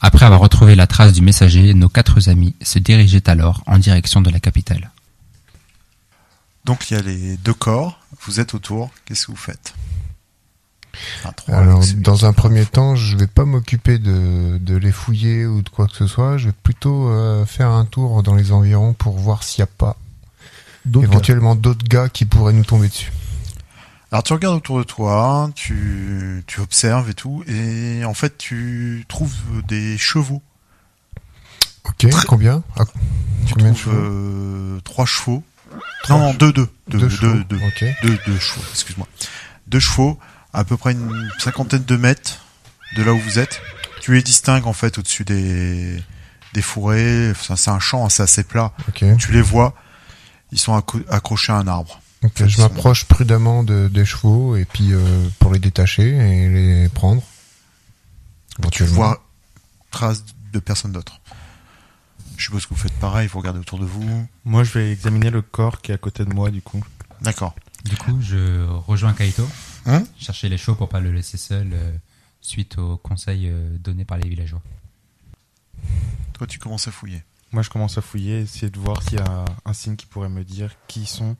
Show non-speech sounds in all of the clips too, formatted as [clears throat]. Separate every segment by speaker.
Speaker 1: Après avoir retrouvé la trace du messager, nos quatre amis se dirigeaient alors en direction de la capitale.
Speaker 2: Donc il y a les deux corps, vous êtes autour, qu'est-ce que vous faites Enfin, trois
Speaker 3: Alors,
Speaker 2: avec celui
Speaker 3: dans
Speaker 2: qui-
Speaker 3: un premier temps, je vais pas m'occuper de, de les fouiller ou de quoi que ce soit. Je vais plutôt euh, faire un tour dans les environs pour voir s'il n'y a pas
Speaker 4: D'autres gars.
Speaker 3: éventuellement d'autres gars qui pourraient nous tomber dessus.
Speaker 2: Alors tu regardes autour de toi, tu, tu observes et tout, et en fait tu trouves des chevaux.
Speaker 3: Ok, combien Ah,
Speaker 2: Tu
Speaker 3: Combien de
Speaker 2: trouves
Speaker 3: chevaux
Speaker 2: euh, trois chevaux.
Speaker 3: Trois
Speaker 2: non, non,
Speaker 3: chevaux.
Speaker 2: deux, deux, deux,
Speaker 3: Deux
Speaker 2: deux,
Speaker 3: chevaux.
Speaker 2: deux,
Speaker 3: Ok.
Speaker 2: deux, deux chevaux, excuse-moi. Deux chevaux, à peu près une cinquantaine de mètres de là où vous êtes. Tu les distingues en fait au-dessus des, des fourrés. Enfin, c'est un champ, hein, c'est assez plat.
Speaker 3: Ok.
Speaker 2: Tu les vois, ils sont acco- accrochés à un arbre.
Speaker 3: Ok, je m'approche prudemment de, des chevaux et puis euh, pour les détacher et les prendre.
Speaker 2: Tu
Speaker 3: Éventuellement.
Speaker 2: vois trace de personne d'autre. Je suppose que vous faites pareil, vous regardez autour de vous.
Speaker 4: Moi, je vais examiner le corps qui est à côté de moi, du coup.
Speaker 2: D'accord.
Speaker 1: Du coup, je rejoins Kaito,
Speaker 2: Hein
Speaker 1: chercher les chevaux pour pas le laisser seul euh, suite aux conseils euh, donnés par les villageois.
Speaker 2: Toi, tu commences à fouiller.
Speaker 4: Moi, je commence à fouiller, essayer de voir s'il y a un signe qui pourrait me dire qui ils sont,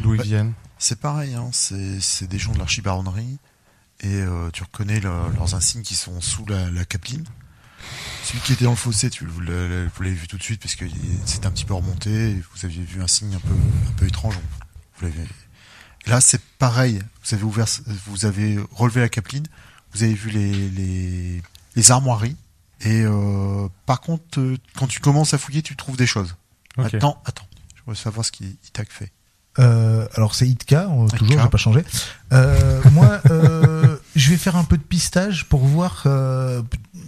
Speaker 4: d'où ils
Speaker 2: Bah-
Speaker 4: viennent.
Speaker 2: C'est pareil, hein, c'est c'est des gens de l'archibaronnerie et euh, tu reconnais le- leurs insignes qui sont sous la, la capeline. Celui qui était dans le fossé, tu, vous l'avez vous l'avez vu tout de suite parce que il- c'était un petit peu remonté. et vous aviez vu un signe un peu, un peu étrange. Vous l'avez- Là, c'est pareil. Vous avez ouvert, vous avez relevé la capeline. Vous avez vu les, les, les armoiries. Et euh, par contre, euh, quand tu commences à fouiller, tu trouves des choses.
Speaker 4: Ok.
Speaker 2: Attends, attends. Je voudrais savoir ce qu'il il t'a fait.
Speaker 5: Euh, alors c'est Itka, euh, toujours,
Speaker 2: Itka.
Speaker 5: j'ai pas changé. Euh, moi, euh, je vais faire un peu de pistage pour voir euh,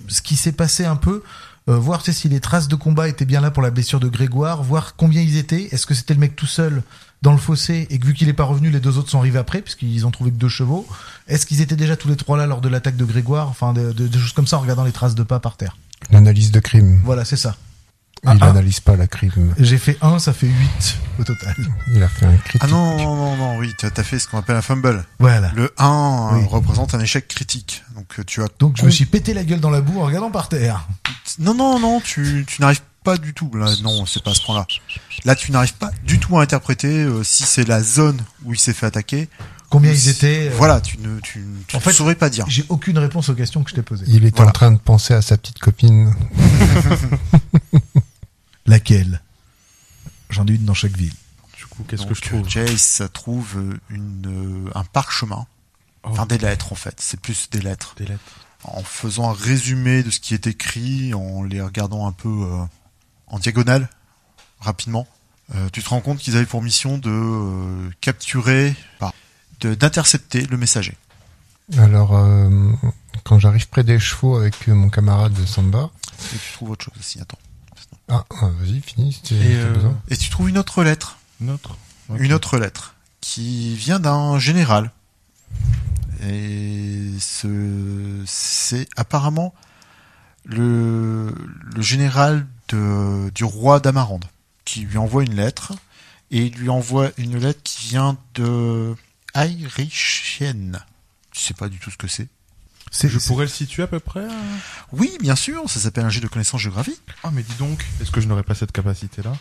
Speaker 5: ce qui s'est passé un peu, euh, voir tu sais, si les traces de combat étaient bien là pour la blessure de Grégoire, voir combien ils étaient, est-ce que c'était le mec tout seul dans le fossé et que vu qu'il est pas revenu, les deux autres sont arrivés après puisqu'ils ont trouvé que deux chevaux, est-ce qu'ils étaient déjà tous les trois là lors de l'attaque de Grégoire, enfin de- de- des choses comme ça en regardant les traces de pas par terre.
Speaker 3: L'analyse de crime.
Speaker 5: Voilà, c'est ça.
Speaker 3: il
Speaker 5: Ah, ah.
Speaker 3: n'analyse pas la crime.
Speaker 5: J'ai fait 1, ça fait 8 au total.
Speaker 3: Il a fait un critique.
Speaker 2: Ah non, non, non, non, oui, t'as as fait ce qu'on appelle un fumble.
Speaker 5: Voilà.
Speaker 2: Le 1
Speaker 5: Oui.
Speaker 2: représente un échec critique. Donc euh, tu as.
Speaker 5: Donc je me suis pété la gueule dans la boue en regardant par terre.
Speaker 2: Non, non, non, tu, tu n'arrives pas du tout. Là, non, c'est pas à ce point-là. Là, tu n'arrives pas du tout à interpréter euh, si c'est la zone où il s'est fait attaquer.
Speaker 5: Combien
Speaker 2: ou
Speaker 5: ils
Speaker 2: si-
Speaker 5: étaient euh,
Speaker 2: Voilà, tu ne, tu, tu
Speaker 5: En
Speaker 2: ne
Speaker 5: fait-
Speaker 2: saurais pas dire.
Speaker 5: J'ai aucune réponse aux questions que je t'ai posées.
Speaker 3: Il était
Speaker 2: Voilà.
Speaker 3: en train de penser à sa petite copine.
Speaker 5: Laquelle J'en ai une dans chaque ville.
Speaker 4: Du coup, qu'est-ce que
Speaker 2: Donc,
Speaker 4: je trouve
Speaker 2: euh, Jace trouve euh, une, euh, un parchemin.
Speaker 4: Oh,
Speaker 2: Enfin, des lettres, en fait. C'est plus des lettres.
Speaker 4: des lettres.
Speaker 2: En faisant un résumé de ce qui est écrit, en les regardant un peu euh, en diagonale, rapidement, euh, tu te rends compte qu'ils avaient pour mission de euh, capturer, par- de- d'intercepter le messager.
Speaker 3: Alors, euh, quand j'arrive près des chevaux avec euh, mon camarade Samba.
Speaker 2: Et tu trouves autre chose aussi, attends.
Speaker 3: Ah, ah, vas-y, finis. si t'as-
Speaker 4: Et
Speaker 3: t'as
Speaker 4: euh,
Speaker 3: besoin.
Speaker 2: Et tu trouves une autre lettre,
Speaker 4: une autre Ok.
Speaker 2: une autre lettre, qui vient d'un général. Et ce, c'est apparemment le, le général de, du roi d'Amarande, qui lui envoie une lettre, et il lui envoie une lettre qui vient de Airichen. Tu sais pas du tout ce que c'est.
Speaker 5: C'est
Speaker 4: Je
Speaker 5: c'est-
Speaker 4: pourrais le situer à peu près euh
Speaker 2: Oui, bien sûr, ça s'appelle un jet de connaissance géographique.
Speaker 4: Ah, mais dis donc, est-ce que je n'aurais pas cette capacité-là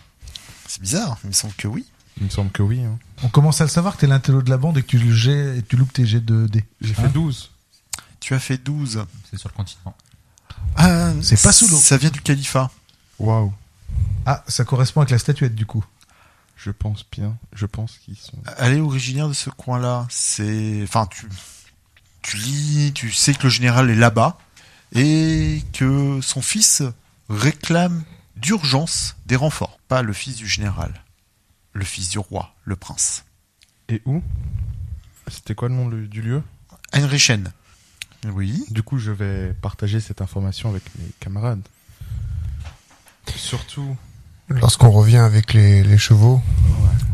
Speaker 2: C'est bizarre, il me semble que oui.
Speaker 4: Il me semble que oui. hein.
Speaker 5: On commence à le savoir que t'es l'intello de la bande et que tu, le jets- et tu loupes tes jets de dés.
Speaker 4: J'ai
Speaker 5: Hein
Speaker 2: Ah.
Speaker 4: fait 12.
Speaker 2: Tu as fait 12.
Speaker 1: C'est sur le continent.
Speaker 2: Ah,
Speaker 5: C'est pas sous l'eau.
Speaker 2: Ça vient du califat.
Speaker 4: Waouh.
Speaker 5: Ah, ça correspond avec la statuette du coup.
Speaker 4: Je pense bien. Je pense qu'ils sont.
Speaker 2: Elle est originaire de ce coin-là. C'est, enfin, tu, tu lis, tu sais que le général est là-bas et que son fils réclame d'urgence des renforts. Pas le fils du général, le fils du roi, le prince.
Speaker 4: Et où C'était quoi le nom le- du lieu
Speaker 2: Heinrichen. Oui.
Speaker 4: Du coup, je vais partager cette information avec mes camarades. Surtout.
Speaker 3: Lorsqu'on revient avec les, les chevaux,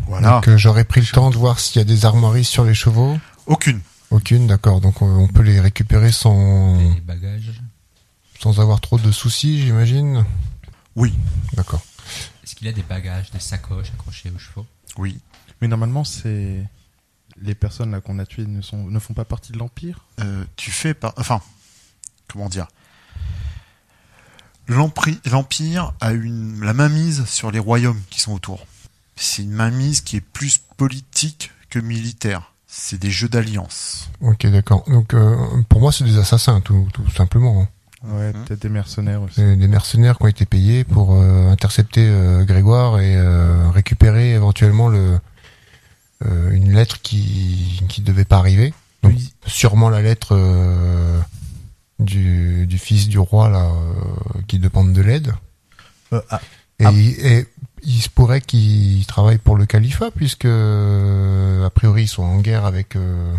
Speaker 2: Voilà.
Speaker 3: donc, euh, j'aurais pris le temps de voir s'il y a des armoiries sur les chevaux.
Speaker 2: Aucune.
Speaker 3: Aucune, d'accord. Donc on, on peut les récupérer sans,
Speaker 1: Les bagages.
Speaker 3: sans avoir trop de soucis, j'imagine.
Speaker 2: Oui.
Speaker 3: D'accord.
Speaker 1: Est-ce qu'il y a des bagages, des sacoches accrochées aux chevaux
Speaker 2: Oui.
Speaker 4: Mais normalement, c'est. Les personnes là qu'on a tuées ne, sont... ne font pas partie de l'Empire
Speaker 2: Euh, tu fais par, enfin, comment dire l'empri- l'Empire a une, la mainmise sur les royaumes qui sont autour. C'est une mainmise qui est plus politique que militaire. C'est des jeux d'alliance.
Speaker 3: Ok, d'accord. Donc, euh, pour moi, c'est des assassins, tout, tout simplement. hein.
Speaker 4: Ouais,
Speaker 2: Mhm.
Speaker 4: peut-être des mercenaires aussi.
Speaker 3: C'est des mercenaires qui ont été payés pour euh, intercepter euh, Grégoire et euh, récupérer éventuellement le, euh, une lettre qui qui devait pas arriver. Donc,
Speaker 5: Oui.
Speaker 3: Sûrement la lettre euh, du, du fils du roi là euh, qui demande de l'aide.
Speaker 5: Euh, ah,
Speaker 3: Et,
Speaker 5: Ah.
Speaker 3: il- et il se pourrait qu'ils travaillent pour le califat, puisque euh, a priori ils sont en guerre avec euh,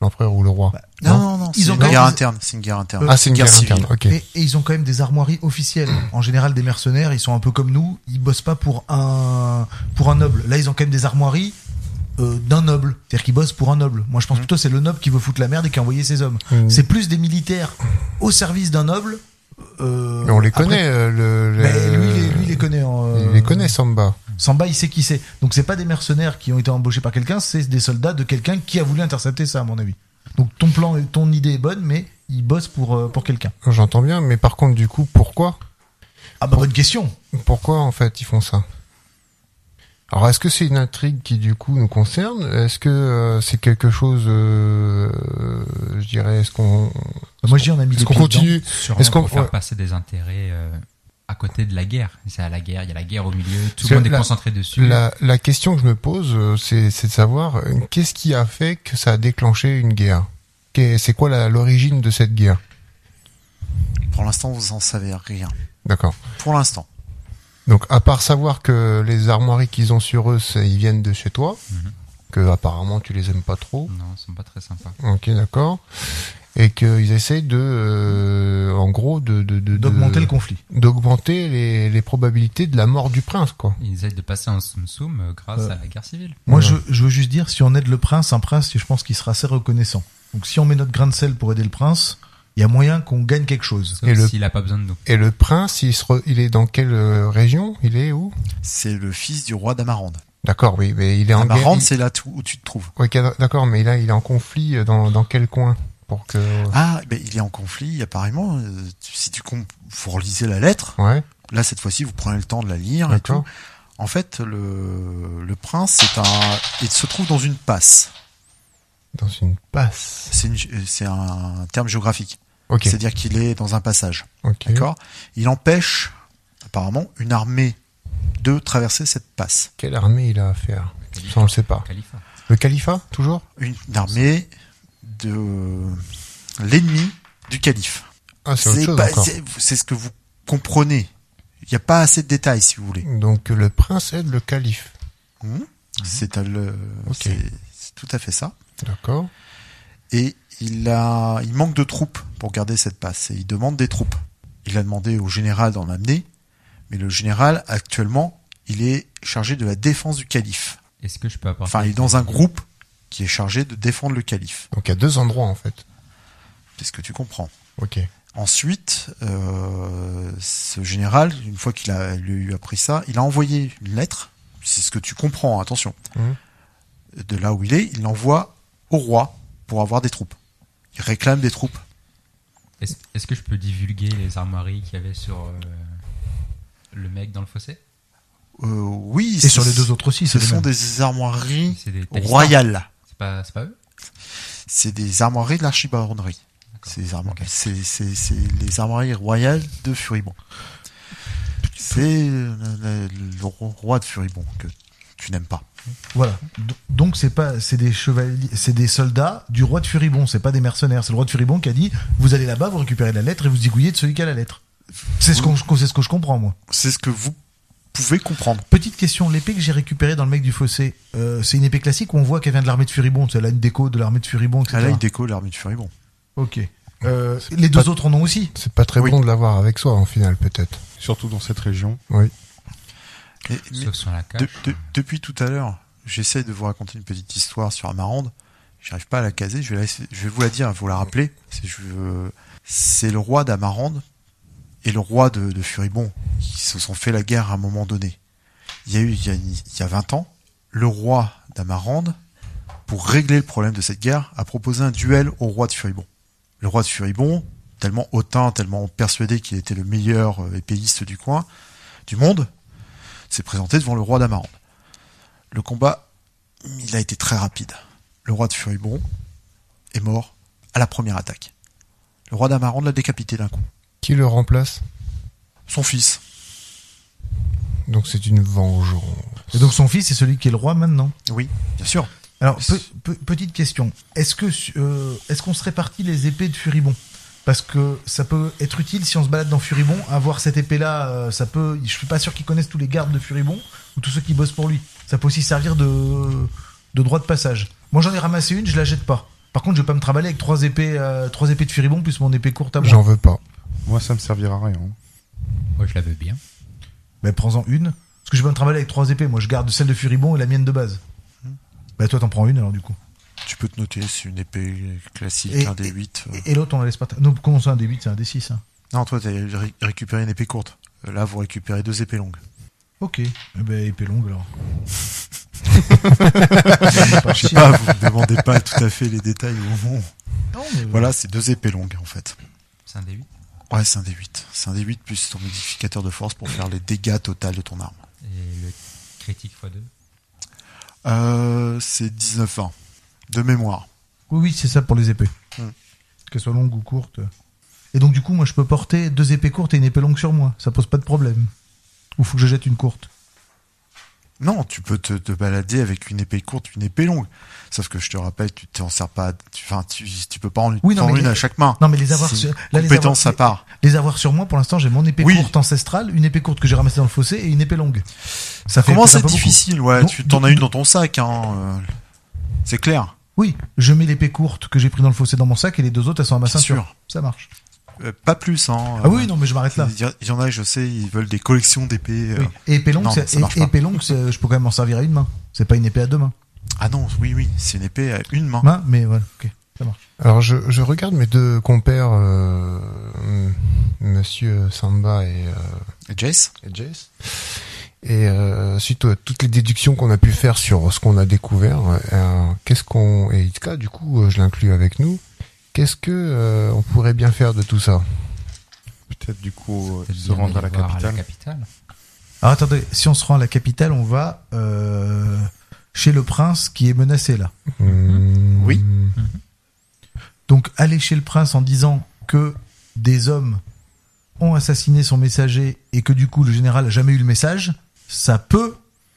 Speaker 3: l'empereur ou le roi.
Speaker 5: Bah,
Speaker 2: Non,
Speaker 3: Non,
Speaker 2: non, non.
Speaker 5: ils
Speaker 2: C'est
Speaker 5: ont
Speaker 2: une
Speaker 5: quand
Speaker 2: guerre
Speaker 5: même-
Speaker 2: interne. C'est une guerre interne.
Speaker 3: ah, c'est une guerre,
Speaker 2: civile.
Speaker 3: interne. Ok.
Speaker 5: et, et ils ont quand même des armoiries [clears throat] officielles. En général, des mercenaires, ils sont un peu comme nous, ils bossent pas pour un pour un noble. Là, ils ont quand même des armoiries euh, d'un noble, c'est-à-dire qu'ils bossent pour un noble. Moi, je pense plutôt que c'est le noble qui veut foutre la merde et qui a envoyé ses hommes.
Speaker 3: Mm.
Speaker 5: C'est plus des militaires au service d'un noble. euh,
Speaker 3: Mais on les
Speaker 5: après-
Speaker 3: connaît. euh, le, le-
Speaker 5: Mais lui, il les- lui, il les connaît. en, euh,
Speaker 3: Il les connaît, Samba.
Speaker 5: Samba, il sait qui c'est. Donc c'est pas des mercenaires qui ont été embauchés par quelqu'un, c'est des soldats de quelqu'un qui a voulu intercepter ça, à mon avis. Donc ton plan, ton idée est bonne, mais il bosse pour euh, pour quelqu'un.
Speaker 3: J'entends bien, mais par contre, du coup, pourquoi
Speaker 5: Ah bah bonne question.
Speaker 3: Pourquoi en fait ils font ça Alors est-ce que c'est une intrigue qui du coup nous concerne Est-ce que euh, c'est quelque chose, euh, euh, je dirais, est-ce qu'on
Speaker 5: Moi je dis on a mis
Speaker 3: est-ce
Speaker 5: les
Speaker 3: qu'on
Speaker 5: pieds
Speaker 3: continue
Speaker 5: dedans, sûrement.
Speaker 3: Est-ce qu'on
Speaker 1: pour faire
Speaker 3: ouais.
Speaker 1: passer des intérêts euh, à côté de la guerre. C'est à la guerre, il y a la guerre au milieu, tout
Speaker 3: que
Speaker 1: le monde est
Speaker 3: la-
Speaker 1: concentré dessus.
Speaker 3: la, la question que je me pose, euh, c'est c'est de savoir euh, qu'est-ce qui a fait que ça a déclenché une guerre Qu'est- C'est quoi la- l'origine de cette guerre
Speaker 2: Pour l'instant, vous en savez rien.
Speaker 3: D'accord.
Speaker 2: Pour l'instant.
Speaker 3: Donc, à part savoir que les armoiries qu'ils ont sur eux, c'est- ils viennent de chez toi,
Speaker 1: Mhm.
Speaker 3: que apparemment tu les aimes pas trop.
Speaker 1: Non, ils sont pas très sympas.
Speaker 3: Ok, d'accord. Et qu'ils essayent de, euh, en gros, de de- de- de-
Speaker 5: d'augmenter le conflit.
Speaker 3: d'augmenter les, les probabilités de la mort du prince, quoi.
Speaker 1: Ils essaient de passer en soum soum euh, grâce
Speaker 5: Euh.
Speaker 1: à la guerre civile.
Speaker 5: Moi
Speaker 3: Voilà.
Speaker 5: je, je veux juste dire si on aide le prince, un prince, je pense qu'il sera assez reconnaissant. Donc si on met notre grain de sel pour aider le prince, il y a moyen qu'on gagne quelque chose.
Speaker 1: Sauf
Speaker 3: Et le-
Speaker 1: s'il a pas besoin de nous.
Speaker 3: Et le prince, il, se re- il est dans quelle euh, région Il est où
Speaker 2: C'est le fils du roi d'Amarande.
Speaker 3: D'accord, oui, mais il est en guerre.
Speaker 2: Amarande,
Speaker 3: il-
Speaker 2: c'est là tout- où tu te trouves.
Speaker 3: Ouais, qu'à- d'accord, mais là, il est en conflit euh, dans, dans quel coin Pour que.
Speaker 2: Ah, ben, il est en conflit, apparemment. euh, Si tu comp- vous relisez la lettre,
Speaker 3: Ouais,
Speaker 2: là, cette fois-ci, vous prenez le temps de la lire et tout.
Speaker 3: d'accord.
Speaker 2: En fait, le, le prince, c'est un, il se trouve dans une passe.
Speaker 3: Dans une passe.
Speaker 2: C'est une- euh, c'est un terme géographique.
Speaker 3: Ok,
Speaker 2: C'est-à-dire qu'il est dans un passage.
Speaker 3: ok.
Speaker 2: D'accord Il empêche, apparemment, une armée de traverser cette passe.
Speaker 3: Quelle armée il a à faire Ça, on le sait pas.
Speaker 1: Califat.
Speaker 3: Le califat, toujours
Speaker 2: Une, une armée de l'ennemi du calife.
Speaker 3: Ah, c'est autre chose
Speaker 2: pas-
Speaker 3: encore.
Speaker 2: c'est- c'est ce que vous comprenez. Il n'y a pas assez de détails, si vous voulez.
Speaker 3: Donc, le prince aide le calife.
Speaker 2: C'est à le-
Speaker 3: Mmh. Ok.
Speaker 2: c'est- c'est tout à fait ça.
Speaker 3: D'accord.
Speaker 2: Et il a, il manque de troupes pour garder cette passe. Et il demande des troupes. Il a demandé au général d'en amener, mais le général actuellement, il est chargé de la défense du calife.
Speaker 1: Est-ce que je peux apporter
Speaker 2: Enfin, il est dans un groupe qui est chargé de défendre le calife.
Speaker 3: Donc, il y a deux endroits, en fait.
Speaker 2: C'est ce que tu comprends.
Speaker 3: Ok.
Speaker 2: Ensuite, euh, ce général, une fois qu'il a, lui a pris ça, il a envoyé une lettre. C'est ce que tu comprends, attention.
Speaker 3: Mhm.
Speaker 2: De là où il est, il l'envoie au roi pour avoir des troupes. Il réclame des troupes.
Speaker 1: Est-ce est-ce que je peux divulguer les armoiries qu'il y avait sur euh, le mec dans le fossé
Speaker 2: Euh, oui,
Speaker 5: Et sur les deux autres aussi,
Speaker 2: ce
Speaker 5: c'est les
Speaker 2: sont
Speaker 5: mêmes.
Speaker 2: des armoiries
Speaker 1: C'est des talismans.
Speaker 2: royales.
Speaker 1: C'est pas, c'est pas eux
Speaker 2: C'est des armoiries de l'archibaronnerie. C'est des armoiries.
Speaker 1: Ok.
Speaker 2: C'est, c'est, c'est les armoiries royales de Furibon. C'est euh, le, le- le roi de Furibon que tu n'aimes pas.
Speaker 5: Voilà. Do- Donc c'est pas c'est des chevaliers, c'est des soldats du roi de Furibon, c'est pas des mercenaires, c'est le roi de Furibon qui a dit vous allez là-bas, vous récupérez la lettre et vous zigouillez de celui qui a la lettre. C'est ce qu'on c'est ce que je comprends moi.
Speaker 2: C'est ce que vous pouvez comprendre.
Speaker 5: Petite question, l'épée que j'ai récupérée dans le mec du fossé, euh, c'est une épée classique où on voit qu'elle vient de l'armée de Furibon, c'est là une déco de l'armée de Furibon, etc.
Speaker 2: Ah là, il déco l'armée de Furibon.
Speaker 5: ok. Euh, les deux autres en ont aussi.
Speaker 3: C'est pas très
Speaker 2: Oui.
Speaker 3: bon de l'avoir avec soi, en final, peut-être.
Speaker 4: Surtout dans cette région.
Speaker 2: Et- mais
Speaker 1: Sauf sur la
Speaker 2: de-
Speaker 1: cage.
Speaker 2: de- depuis tout à l'heure, j'essaie de vous raconter une petite histoire sur Amarande. J'arrive pas à la caser. Je vais, la laisser- je vais vous la dire, vous la rappeler. C'est, je veux- c'est le roi d'Amarande et le roi de, de Furibon qui se sont fait la guerre à un moment donné. Il y a eu, il y a, il y a 20 ans, le roi d'Amarande, pour régler le problème de cette guerre, a proposé un duel au roi de Furibon. Le roi de Furibon, tellement hautain, tellement persuadé qu'il était le meilleur euh, épéiste du coin, du monde, s'est présenté devant le roi d'Amarande. Le combat, il a été très rapide. Le roi de Furibon est mort à la première attaque. Le roi d'Amarande l'a décapité d'un coup.
Speaker 3: Qui le remplace
Speaker 2: Son fils.
Speaker 3: Donc c'est une vengeance.
Speaker 5: Et donc son fils, c'est celui qui est le roi maintenant.
Speaker 2: Oui, bien sûr.
Speaker 5: Alors, pe- pe- petite question. Est-ce que euh, est-ce qu'on se répartit les épées de Furibon Parce que ça peut être utile si on se balade dans Furibon, avoir cette épée-là, euh, ça peut. Je suis pas sûr qu'ils connaissent tous les gardes de Furibon ou tous ceux qui bossent pour lui. Ça peut aussi servir de de droit de passage. Moi, j'en ai ramassé une, je la jette pas. Par contre, je vais pas me travailler avec trois épées, euh, trois épées de Furibon plus mon épée courte à moi.
Speaker 3: J'en veux pas.
Speaker 4: Moi, ça me servira à rien. hein.
Speaker 1: Moi, je la veux bien.
Speaker 5: Mais prends-en une. Parce que je vais pas me travailler avec trois épées. Moi, je garde celle de Furibon et la mienne de base. Bah toi, t'en prends une alors du coup.
Speaker 2: Tu peux te noter, c'est une épée classique,
Speaker 5: Et-
Speaker 2: un des huit. euh.
Speaker 5: Et, et l'autre, on la laisse pas. Non, comment c'est un D8, c'est un D6. hein.
Speaker 2: Non, toi, t'as ré- récupéré une épée courte. Euh, Là, vous récupérez deux épées [laughs] longues.
Speaker 5: Ok. Eh ben, épée
Speaker 2: [laughs]
Speaker 5: longue alors.
Speaker 2: Je sais pas, Ah, vous ne demandez pas tout à fait les détails au moment.
Speaker 5: Non, mais
Speaker 2: Voilà, c'est deux épées longues, en fait.
Speaker 1: C'est un D8.
Speaker 2: Ouais, c'est un D8. C'est un D8 plus ton modificateur de force pour faire les dégâts total de ton arme.
Speaker 1: Et le critique x2.
Speaker 2: Euh, c'est 19 20 de mémoire.
Speaker 5: Oui, oui, c'est ça pour les épées.
Speaker 2: Hmm.
Speaker 5: Qu'elles soient longues ou courtes. Et donc, du coup, moi, je peux porter deux épées courtes et une épée longue sur moi. Ça pose pas de problème. Ou faut que je jette une courte.
Speaker 2: Non, tu peux te, te balader avec une épée courte, une épée longue. Sauf que je te rappelle, tu t'en sers pas. tu- Enfin, tu, tu peux pas en
Speaker 5: Oui, non,
Speaker 2: prendre
Speaker 5: mais
Speaker 2: une
Speaker 5: les-
Speaker 2: à chaque main.
Speaker 5: Non, mais les avoir
Speaker 2: C'est
Speaker 5: sur-
Speaker 2: une
Speaker 5: là, les avoir-
Speaker 2: compétence à part.
Speaker 5: Les avoir sur moi, pour l'instant, j'ai mon épée
Speaker 2: Oui.
Speaker 5: courte ancestrale, une épée courte que j'ai ramassée dans le fossé et une épée longue. Ça fait
Speaker 2: Comment
Speaker 5: ça
Speaker 2: c'est
Speaker 5: fait pas beaucoup.
Speaker 2: difficile Ouais,
Speaker 5: Bon,
Speaker 2: tu t'en as une dans ton sac, hein. euh, c'est clair.
Speaker 5: Oui, je mets l'épée courte que j'ai prise dans le fossé dans mon sac et les deux autres, elles sont à ma
Speaker 2: Bien
Speaker 5: ceinture.
Speaker 2: sûr.
Speaker 5: Bah, Ça marche.
Speaker 2: Euh, pas plus, hein.
Speaker 5: Ah oui, non, mais je m'arrête là.
Speaker 2: Il y a- il y en a, je sais, ils veulent des collections d'épées. euh.
Speaker 5: Oui. Et épée longue,
Speaker 2: Non,
Speaker 5: c'est-
Speaker 2: ça marche
Speaker 5: et-
Speaker 2: pas.
Speaker 5: épée longue, c'est- je peux quand même m'en servir à une main. C'est pas une épée à deux mains.
Speaker 2: Ah non, oui, oui, c'est une épée à une main.
Speaker 5: Main, mais voilà, ok, ça marche.
Speaker 3: Alors je, je regarde mes deux compères, euh, m- Monsieur Samba et, euh,
Speaker 2: Et Jace
Speaker 3: et Jace. Et euh, suite à toutes les déductions qu'on a pu faire sur ce qu'on a découvert, euh, qu'est-ce qu'on et Itka, du coup, euh, je l'inclus avec nous. Qu'est-ce que euh, on pourrait bien faire de tout ça
Speaker 4: Peut-être du coup euh,
Speaker 1: Peut-être
Speaker 4: se
Speaker 1: bien
Speaker 4: rendre à la
Speaker 1: d'aller voir
Speaker 4: capitale.
Speaker 1: capitale.
Speaker 5: Alors attendez, si on se rend à la capitale, on va euh, chez le prince qui est menacé là.
Speaker 3: Hum,
Speaker 2: Oui.
Speaker 5: Donc aller chez le prince en disant que des hommes ont assassiné son messager et que du coup le général a jamais eu le message, ça peut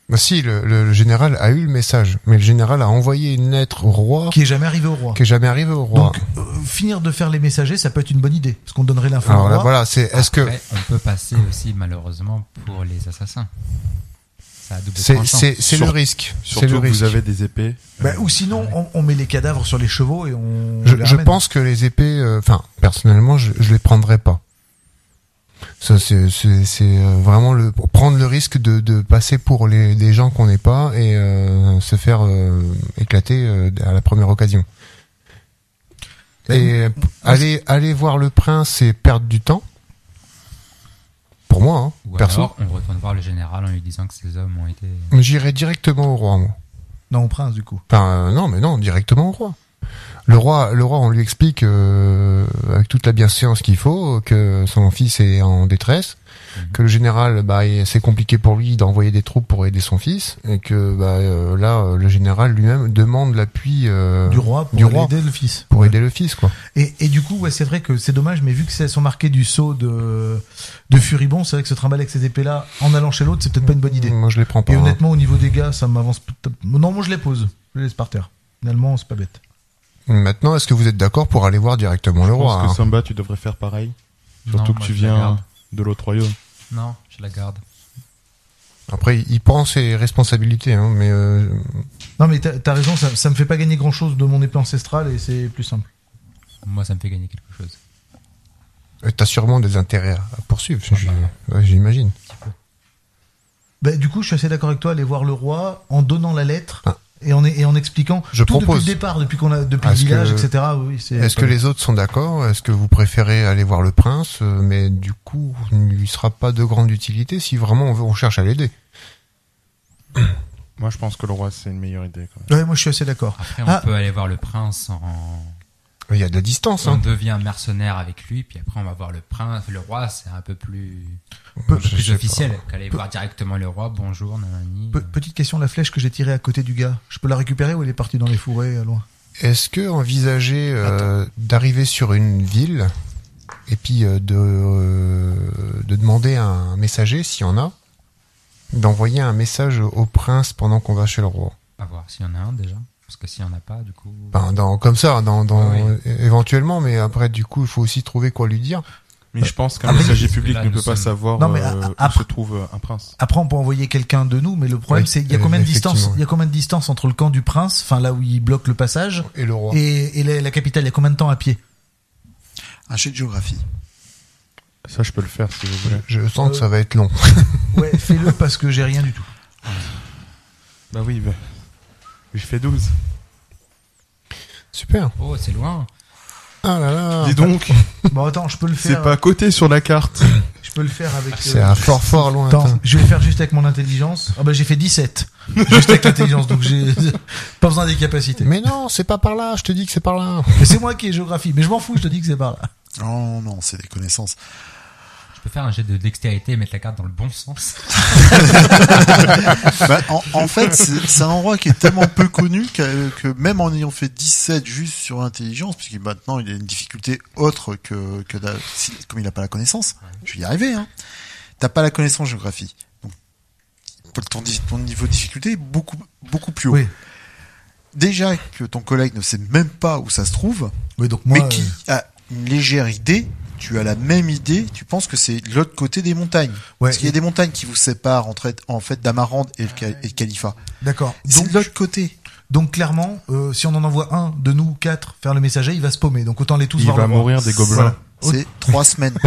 Speaker 3: Bah si, le, le- le général a eu le message, mais le général a envoyé une lettre au roi qui,
Speaker 5: qui est jamais arrivé au roi.
Speaker 3: est jamais arrivée au roi.
Speaker 5: Donc euh, finir de faire les messagers, ça peut être une bonne idée parce qu'on donnerait l'info au
Speaker 3: Alors là,
Speaker 5: roi.
Speaker 3: voilà, c'est est-ce que
Speaker 1: Après, on peut passer aussi, malheureusement, pour les assassins. Ça a double
Speaker 3: c'est
Speaker 1: tranchant.
Speaker 3: c'est c'est
Speaker 4: Sur-
Speaker 3: le risque, c'est
Speaker 4: Surtout
Speaker 3: le
Speaker 4: que
Speaker 3: risque.
Speaker 4: vous avez des épées.
Speaker 5: Bah, ou sinon on, on met les cadavres sur les chevaux et on
Speaker 3: Je,
Speaker 5: les
Speaker 3: je
Speaker 5: ramène.
Speaker 3: pense que les épées, euh, enfin, personnellement, je, je les prendrais pas. Ça, c'est, c'est, c'est euh, vraiment le pour prendre le risque de, de passer pour les, des gens qu'on n'est pas et euh, se faire euh, éclater euh, à la première occasion. Et euh, aller aller voir le prince et perdre du temps. Pour moi, hein,
Speaker 1: Ou
Speaker 3: perso,
Speaker 1: alors, on retourne voir le général en lui disant que ces hommes ont été.
Speaker 3: j'irai directement au roi. Moi.
Speaker 5: Non, au prince du coup.
Speaker 3: Enfin, euh, non, mais non, directement au roi. Le roi, le roi, on lui explique euh, avec toute la bienséance qu'il faut que son fils est en détresse,
Speaker 1: Mhm.
Speaker 3: que le général, bah, il- c'est compliqué pour lui d'envoyer des troupes pour aider son fils, et que bah, euh, là, euh, le général lui-même demande l'appui euh,
Speaker 5: Du roi pour
Speaker 3: du roi.
Speaker 5: aider le fils.
Speaker 3: pour aider le fils, quoi.
Speaker 5: Et, et du coup, ouais, c'est vrai que c'est dommage, mais vu que c'est- elles sont marquées du sceau de, de Furibon, c'est vrai que se trimballer avec ces épées-là en allant chez l'autre, c'est peut-être pas une bonne idée.
Speaker 3: Moi, je les prends pas.
Speaker 5: Et
Speaker 3: hein.
Speaker 5: honnêtement, au niveau des gars, ça m'avance. peut-être- Non, moi je les pose. Je les laisse par terre. Finalement, c'est pas bête.
Speaker 3: Maintenant, est-ce que vous êtes d'accord pour aller voir directement le
Speaker 4: Je pense
Speaker 3: roi
Speaker 4: que
Speaker 3: hein
Speaker 4: Samba, tu devrais faire pareil. Surtout
Speaker 1: Non,
Speaker 4: que
Speaker 1: moi,
Speaker 4: tu
Speaker 1: je la garde.
Speaker 4: viens de l'autre royaume.
Speaker 1: Non, je la garde.
Speaker 3: Après, il prend ses responsabilités, hein, mais euh,
Speaker 5: Non, mais t'as t'as raison, ça, ça me fait pas gagner grand chose de mon épée ancestrale et c'est plus simple.
Speaker 1: Moi, ça me fait gagner quelque chose.
Speaker 3: t'as sûrement des intérêts à à poursuivre, je- ouais, j'imagine.
Speaker 5: Bah, du coup, je suis assez d'accord avec toi, aller voir le roi en donnant la lettre
Speaker 3: Ah.
Speaker 5: et, en, et en expliquant
Speaker 3: Je
Speaker 5: tout
Speaker 3: propose.
Speaker 5: depuis le départ, depuis, qu'on a, depuis le
Speaker 3: Est-ce
Speaker 5: village,
Speaker 3: que-
Speaker 5: etc. Oui, c'est-
Speaker 3: Est-ce que les autres sont d'accord Est-ce que vous préférez aller voir le prince Euh, Mais du coup, il ne lui sera pas de grande utilité si vraiment on, veut, on cherche à l'aider.
Speaker 4: Moi, je pense que le roi, c'est une meilleure idée. Quand même. Ah.
Speaker 5: Ouais, moi je suis assez d'accord.
Speaker 1: Après, on
Speaker 5: Ah.
Speaker 1: peut aller voir le prince en,
Speaker 3: Il y a de la distance.
Speaker 1: On
Speaker 3: Hein.
Speaker 1: devient mercenaire avec lui, puis après on va voir le prince, le roi, c'est un peu plus,
Speaker 3: Peu-
Speaker 1: un peu
Speaker 3: je sais
Speaker 1: plus
Speaker 3: pas.
Speaker 1: officiel qu'aller voir directement le roi, bonjour, nanani.
Speaker 5: Pe- petite question, la flèche que j'ai tirée à côté du gars, je peux la récupérer ou elle est partie dans les fourrés euh, loin
Speaker 3: Est-ce que envisager euh, d'arriver sur une ville et puis euh, de, euh, de demander à un messager, s'il y en a, d'envoyer un message au prince pendant qu'on va chez le roi
Speaker 1: À voir s'il y en a un déjà, parce que s'il y en a pas, du coup.
Speaker 3: Enfin, dans, Comme ça, dans, dans,
Speaker 1: Oui.
Speaker 3: euh, éventuellement, mais après, du coup, il faut aussi trouver quoi lui dire.
Speaker 4: Mais je pense qu'un
Speaker 1: Après,
Speaker 4: messager
Speaker 1: parce que
Speaker 4: public
Speaker 1: Ah, là,
Speaker 4: ne
Speaker 1: nous
Speaker 4: peut pas
Speaker 1: sommes-
Speaker 4: savoir
Speaker 5: Non, mais
Speaker 4: euh,
Speaker 5: à-
Speaker 4: où se
Speaker 5: après-
Speaker 4: trouve euh, un prince.
Speaker 5: Après, on peut envoyer quelqu'un de nous, mais le problème,
Speaker 3: Oui,
Speaker 5: c'est il y a
Speaker 3: euh,
Speaker 5: combien de distance
Speaker 3: effectivement.
Speaker 5: Il y a combien de distance entre le camp du prince, enfin là où il bloque le passage,
Speaker 3: Et le roi.
Speaker 5: et, et la, la capitale Il y a combien de temps à pied
Speaker 2: Un jet de géographie.
Speaker 4: Ça, je peux le faire si vous
Speaker 3: Je,
Speaker 4: voulez.
Speaker 3: je sens que
Speaker 5: Euh,
Speaker 3: ça va être long.
Speaker 5: Ouais, fais-le parce que j'ai rien du tout.
Speaker 4: Bah oui, bah, je fais 12.
Speaker 3: Super.
Speaker 1: Oh, c'est loin.
Speaker 3: Ah là là.
Speaker 4: Dis donc,
Speaker 5: Bon, attends, je peux le
Speaker 4: c'est
Speaker 5: faire.
Speaker 4: pas à côté sur la carte.
Speaker 5: Je peux le faire avec.
Speaker 3: C'est
Speaker 5: euh,
Speaker 3: un fort fort lointain.
Speaker 5: Attends, je vais le faire juste avec mon intelligence. Ah bah j'ai fait 17. Juste avec l'intelligence, donc j'ai [laughs] pas besoin des capacités.
Speaker 3: Mais non, c'est pas par là, je te dis que c'est par là.
Speaker 5: Mais c'est moi qui ai géographie, mais je m'en fous, je te dis que c'est par là.
Speaker 2: Non, Oh non, c'est des connaissances.
Speaker 1: Je peux faire un jet de dextérité et mettre la carte dans le bon sens.
Speaker 2: Bah, en, en fait, c'est c'est un endroit qui est tellement peu connu que, que même en ayant fait 17 juste sur intelligence, puisque maintenant il a une difficulté autre que, que la- si- comme il n'a pas la connaissance, je vais y arriver. Hein. T'as pas la connaissance en géographie, donc ton, di- ton niveau de difficulté est beaucoup beaucoup plus haut.
Speaker 5: Oui.
Speaker 2: Déjà que ton collègue ne sait même pas où ça se trouve,
Speaker 5: Oui, donc moi.
Speaker 2: mais qui a une légère idée. Tu as la même idée, tu penses que c'est de l'autre côté des montagnes.
Speaker 5: euh, ouais,
Speaker 2: Parce qu'il y a des montagnes qui vous séparent en, trait- en fait d'Amarande et, le Ca- et le Califat.
Speaker 5: d'accord.
Speaker 2: C'est
Speaker 5: Donc,
Speaker 2: de l'autre côté.
Speaker 5: donc clairement, euh, si on en envoie un de nous quatre faire le messager, il va se paumer. Donc autant les
Speaker 4: [laughs]
Speaker 5: tous
Speaker 4: Il
Speaker 5: voir
Speaker 4: va
Speaker 5: le roi.
Speaker 4: mourir des gobelins.
Speaker 5: Voilà.
Speaker 2: C'est trois [laughs] semaines.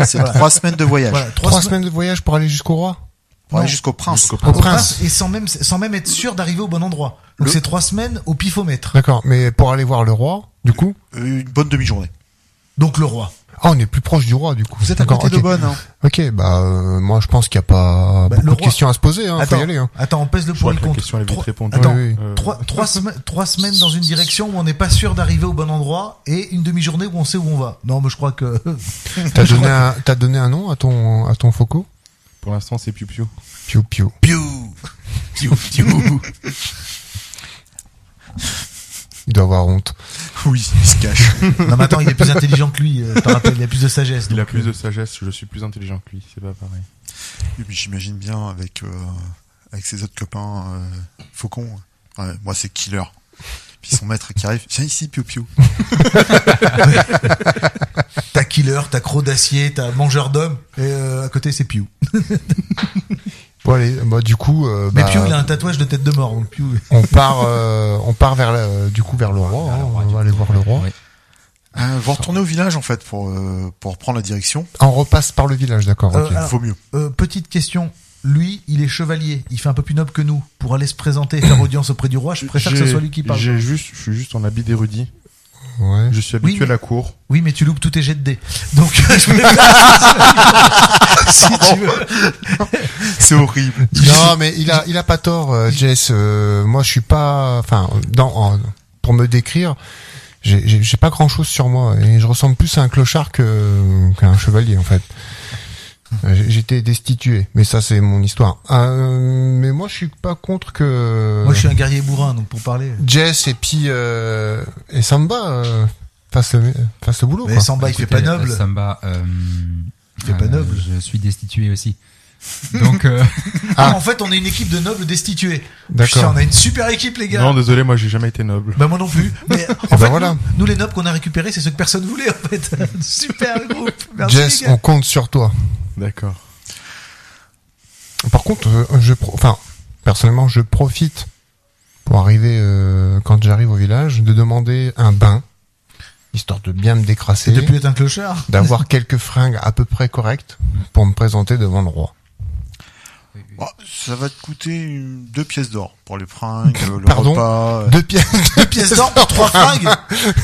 Speaker 1: Ça.
Speaker 2: C'est trois semaines de voyage.
Speaker 5: Voilà,
Speaker 3: Trois,
Speaker 5: trois, semaines
Speaker 3: semaines de voyage pour aller jusqu'au roi.
Speaker 2: Pour aller
Speaker 5: Non.
Speaker 2: jusqu'au prince.
Speaker 4: Jusqu'au
Speaker 3: Au
Speaker 5: au
Speaker 3: prince.
Speaker 5: prince et sans même sans même être sûr d'arriver au bon endroit. Donc
Speaker 2: Le-
Speaker 5: c'est trois semaines au pifomètre.
Speaker 3: D'accord, mais pour aller voir le roi, du coup.
Speaker 2: Euh, Une bonne demi-journée.
Speaker 5: Donc le roi.
Speaker 3: Ah, on est plus proche du roi, du coup.
Speaker 2: Vous êtes à
Speaker 3: D'accord,
Speaker 2: côté de
Speaker 3: ok.
Speaker 2: Bonne. Hein.
Speaker 3: Ok, bah euh, moi je pense qu'il n'y a pas
Speaker 5: Bah, le
Speaker 3: beaucoup de
Speaker 5: roi-
Speaker 3: questions à se poser. Hein, faut
Speaker 5: Attends,
Speaker 3: y aller.
Speaker 5: [laughs]
Speaker 3: Hein.
Speaker 5: attends, on pèse le
Speaker 4: Je
Speaker 5: pour
Speaker 4: crois
Speaker 5: et le
Speaker 4: que la
Speaker 5: compte.
Speaker 4: question elle est vite
Speaker 5: Trois-
Speaker 4: répondue.
Speaker 5: Attends,
Speaker 3: Oui, oui.
Speaker 4: Euh,
Speaker 5: Trois, trois, semaines- trois semaines dans une direction où on n'est pas sûr d'arriver au bon endroit et une demi-journée où on sait où on va. Non, mais je crois que. [laughs]
Speaker 3: T'as donné, un, t'as donné un nom à ton à ton foco
Speaker 4: Pour l'instant, c'est Piu Piu.
Speaker 3: Piu piu.
Speaker 2: Piou Piou, piou.
Speaker 3: Il doit avoir honte.
Speaker 2: [laughs] Oui, il se cache.
Speaker 5: Non, mais attends, il est plus intelligent que lui, euh, je te rappelle, il a plus de sagesse.
Speaker 4: Il a
Speaker 5: donc,
Speaker 4: plus
Speaker 5: euh,
Speaker 4: de sagesse, je suis plus intelligent que lui, c'est pas pareil.
Speaker 2: Et puis j'imagine bien avec, euh, avec ses autres copains, euh, Faucon. Ouais, moi, c'est Killer. Puis son maître qui arrive. Viens ici, Piou Piou.
Speaker 5: T'as killer, t'as croc d'acier, t'as mangeur d'hommes, et euh, à côté c'est Piu.
Speaker 3: Bon allez, bah du coup, euh,
Speaker 5: Mais
Speaker 3: bah,
Speaker 5: Piu, il a un tatouage de tête de mort. Donc Piu...
Speaker 3: on part euh, on part vers la- du coup vers le roi.
Speaker 1: Vers le
Speaker 3: hein,
Speaker 1: roi,
Speaker 3: on
Speaker 1: du
Speaker 3: va aller voir le roi.
Speaker 1: Oui.
Speaker 2: Euh, vous retournez au village, en fait, pour, euh, pour prendre la direction.
Speaker 3: Ah, On repasse par le village, d'accord.
Speaker 5: Euh,
Speaker 3: ok.
Speaker 5: alors-
Speaker 2: Vaut mieux.
Speaker 5: Euh, petite question. Lui, il est chevalier, il fait un peu plus noble que nous. Pour aller se présenter et faire [coughs] audience auprès du roi, je préfère que ce
Speaker 4: J'ai-
Speaker 5: soit lui qui parle.
Speaker 4: j'ai juste, je suis juste en habit d'érudit.
Speaker 5: euh,
Speaker 3: Ouais.
Speaker 4: Je suis habitué
Speaker 5: mais-
Speaker 4: à la cour.
Speaker 5: Oui, mais tu loupes tous tes jets de dés. Donc, [laughs] je vais si tu veux.
Speaker 2: C'est horrible.
Speaker 3: Non, mais il a, il a pas tort, euh, Jess. Euh, moi, je suis pas, enfin, dans, en- pour me décrire, j'ai- j'ai j'ai pas grand chose sur moi et je ressemble plus à un clochard que qu'à un chevalier, en fait. Euh, j'ai- J'étais destitué, mais ça, c'est mon histoire. Euh, mais moi, je suis pas contre que
Speaker 5: Moi, je suis un guerrier bourrin, donc pour parler.
Speaker 3: Jess et puis euh, et Samba euh, fassent le, fassent le boulot.
Speaker 5: Mais
Speaker 3: quoi.
Speaker 5: Samba, il fait
Speaker 1: Écoutez,
Speaker 5: pas noble.
Speaker 1: Samba, euh,
Speaker 5: Il fait pas noble.
Speaker 1: Je suis destitué aussi. Donc, euh,
Speaker 3: Ah.
Speaker 5: En fait, on est une équipe de nobles destitués. Putain,
Speaker 3: D'accord.
Speaker 5: on a une super équipe, les gars.
Speaker 4: Non, désolé, moi j'ai jamais été noble.
Speaker 5: Bah moi non plus. Mais en
Speaker 3: ben
Speaker 5: fait,
Speaker 3: voilà.
Speaker 5: nous, nous, les nobles qu'on a récupérés, c'est ceux que personne voulait en fait. [laughs] Super groupe. Merci
Speaker 3: Jess,
Speaker 5: les gars.
Speaker 3: on compte sur toi.
Speaker 4: D'accord.
Speaker 3: Par contre, euh, je, pro- enfin, personnellement, je profite pour arriver euh, quand j'arrive au village de demander un bain, histoire de bien me décrasser,
Speaker 5: C'est depuis être un clochard.
Speaker 3: d'avoir quelques fringues à peu près correctes pour me présenter devant le roi.
Speaker 1: Oui, oui.
Speaker 2: Oh, ça va te coûter une- deux pièces d'or pour les fringues, euh, le
Speaker 3: Pardon [laughs]
Speaker 2: repas. euh.
Speaker 3: Deux pièces, [laughs] deux
Speaker 2: pièces d'or pour trois fringues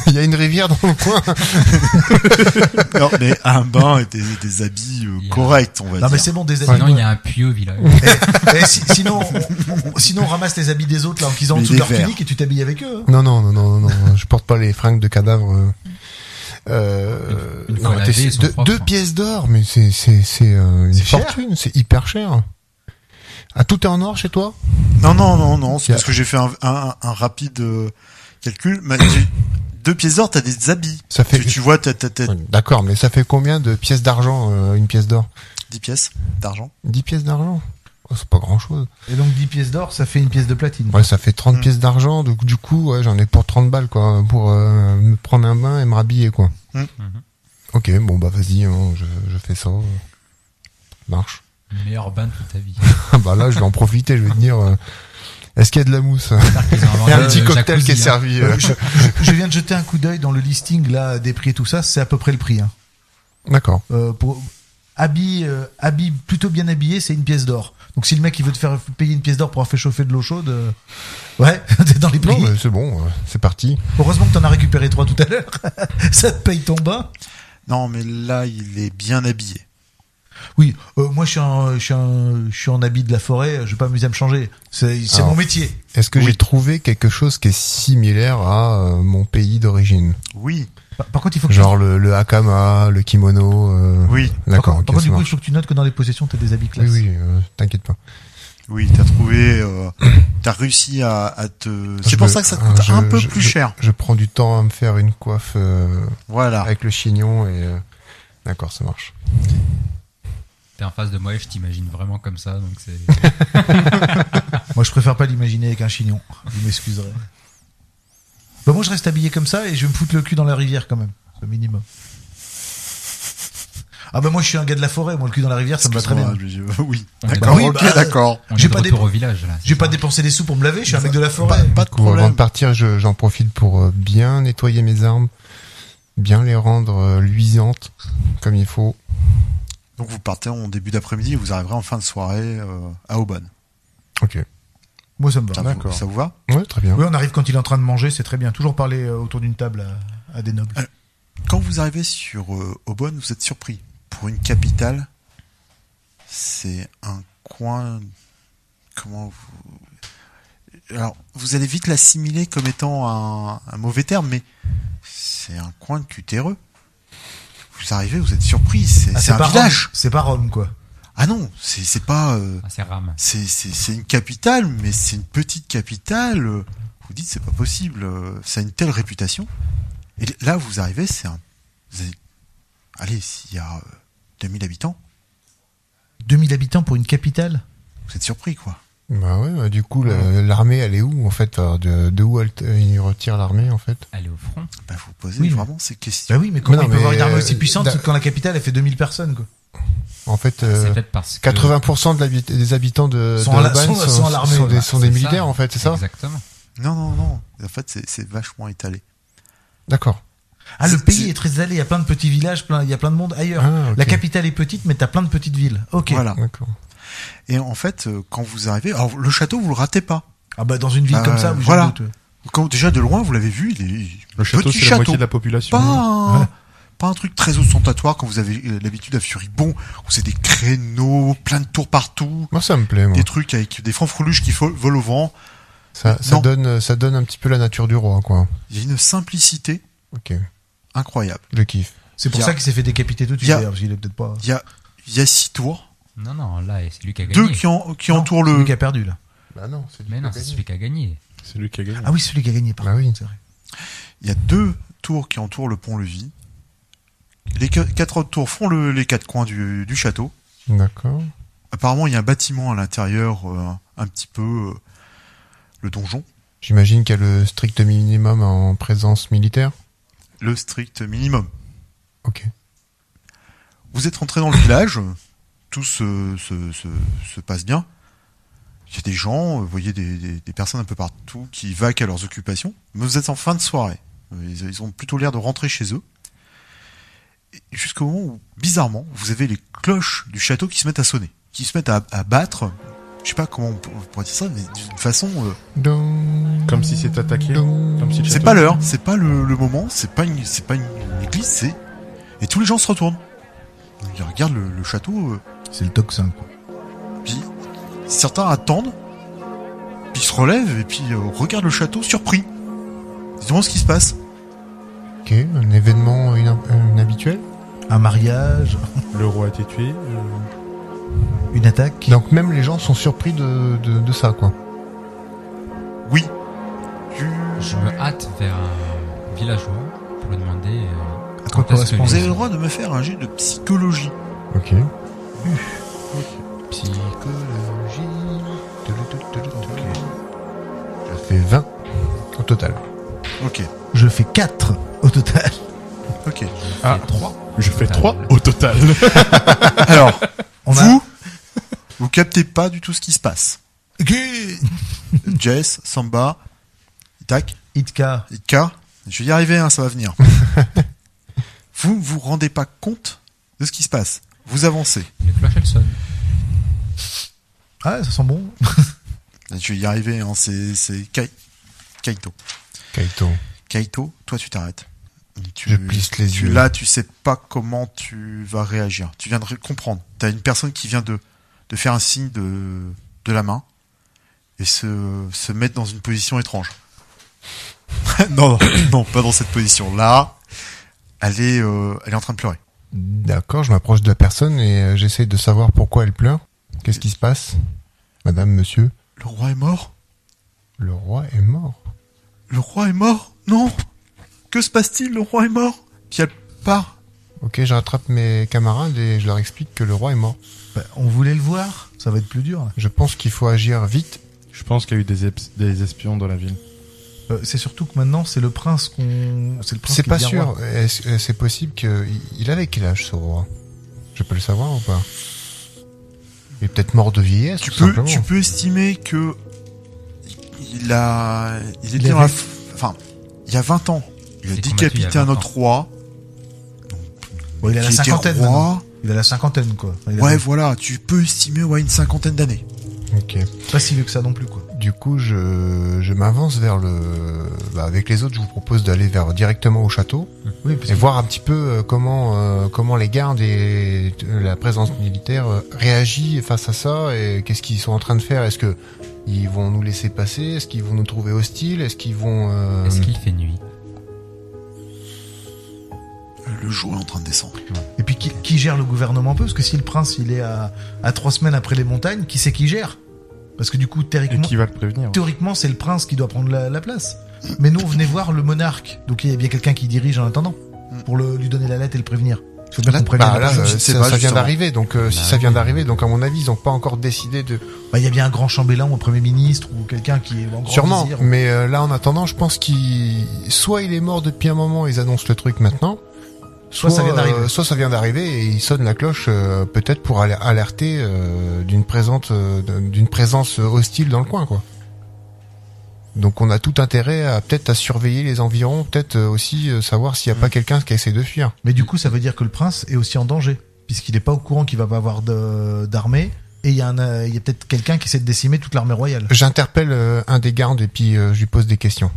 Speaker 3: Il y a une rivière dans le coin.
Speaker 2: Non, mais un bain et des, des habits euh,
Speaker 1: Il y a-
Speaker 2: corrects, on va
Speaker 5: Non mais
Speaker 2: dire.
Speaker 5: c'est bon des habits.
Speaker 1: Sinon, il y a un puits au village.
Speaker 5: Eh, si- sinon, on, on- sinon on ramasse les habits des autres là en qu'ils ont en
Speaker 2: Mais
Speaker 5: dessous de
Speaker 2: des
Speaker 5: leur
Speaker 2: verres.
Speaker 5: tunique et tu t'habilles avec eux. hein.
Speaker 3: Non, non, non, non, non, non, je porte pas les fringues de cadavres. euh, Euh,
Speaker 1: Une fois
Speaker 3: non,
Speaker 1: lavées,
Speaker 3: t'es-
Speaker 1: elles sont
Speaker 3: deux,
Speaker 1: propres,
Speaker 3: deux
Speaker 1: hein.
Speaker 3: pièces d'or, mais c'est c'est c'est euh, une
Speaker 5: C'est cher.
Speaker 3: fortune, c'est hyper cher. Ah, tout est en or chez toi
Speaker 2: Non, non, non, non, c'est
Speaker 3: Y a-
Speaker 2: parce que j'ai fait un, un- un rapide euh, calcul. Mais j'ai- deux pièces d'or, t'as des habits.
Speaker 3: Ça fait.
Speaker 2: Tu, tu vois, t'as, t'as, t'as
Speaker 3: Ouais, D'accord, mais ça fait combien de pièces d'argent euh, une pièce d'or
Speaker 2: 10 pièces d'argent.
Speaker 3: 10 pièces d'argent Oh, C'est pas grand chose.
Speaker 5: Et donc 10 pièces d'or, ça fait une pièce de platine.
Speaker 3: Ouais, ça fait 30
Speaker 2: Mm.
Speaker 3: pièces d'argent, donc du coup, ouais, j'en ai pour 30 balles, quoi, pour euh, me prendre un bain et me rhabiller, quoi.
Speaker 2: Mm.
Speaker 1: Mhm.
Speaker 3: Ok, bon, bah vas-y, hein, je, je fais ça. euh, Marche. [laughs]
Speaker 1: Le meilleur bain de toute ta vie.
Speaker 3: Ah bah là, je vais en profiter, je vais te dire, euh, est-ce qu'il y a de la mousse Euh,
Speaker 1: J'espère qu'ils ont inventé
Speaker 3: Et [laughs] un
Speaker 1: le
Speaker 3: petit cocktail
Speaker 1: jacuzzi,
Speaker 3: qui est
Speaker 1: hein.
Speaker 3: servi. euh.
Speaker 5: Euh, je, je viens de jeter un coup d'œil dans le listing là des prix et tout ça, c'est à peu près le prix. Hein.
Speaker 3: [laughs] D'accord.
Speaker 5: Euh, pour habit, euh, habit plutôt bien habillé, c'est une pièce d'or. Donc si le mec il veut te faire payer une pièce d'or pour avoir fait chauffer de l'eau chaude, euh, ouais, [laughs] t'es dans les prix.
Speaker 3: Non, mais c'est bon, euh, c'est parti.
Speaker 5: Heureusement que t'en as récupéré trois tout à l'heure. [laughs] ça te paye ton bain.
Speaker 2: Non, mais là, il est bien habillé.
Speaker 5: Oui, euh, moi je suis, en, je, suis en, je suis en habit de la forêt, je vais pas m'amuser à me changer. C'est c'est
Speaker 3: Alors.
Speaker 5: mon métier.
Speaker 3: Est-ce que
Speaker 2: Oui.
Speaker 3: j'ai trouvé quelque chose qui est similaire à euh, mon pays d'origine
Speaker 2: Oui,
Speaker 5: Par, par contre, il faut que tu-
Speaker 3: Genre le, le hakama, le kimono. euh,
Speaker 2: oui,
Speaker 3: D'accord,
Speaker 5: par contre-
Speaker 3: ok,
Speaker 5: par contre,
Speaker 3: ça
Speaker 5: du coup, il
Speaker 3: marche.
Speaker 5: faut que tu notes que dans les possessions, t'as des habits
Speaker 3: Oui,
Speaker 5: classe.
Speaker 3: oui, euh, t'inquiète pas.
Speaker 2: oui, t'as trouvé, euh, t'as réussi à, à te...
Speaker 3: Je
Speaker 2: C'est pour
Speaker 3: me-
Speaker 2: ça que ça te
Speaker 3: ah,
Speaker 2: coûte
Speaker 3: je-
Speaker 2: un peu
Speaker 3: je-
Speaker 2: plus
Speaker 3: je-
Speaker 2: cher.
Speaker 3: Je prends du temps à me faire une coiffe euh,
Speaker 5: Ah.
Speaker 2: Voilà.
Speaker 3: avec le chignon et... euh, D'accord, ça marche.
Speaker 1: T'es en face de moi et je t'imagine vraiment comme ça, donc c'est.
Speaker 5: Moi, je préfère pas l'imaginer avec un chignon. Vous m'excuserez. Bah, moi, je reste habillé comme ça et je vais me foutre le cul dans la rivière quand même. C'est le minimum. Ah, bah, moi, je suis un gars de la forêt. Moi, le cul dans la rivière, ça me va très bien.
Speaker 2: Excuse-moi, je- Oui,
Speaker 1: On est
Speaker 2: d'accord,
Speaker 5: dans- [laughs] Oui,
Speaker 3: Ah,
Speaker 2: ok,
Speaker 5: bah,
Speaker 2: d'accord.
Speaker 1: On
Speaker 5: J'ai
Speaker 1: est de
Speaker 5: pas
Speaker 1: retour
Speaker 5: dép-
Speaker 1: au village là.
Speaker 5: J'ai pas
Speaker 1: des
Speaker 5: dépensé des sous pour me laver. Je suis un mec de la
Speaker 2: Pas,
Speaker 5: forêt.
Speaker 2: pas de
Speaker 3: Du coup, avant
Speaker 2: problème.
Speaker 3: de partir, je- j'en profite pour euh, bien nettoyer mes armes, bien les rendre euh, luisantes comme il faut.
Speaker 2: Donc vous partez en début d'après-midi et vous arriverez en fin de soirée euh, à Aubonne.
Speaker 3: Ok.
Speaker 5: Moi, ça me
Speaker 2: Ça,
Speaker 5: va.
Speaker 2: vous,
Speaker 4: D'accord.
Speaker 2: ça vous va
Speaker 3: Ouais, très bien.
Speaker 5: Oui, on arrive quand il est en train de manger. C'est très bien. Toujours parler euh, autour d'une table à, à des
Speaker 3: Ah,
Speaker 5: nobles.
Speaker 2: Quand vous arrivez sur euh, Aubonne, vous êtes surpris. Pour une capitale, c'est un coin. Comment vous. Alors, vous allez vite l'assimiler comme étant un, un mauvais terme, mais c'est un coin cutéreux. Vous arrivez, vous êtes surpris. C'est
Speaker 5: Ah,
Speaker 2: c'est un
Speaker 5: pas
Speaker 2: village.
Speaker 5: Rome. C'est pas Rome, quoi.
Speaker 2: Ah non, c'est c'est pas. euh,
Speaker 1: Ah, c'est rame.
Speaker 2: c'est c'est- c'est une capitale, mais c'est une petite capitale. euh, Vous dites, c'est pas possible. euh, Ça a une telle réputation. Et là, vous arrivez, c'est un. vous avez- allez, s'il y a euh, 2000 habitants,
Speaker 5: 2000 habitants pour une capitale.
Speaker 2: vous êtes surpris, quoi.
Speaker 3: Bah ouais, bah du coup, le- l'armée, elle est où en fait Alors, de, de où elle t- ils retirent l'armée en fait
Speaker 1: Elle est au front.
Speaker 2: Bah, vous posez
Speaker 5: Oui, mais-
Speaker 2: vraiment ces questions.
Speaker 4: Ben
Speaker 5: Bah oui, mais comment
Speaker 3: Mais non,
Speaker 5: il peut
Speaker 3: mais,
Speaker 5: avoir une armée
Speaker 3: euh,
Speaker 5: aussi puissante
Speaker 3: d'a-
Speaker 5: quand la capitale, elle fait 2000 personnes, quoi.
Speaker 3: En fait, euh,
Speaker 1: C'est peut-être parce que.
Speaker 3: 80% de l'habit- des habitants de,
Speaker 5: Sont
Speaker 3: de
Speaker 5: à la-
Speaker 3: Aubagne
Speaker 5: sont- sont à l'armée,
Speaker 3: des,
Speaker 5: bah,
Speaker 3: sont des
Speaker 1: C'est ça.
Speaker 3: militaires en fait, c'est ça
Speaker 1: Exactement.
Speaker 2: Non, non, non. En fait, c'est- c'est vachement étalé.
Speaker 3: D'accord.
Speaker 5: Ah, le
Speaker 2: C'est-
Speaker 5: pays
Speaker 2: c'est-
Speaker 5: est très étalé. Il y a plein de petits villages, plein, il y a plein de monde ailleurs.
Speaker 3: Ah, ok.
Speaker 5: La capitale est petite, mais t'as plein de petites villes. Ok.
Speaker 2: Voilà.
Speaker 3: D'accord.
Speaker 2: Et en fait, euh, quand vous arrivez, alors le château, vous le ratez pas.
Speaker 5: Ah bah dans une ville
Speaker 2: Euh,
Speaker 5: comme ça, oui, j'ai
Speaker 2: voilà.
Speaker 5: le doute.
Speaker 2: Quand déjà de loin, vous l'avez vu, il est
Speaker 4: Le château,
Speaker 2: petit
Speaker 4: c'est la
Speaker 2: château.
Speaker 4: moitié de la population.
Speaker 2: pas un,
Speaker 5: Ouais.
Speaker 2: pas un truc très ostentatoire quand vous avez euh, l'habitude à Furibon où c'est des créneaux, plein de tours partout,
Speaker 3: Moi, ça me plaît. Moi.
Speaker 2: des trucs avec des francs-fourluches qui fo- volent au vent.
Speaker 3: Ça, ça
Speaker 2: Non.
Speaker 3: donne, ça donne un petit peu la nature du roi, quoi.
Speaker 2: Il y a une simplicité
Speaker 3: Ok.
Speaker 2: incroyable.
Speaker 3: Je kiffe.
Speaker 5: C'est pour
Speaker 2: Y a-
Speaker 5: ça qu'il s'est fait décapiter tout de suite,
Speaker 2: y a-
Speaker 5: d'ailleurs, parce qu'il est peut-être pas.
Speaker 2: Il y a, il y a six tours,
Speaker 1: Non, non, là, et c'est lui qui a gagné.
Speaker 2: deux qui, en- qui
Speaker 5: Non,
Speaker 2: entourent
Speaker 5: c'est
Speaker 2: le.
Speaker 5: Celui qui a perdu, là.
Speaker 3: Bah non, c'est
Speaker 1: Mais non, c'est celui qui a gagné.
Speaker 4: C'est lui qui a gagné.
Speaker 5: Ah oui, celui qui a gagné, pardon.
Speaker 3: Bah oui.
Speaker 5: c'est vrai.
Speaker 2: Il y a deux tours qui entourent le pont-levis. Les que- quatre autres tours font le- les quatre coins du, du château.
Speaker 3: D'accord.
Speaker 2: Apparemment, il y a un bâtiment à l'intérieur, euh, un petit peu euh, le donjon.
Speaker 3: J'imagine qu'il y a le strict minimum en présence militaire.
Speaker 2: le strict minimum.
Speaker 3: Ok.
Speaker 2: Vous êtes rentré dans le village, tout se, se- se- se passe bien. Il y a des gens, euh, vous voyez des, des- des personnes un peu partout qui vaquent à leurs occupations, mais vous êtes en fin de soirée. Ils, ils ont plutôt l'air de rentrer chez eux. Et Jusqu'au moment où, bizarrement, vous avez les cloches du château qui se mettent à sonner. qui se mettent à, à battre. Je sais pas comment on pour- on pourrait dire ça, mais d'une façon. euh,
Speaker 4: Comme si c'était attaqué. Comme si le
Speaker 2: c'est
Speaker 4: château-
Speaker 2: pas l'heure, c'est pas le, le moment, c'est pas une, c'est pas une, église, c'est. Et tous les gens se retournent. Ils regardent le, le château. euh,
Speaker 5: C'est le toxin, quoi.
Speaker 2: Puis certains attendent, puis se relèvent et puis euh, regardent le château surpris. Ils se demandent ce qui se passe.
Speaker 3: Ok, un événement ina- inhabituel.
Speaker 5: Un mariage,
Speaker 4: Le roi a été tué. euh,
Speaker 5: une attaque.
Speaker 3: Donc même les gens sont surpris de, de, de ça, quoi.
Speaker 2: Oui. Tu-
Speaker 1: Je me hâte vers un villageois pour lui demander euh,
Speaker 5: quoi
Speaker 1: quand est-ce que
Speaker 5: correspond
Speaker 2: Vous
Speaker 1: les-
Speaker 2: avez le droit de me faire un jet de psychologie.
Speaker 3: Ok.
Speaker 1: psy-
Speaker 3: Ça fait 20 au total.
Speaker 2: Ok,
Speaker 5: Je fais 4 au total.
Speaker 2: ok.
Speaker 4: Ah.
Speaker 1: et trois.
Speaker 4: Je fais
Speaker 1: Ah,
Speaker 4: trois
Speaker 1: ouais.
Speaker 4: au total.
Speaker 2: Alors,
Speaker 5: On a-
Speaker 2: vous, vous captez pas du tout ce qui se passe.
Speaker 5: Que-
Speaker 2: Jess, Samba, Itak,
Speaker 5: Itka.
Speaker 2: Itka, je vais y arriver, hein, ça va venir. vous vous rendez pas compte de ce qui se passe. Vous avancez.
Speaker 1: Les cloches, elles sonnent.
Speaker 5: Ah, ça sent bon.
Speaker 2: Je vais y arriver, hein, c'est c'est Kai- Kaito.
Speaker 3: Kaito.
Speaker 2: Kaito, toi tu t'arrêtes. Tu,
Speaker 3: Je plisse les
Speaker 2: tu-
Speaker 3: yeux.
Speaker 2: Là, tu sais pas comment tu vas réagir. Tu viens de ré- comprendre. T'as une personne qui vient de, de faire un signe de, de la main et se, se mettre dans une position étrange. [laughs] non, [coughs] non, non, pas dans cette position. Là, elle est, euh, elle est en train de pleurer.
Speaker 3: D'accord, je m'approche de la personne et euh, j'essaye de savoir pourquoi elle pleure. Qu'est-ce qui se passe Madame, monsieur,
Speaker 2: Le roi est mort
Speaker 3: le roi est mort.
Speaker 2: Le roi est mort Non Que se passe-t-il Le roi est mort Puis elle part.
Speaker 3: Ok, je rattrape mes camarades et je leur explique que le roi est mort.
Speaker 5: Bah, on voulait le voir. Ça va être plus dur. là.
Speaker 3: Je pense qu'il faut agir vite.
Speaker 4: Je pense qu'il y a eu des, eps- des espions dans la ville.
Speaker 5: Euh, c'est surtout que maintenant, c'est le prince qu'on. C'est le prince
Speaker 3: C'est
Speaker 5: qui
Speaker 3: pas
Speaker 5: devient roi.
Speaker 3: sûr. Est-ce- euh, C'est possible que il avait quel âge ce roi Je peux le savoir ou pas Il est peut-être mort de vieillesse.
Speaker 2: Tu
Speaker 3: tout
Speaker 2: peux,
Speaker 3: simplement.
Speaker 2: tu peux estimer que il a, il était
Speaker 5: avait-
Speaker 2: dans la, f- enfin, il y a 20 ans, il a
Speaker 1: Il est combattu il y
Speaker 2: décapité
Speaker 1: a
Speaker 2: un
Speaker 1: 20
Speaker 2: autre roi.
Speaker 5: Bon, il a la
Speaker 2: qui était
Speaker 5: cinquantaine. maintenant.
Speaker 2: roi.
Speaker 5: Il a la cinquantaine, quoi. Enfin, il a
Speaker 2: Ouais, voilà, tu peux estimer ouais une cinquantaine d'années.
Speaker 3: Ok.
Speaker 5: Pas si vieux que ça non plus, quoi.
Speaker 3: Du coup, je, je m'avance vers le. Bah, avec les autres, je vous propose d'aller vers directement au château
Speaker 5: Oui, parce
Speaker 3: et
Speaker 5: que-
Speaker 3: voir un petit peu euh, comment euh, comment les gardes et euh, la présence militaire euh, réagit face à ça et qu'est-ce qu'ils sont en train de faire. Est-ce que ils vont nous laisser passer Est-ce qu'ils vont nous trouver hostiles Est-ce qu'ils vont euh,
Speaker 1: Est-ce qu'il fait nuit
Speaker 2: Le jour est en train de descendre.
Speaker 5: Et puis qui, qui gère le gouvernement un peu Parce que si le prince il est à, à trois semaines après les montagnes, qui c'est qui gère Parce que du coup,
Speaker 4: Et
Speaker 5: théoriquement,
Speaker 4: qui va le prévenir
Speaker 5: théoriquement c'est le prince qui doit prendre la, la place. Mais nous, on venait voir le monarque. Donc il y a bien quelqu'un qui dirige en attendant pour le, lui donner la lettre et le prévenir. Il faut bien
Speaker 2: Là,
Speaker 5: qu'on prévienne
Speaker 3: Bah
Speaker 5: la
Speaker 3: là,
Speaker 5: personne.
Speaker 3: euh,
Speaker 2: je ne sais
Speaker 3: ça,
Speaker 2: pas,
Speaker 3: ça vient
Speaker 2: justement.
Speaker 3: d'arriver, donc euh, si
Speaker 1: Bah
Speaker 3: ça vient
Speaker 1: oui.
Speaker 3: d'arriver, donc à mon avis, ils n'ont pas encore décidé de.
Speaker 5: Bah, il y a bien un grand chambellan ou un premier ministre ou quelqu'un qui est en grand
Speaker 3: Sûrement.
Speaker 5: vizir.
Speaker 3: Mais euh, là, en attendant, je pense qu'il soit il est mort depuis un moment, ils annoncent le truc maintenant.
Speaker 5: Soit ça vient d'arriver.
Speaker 3: euh, soit ça vient d'arriver et ils sonnent la cloche euh, peut-être pour aller alerter euh, d'une présente euh, d'une présence hostile dans le coin quoi. Donc on a tout intérêt à peut-être à surveiller les environs, peut-être euh, aussi euh, savoir s'il n'y a
Speaker 5: Mm.
Speaker 3: pas quelqu'un qui essaie de fuir.
Speaker 5: Mais du coup, ça veut dire que le prince est aussi en danger puisqu'il n'est pas au courant qu'il va pas avoir de- d'armée. Et il y a, un, euh, il y a peut-être quelqu'un qui essaie de décimer toute l'armée royale.
Speaker 3: J'interpelle euh, un des gardes et puis euh, je lui pose des questions.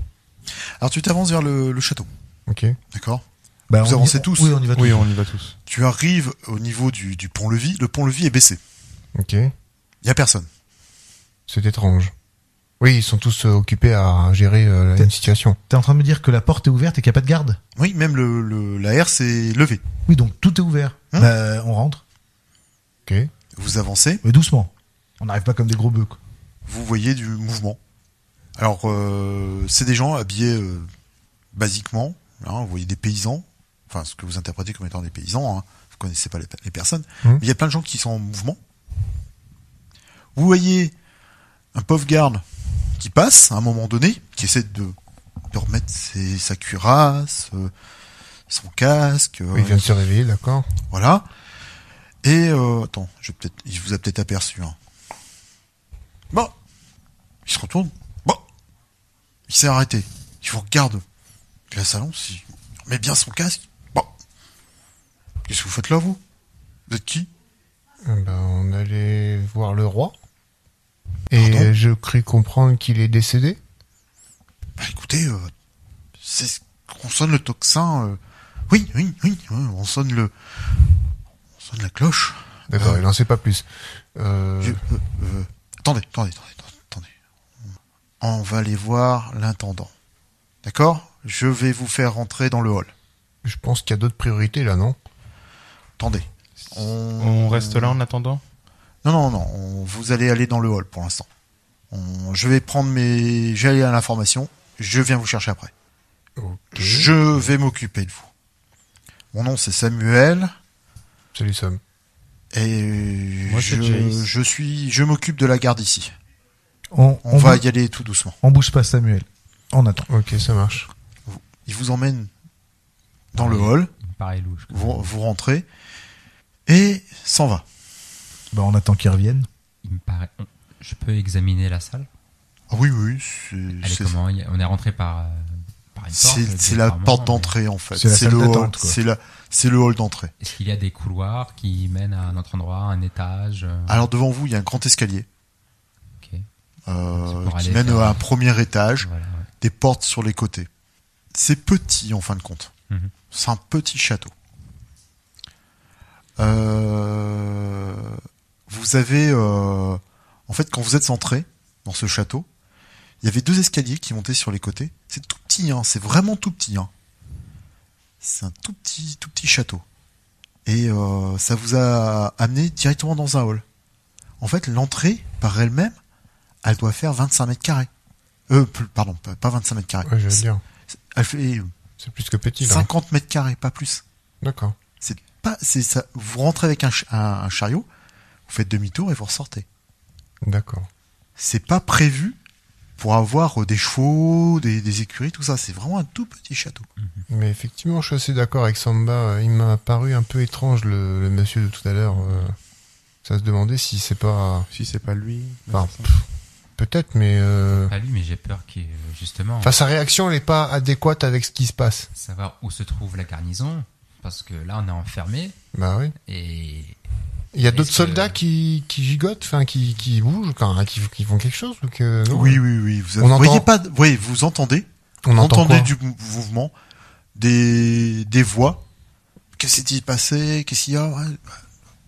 Speaker 2: Alors tu t'avances vers le, le château,
Speaker 3: OK.
Speaker 2: d'accord
Speaker 5: Bah,
Speaker 2: Vous
Speaker 5: on y-
Speaker 2: avancez tous.
Speaker 5: Oui, on y va tous.
Speaker 4: Oui, on y va tous.
Speaker 2: Tu arrives au niveau du, du pont-levis. Le pont-levis est baissé.
Speaker 3: OK.
Speaker 2: Il y a personne.
Speaker 3: C'est étrange. Oui, ils sont tous euh, occupés à gérer euh, une situation.
Speaker 5: T'es en train de me dire que la porte est ouverte et qu'il n'y a pas de garde
Speaker 2: Oui, même le, le- la herse est levée.
Speaker 5: Oui, donc tout est ouvert.
Speaker 2: Hein
Speaker 5: Bah, on rentre,
Speaker 3: OK.
Speaker 2: Vous avancez.
Speaker 5: mais doucement. On n'arrive pas comme des gros bœufs. quoi.
Speaker 2: vous voyez du mouvement. Alors, euh, c'est des gens habillés euh, basiquement. hein, vous voyez des paysans, enfin ce que vous interprétez comme étant des paysans. Hein, vous connaissez pas les, les personnes.
Speaker 3: Mhm.
Speaker 2: Mais il y a plein de gens qui sont en mouvement. Vous voyez un pauvre garde qui passe à un moment donné, qui essaie de, de remettre ses- sa cuirasse, euh, son casque.
Speaker 3: Oui, il
Speaker 2: euh,
Speaker 3: vient de se réveiller, d'accord.
Speaker 2: voilà. Et euh, attends, je vais peut-être, il vous a peut-être aperçu. Hein. Bon, il se retourne. Bon, il s'est arrêté. Il vous regarde. Puis la salon, si met bien son casque. Bon, qu'est-ce que vous faites là, vous Vous êtes qui
Speaker 3: Eh ben, on allait voir le roi. Et
Speaker 2: Pardon
Speaker 3: je crus comprendre qu'il est décédé.
Speaker 2: Bah écoutez, euh, c'est ce qu'on sonne le tocsin. euh, Oui, oui, oui, ouais, on sonne le, on sonne la cloche.
Speaker 3: D'accord,
Speaker 2: Euh.
Speaker 3: Eh ben, il n'en sait pas plus. Euh,
Speaker 2: Je- euh, euh, attendez, attendez, attendez, attendez. On va aller voir l'intendant. D'accord Je vais vous faire rentrer dans le hall.
Speaker 3: je pense qu'il y a d'autres priorités là, non
Speaker 2: Attendez. On-
Speaker 4: On reste là en attendant
Speaker 2: Non, non, non. on- vous allez aller dans le hall pour l'instant. On- je vais prendre mes. J'allais à l'information. Je viens vous chercher après.
Speaker 3: Ok.
Speaker 2: Je vais m'occuper de vous. Mon nom c'est Samuel
Speaker 3: Salut Sam.
Speaker 2: et
Speaker 4: Moi,
Speaker 2: je,
Speaker 4: c'est Jace.
Speaker 2: je suis. Je m'occupe de la garde ici.
Speaker 5: On,
Speaker 2: On,
Speaker 5: on
Speaker 2: va
Speaker 5: bouge,
Speaker 2: y aller tout doucement.
Speaker 5: on bouge pas Samuel. On attend.
Speaker 3: Ok, ça marche.
Speaker 2: Il vous emmène dans le hall.
Speaker 1: Il me paraît louche. quand
Speaker 2: vous,
Speaker 1: même.
Speaker 2: vous rentrez et s'en va.
Speaker 5: Bah, on attend qu'ils reviennent.
Speaker 1: Il me paraît. on- Je peux examiner la salle
Speaker 2: Ah oui, oui,
Speaker 1: Elle est
Speaker 2: c'est-
Speaker 1: comment Il y a- On est rentré par, euh, par une porte.
Speaker 2: c'est c'est- c'est la
Speaker 1: bizarrement,
Speaker 2: porte
Speaker 1: mais
Speaker 2: d'entrée en fait.
Speaker 5: C'est la salle
Speaker 2: le hall,
Speaker 5: d'attente, quoi.
Speaker 2: c'est la- c'est le hall d'entrée.
Speaker 1: Est-ce qu'il y a des couloirs qui mènent à un autre endroit, un étage euh,
Speaker 2: Alors devant vous, il y a un grand escalier
Speaker 1: ok.
Speaker 2: euh,
Speaker 1: C'est pour
Speaker 2: qui
Speaker 1: aller
Speaker 2: mène
Speaker 1: vers-
Speaker 2: à un premier étage,
Speaker 1: Voilà, ouais.
Speaker 2: des portes sur les côtés. C'est petit en fin de compte.
Speaker 1: Mhm.
Speaker 2: C'est un petit château. Euh, vous avez, euh, en fait, quand vous êtes entré dans ce château, il y avait deux escaliers qui montaient sur les côtés. C'est tout petit, hein, c'est vraiment tout petit. Hein. C'est un tout petit, tout petit château. Et euh, ça vous a amené directement dans un hall. En fait, l'entrée par elle-même, elle doit faire 25 mètres carrés. Euh, plus- pardon, pas- pas 25 mètres carrés.
Speaker 3: Ouais, j'allais dire.
Speaker 2: elle fait
Speaker 3: C'est plus que petit là.
Speaker 2: 50 mètres carrés, pas plus.
Speaker 3: D'accord.
Speaker 2: C'est pas, c'est ça. Vous rentrez avec un, ch- un- un chariot, vous faites demi-tour et vous ressortez.
Speaker 3: D'accord.
Speaker 2: C'est pas prévu pour avoir euh, des chevaux, des, des écuries, tout ça. C'est vraiment un tout petit château.
Speaker 3: Mais effectivement, je suis assez d'accord avec Samba. Euh, Il m'a paru un peu étrange le, le monsieur de tout à l'heure. Euh, ça se demandait si c'est pas.
Speaker 4: Si c'est pas lui.
Speaker 3: Enfin, pff, peut-être, mais. euh,
Speaker 1: Pas lui, mais j'ai peur que euh, justement,
Speaker 3: Enfin, sa réaction, elle est pas adéquate avec ce qui se passe.
Speaker 1: savoir où se trouve la garnison, parce que là, on est enfermé
Speaker 3: Bah oui.
Speaker 1: et
Speaker 3: Il y a
Speaker 1: Est-ce
Speaker 3: d'autres
Speaker 1: que-
Speaker 3: soldats qui, qui gigotent, enfin, qui, qui bougent, quand, qui, qui font quelque chose euh, ou que. non
Speaker 2: Oui, oui, oui. Vous,
Speaker 3: Ah On
Speaker 2: vous
Speaker 3: entend-
Speaker 2: voyez pas, de- oui, vous entendez,
Speaker 3: On
Speaker 2: vous
Speaker 3: entend quoi
Speaker 2: entendez du mou- mouvement, des, des voix. Qu'est-ce qui s'est passé? Qu'est-ce qu'il y a? Ouais, bah,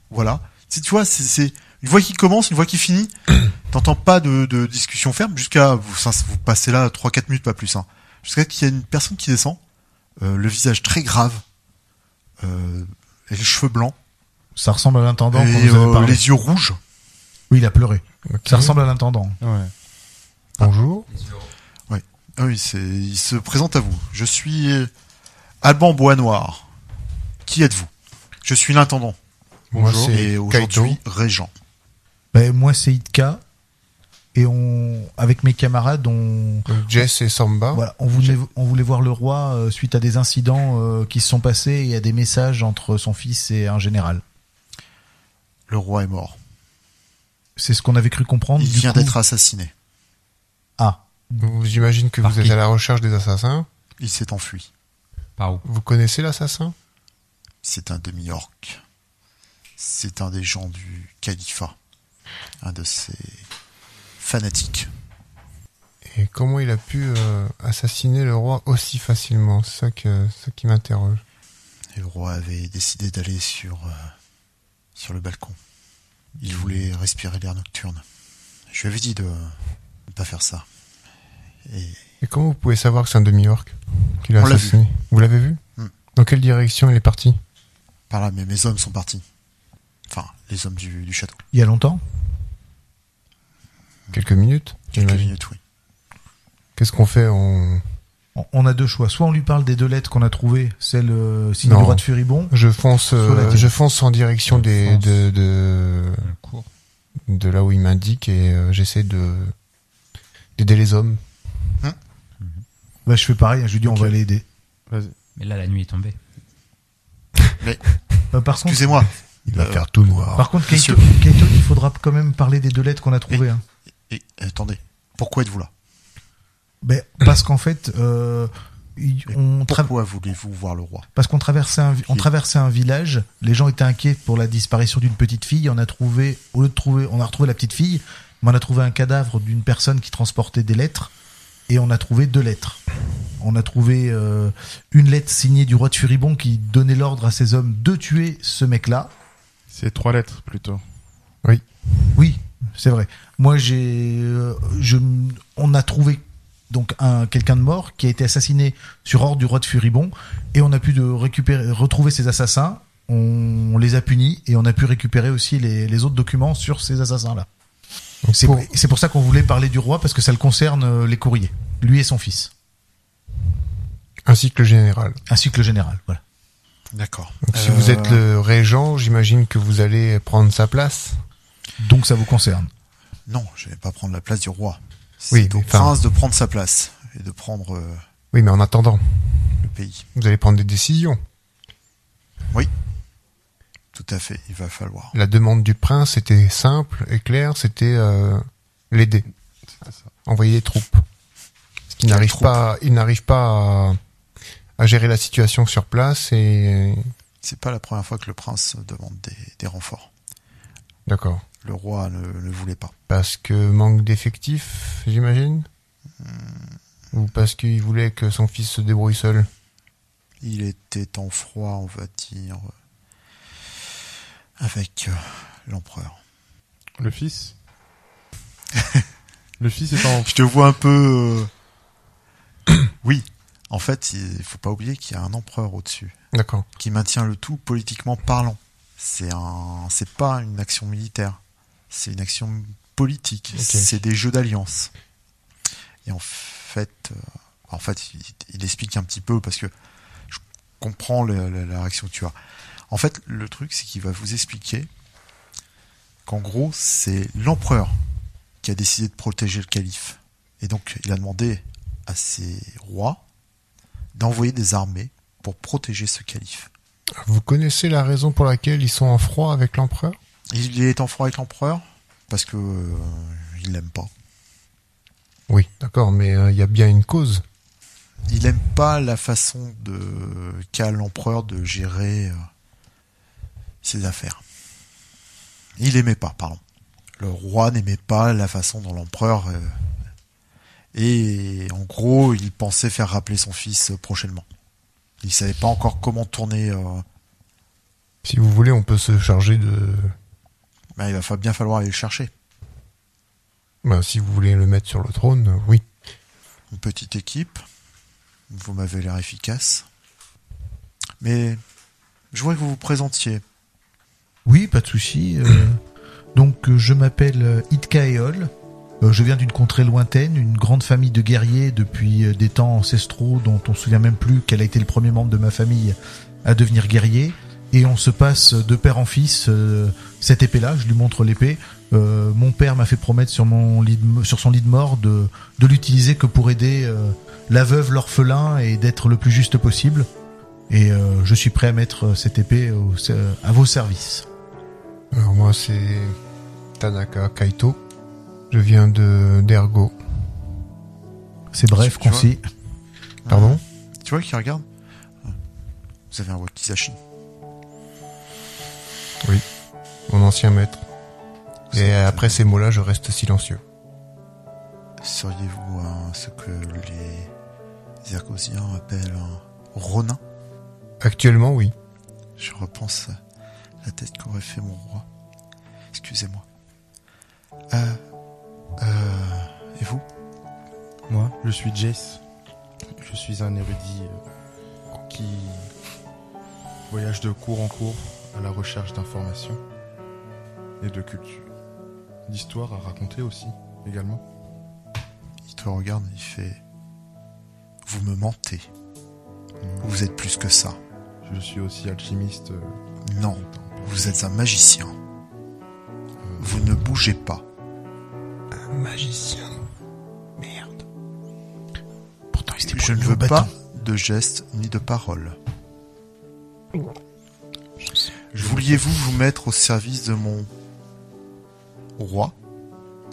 Speaker 2: Voilà. C'est, tu vois, c'est, c'est une voix qui commence, une voix qui
Speaker 3: [clears throat]
Speaker 2: finit. T'entends pas de, de discussion ferme jusqu'à, vous, ça, vous passez là 3-4 minutes, pas plus, hein. Jusqu'à qu'il y a une personne qui descend, euh, le visage très grave, euh, et les cheveux blancs,
Speaker 5: Ça ressemble à l'intendant quand
Speaker 2: et
Speaker 5: vous avez
Speaker 2: euh,
Speaker 5: parlé.
Speaker 2: les Hein yeux rouges.
Speaker 5: Oui, il a pleuré.
Speaker 3: Ok.
Speaker 5: Ça ressemble à l'intendant.
Speaker 4: Ouais.
Speaker 3: Bonjour.
Speaker 1: les yeux
Speaker 2: Ah oui, c'est, il se présente à vous. Je suis euh, Alban Bois-Noir. Qui êtes-vous Je suis l'intendant.
Speaker 3: Moi, c'est
Speaker 2: Et
Speaker 3: Kaito.
Speaker 2: aujourd'hui, régent.
Speaker 5: Ben, moi, c'est Itka. Et on, avec mes camarades, on,
Speaker 3: Donc, euh, Jess et Samba.
Speaker 5: voilà, on voulait, on voulait voir le roi euh, suite à des incidents euh, qui se sont passés et à des messages entre son fils et un général.
Speaker 2: Le roi est mort.
Speaker 5: C'est ce qu'on avait cru comprendre.
Speaker 2: Il
Speaker 5: du
Speaker 2: vient
Speaker 5: coup-
Speaker 2: d'être assassiné.
Speaker 5: Ah,
Speaker 3: Vous- J'imagine que
Speaker 1: Par
Speaker 3: vous êtes
Speaker 1: qui
Speaker 3: à la recherche des assassins.
Speaker 2: Il s'est enfui.
Speaker 1: par où
Speaker 3: Vous connaissez l'assassin
Speaker 2: C'est un demi-orc. C'est un des gens du califat. Un de ces fanatiques.
Speaker 3: Et comment il a pu euh, assassiner le roi aussi facilement C'est ça, que, ça qui m'interroge.
Speaker 2: Et le roi avait décidé d'aller sur, euh, sur le balcon. Il voulait respirer l'air nocturne. Je lui avais dit de ne pas faire ça. Et
Speaker 3: Et comment vous pouvez savoir que c'est un demi-orc qu'il a
Speaker 2: On l'a
Speaker 3: assassiné Vous l'avez vu
Speaker 2: Hmm.
Speaker 3: Dans quelle direction il est parti
Speaker 2: Par là, mais mes hommes sont partis. Enfin, les hommes du, du château.
Speaker 5: il y a longtemps
Speaker 3: Quelques minutes
Speaker 2: Quelques
Speaker 3: j'imagine.
Speaker 2: minutes, oui.
Speaker 3: Qu'est-ce qu'on fait on...
Speaker 5: On- On a deux choix. Soit on lui parle des deux lettres qu'on a trouvées, celle euh, signe
Speaker 3: Non.
Speaker 5: du roi de Furibond.
Speaker 3: Je fonce, euh,
Speaker 5: Sur la
Speaker 3: je fonce en direction
Speaker 1: On
Speaker 3: des,
Speaker 1: fonce.
Speaker 3: de, de,
Speaker 1: On court.
Speaker 3: de là où il m'indique et euh, j'essaie de d'aider les hommes.
Speaker 5: Bah, je fais pareil, hein, je lui dis on va l'aider.
Speaker 4: Vas-y.
Speaker 1: Mais là, la nuit est tombée.
Speaker 5: Bah, par, contre,
Speaker 2: Excusez-moi.
Speaker 3: Il va
Speaker 2: Euh,
Speaker 3: faire tout noir.
Speaker 5: par contre,
Speaker 2: Monsieur.
Speaker 5: Kaito, Kaito, il faudra quand même parler des deux lettres qu'on a trouvées. hein.
Speaker 2: Et attendez, pourquoi êtes-vous là
Speaker 5: Ben, parce qu'en fait, euh, il-
Speaker 2: Et
Speaker 5: on tra-
Speaker 2: Pourquoi voulez-vous voir le roi
Speaker 5: parce qu'on traversait un, vi- on
Speaker 2: Qui-
Speaker 5: traversait un village, les gens étaient inquiets pour la disparition d'une petite fille, on a trouvé au lieu de trouver, on a retrouvé la petite fille, mais on a trouvé un cadavre d'une personne qui transportait des lettres et on a trouvé deux lettres. On a trouvé euh, une lettre signée du roi de Furibon qui donnait l'ordre à ses hommes de tuer ce mec-là.
Speaker 4: C'est trois lettres plutôt.
Speaker 5: Oui, c'est vrai. Moi, j'ai, euh, je, on a trouvé donc un quelqu'un de mort qui a été assassiné sur ordre du roi de Furibon et on a pu de récupérer, retrouver ces assassins. On les a punis et on a pu récupérer aussi les, les autres documents sur ces assassins-là.
Speaker 3: Donc,
Speaker 5: C'est
Speaker 3: pour-
Speaker 5: pour, c'est pour ça qu'on voulait parler du roi parce que ça le concerne euh, les courriers, lui et son fils,
Speaker 3: ainsi que le général.
Speaker 5: ainsi que le général. Voilà.
Speaker 2: D'accord.
Speaker 3: Donc, si vous êtes le régent, j'imagine que vous allez prendre sa place.
Speaker 5: Donc ça vous concerne.
Speaker 2: Non, je vais pas prendre la place du roi. C'est
Speaker 3: Oui,
Speaker 2: au
Speaker 3: mais enfin-
Speaker 2: prince de prendre sa place et de prendre euh,
Speaker 3: Oui, mais en attendant,
Speaker 2: le pays.
Speaker 3: vous allez prendre des décisions.
Speaker 2: Tout à fait, il va falloir.
Speaker 3: La demande du prince était simple et claire, c'était euh, l'aider,
Speaker 4: C'était ça.
Speaker 3: envoyer des troupes. Parce qu'il
Speaker 2: Quelles
Speaker 3: n'arrive
Speaker 2: troupes
Speaker 3: pas, il n'arrive pas à, à gérer la situation sur place et
Speaker 2: C'est pas la première fois que le prince demande des, des renforts.
Speaker 3: d'accord.
Speaker 2: Le roi ne, ne voulait pas.
Speaker 3: Parce que manque d'effectifs, j'imagine Ou parce qu'il voulait que son fils se débrouille seul
Speaker 2: Il était en froid, on va dire, euh, avec euh, l'empereur.
Speaker 3: [laughs]
Speaker 4: Le fils Le fils est en.
Speaker 2: Je te vois un peu. euh, [coughs] oui. En fait, il faut pas oublier qu'il y a un empereur au-dessus
Speaker 3: D'accord.
Speaker 2: qui maintient le tout politiquement parlant. C'est un, c'est pas une action militaire. C'est une action politique.
Speaker 3: Ok.
Speaker 2: C'est des jeux d'alliance. Et en fait, euh, en fait, il, il explique un petit peu parce que je comprends le- le- la réaction que tu as. En fait, le truc, c'est qu'il va vous expliquer qu'en gros, c'est l'empereur qui a décidé de protéger le calife. Et donc, il a demandé à ses rois d'envoyer des armées pour protéger ce calife.
Speaker 3: Vous connaissez la raison pour laquelle ils sont en froid avec l'empereur
Speaker 2: Il est en froid avec l'empereur parce que euh, il l'aime pas.
Speaker 3: Oui, d'accord, mais euh, il y a bien une cause.
Speaker 2: Il aime pas la façon de qu'a l'empereur de gérer euh, ses affaires. Il aimait pas, pardon. Le roi n'aimait pas la façon dont l'empereur euh, et en gros, il pensait faire rappeler son fils euh, prochainement. Il savait pas encore comment tourner. euh,
Speaker 3: Si vous voulez, on peut se charger de...
Speaker 2: ben, il va fa- bien falloir aller le chercher.
Speaker 3: Ben, si vous voulez le mettre sur le trône, euh, oui.
Speaker 2: Une petite équipe. Vous m'avez l'air efficace. Mais je voudrais que vous vous présentiez.
Speaker 5: Oui, pas de souci. euh, donc, euh, je m'appelle euh, Itka Eol. Euh, je viens d'une contrée lointaine, une grande famille de guerriers depuis euh, des temps ancestraux dont on se souvient même plus qu'elle a été le premier membre de ma famille à devenir guerrier. Et on se passe de père en fils euh, cette épée-là. Je lui montre l'épée. Euh, mon père m'a fait promettre sur, mon lit de- sur son lit de mort de, de l'utiliser que pour aider euh, la veuve, l'orphelin et d'être le plus juste possible. Et euh, je suis prêt à mettre euh, cette épée au- euh, à vos services.
Speaker 3: Alors moi, c'est Tanaka Kaito. Je viens de d'Ergo.
Speaker 5: C'est bref,
Speaker 2: Tu vois
Speaker 5: concis.
Speaker 3: Pardon
Speaker 2: Euh, Tu vois qui regarde Euh, Vous avez un Wakizashi.
Speaker 3: Mon ancien maître. Et euh, après ces mots-là, je reste silencieux.
Speaker 2: Seriez-vous un- ce que les Ergosiens appellent un Ronin
Speaker 3: Actuellement, oui.
Speaker 2: Je repense à la tête qu'aurait fait mon roi. Excusez-moi. Euh, euh, et vous
Speaker 4: Moi, je suis Jace. Je suis un érudit euh, qui voyage de cours en cours à la recherche d'informations et de culture. D'histoire à raconter aussi, également.
Speaker 2: Il te regarde et il fait Vous me mentez. Vous êtes plus que ça.
Speaker 4: Je suis aussi alchimiste. euh,
Speaker 2: Non.
Speaker 4: du temps.
Speaker 2: Vous êtes un magicien. Vous ne bougez pas.
Speaker 3: magicien. Merde.
Speaker 5: Pourtant, il s'était
Speaker 2: Je
Speaker 5: pris
Speaker 2: ne
Speaker 5: au
Speaker 2: veux
Speaker 5: bâton.
Speaker 2: pas de gestes ni de paroles. Vouliez-vous vous mettre au service de mon roi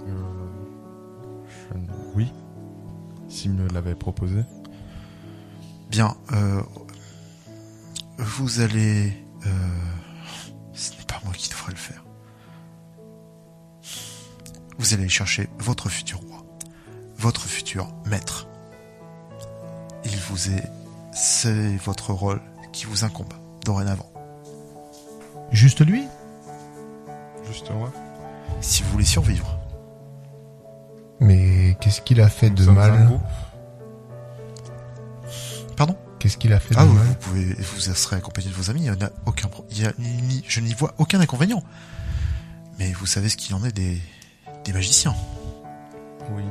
Speaker 4: Euh, je ne- Oui. S'il me l'avait proposé.
Speaker 2: Bien. euh, vous allez. euh, ce n'est pas moi qui devrais le faire. Vous allez chercher votre futur roi, votre futur maître. Il vous est. C'est votre rôle qui vous incombe dorénavant.
Speaker 5: Juste lui
Speaker 4: Juste moi.
Speaker 2: Si vous voulez survivre.
Speaker 3: Mais qu'est-ce qu'il a fait
Speaker 4: Nous
Speaker 3: de
Speaker 4: sommes un
Speaker 3: mal
Speaker 4: groupe.
Speaker 2: Pardon
Speaker 3: Qu'est-ce qu'il a fait
Speaker 2: Ah
Speaker 3: de
Speaker 2: oui,
Speaker 3: mal
Speaker 2: vous pouvez, vous serez accompagné de vos amis, il y en a aucun, pro- il y a ni- je n'y vois aucun inconvénient. Mais vous savez ce qu'il en est des, des magiciens.
Speaker 4: Oui.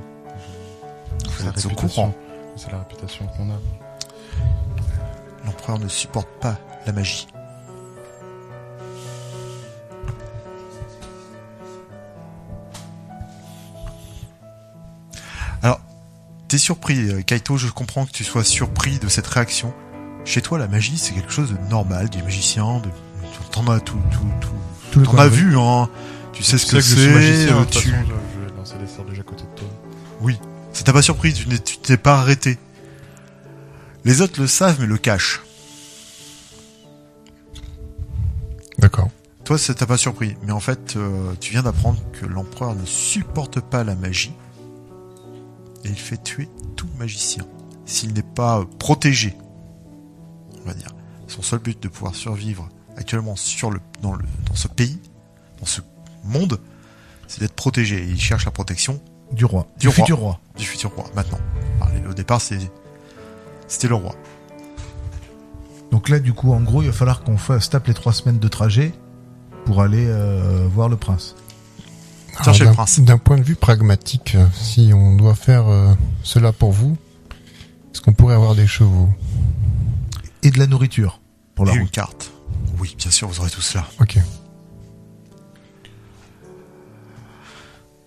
Speaker 4: C'est
Speaker 2: Vous
Speaker 4: la
Speaker 2: êtes au
Speaker 4: réputation.
Speaker 2: courant.
Speaker 4: C'est la réputation qu'on a.
Speaker 2: L'empereur ne supporte pas la magie. Alors, t'es surpris, euh, Kaito, je comprends que tu sois surpris de cette réaction. Chez toi, la magie, c'est quelque chose de normal, des magiciens, de... t'en as tout, tout, tout,
Speaker 5: Tout le
Speaker 2: T'en as vu, hein Tu sais ce que
Speaker 4: je suis
Speaker 2: c'est.
Speaker 4: magicien,
Speaker 2: euh,
Speaker 4: de toute
Speaker 2: tu-
Speaker 4: façon, je, je vais lancer des sorts déjà à côté de toi.
Speaker 2: Ça t'a pas surpris, tu n'es- tu t'es pas arrêté. Les autres le savent, mais le cachent.
Speaker 3: D'accord.
Speaker 2: Toi, ça t'a pas surpris. Mais en fait, euh, tu viens d'apprendre que l'empereur ne supporte pas la magie. Et il fait tuer tout magicien. S'il n'est pas euh, protégé. On va dire. Son seul but de pouvoir survivre actuellement sur le, dans, le, dans ce pays, dans ce monde, c'est d'être protégé. Et il cherche la protection
Speaker 5: Du roi.
Speaker 2: Du roi.
Speaker 5: futur roi.
Speaker 2: du futur roi, maintenant. Enfin, au départ, c'est- c'était le roi.
Speaker 5: Donc là, du coup, en gros, il va falloir qu'on fasse- se tape les trois semaines de trajet pour aller euh, voir le prince.
Speaker 2: Tiens, chez le
Speaker 3: Ah, d'un-
Speaker 2: prince.
Speaker 3: D'un point de vue pragmatique, euh, si on doit faire euh, cela pour vous, est-ce qu'on pourrait avoir des chevaux
Speaker 5: Et de la nourriture pour la
Speaker 2: et une
Speaker 5: route.
Speaker 2: carte. Oui, bien sûr, vous aurez tout cela.
Speaker 3: Ok.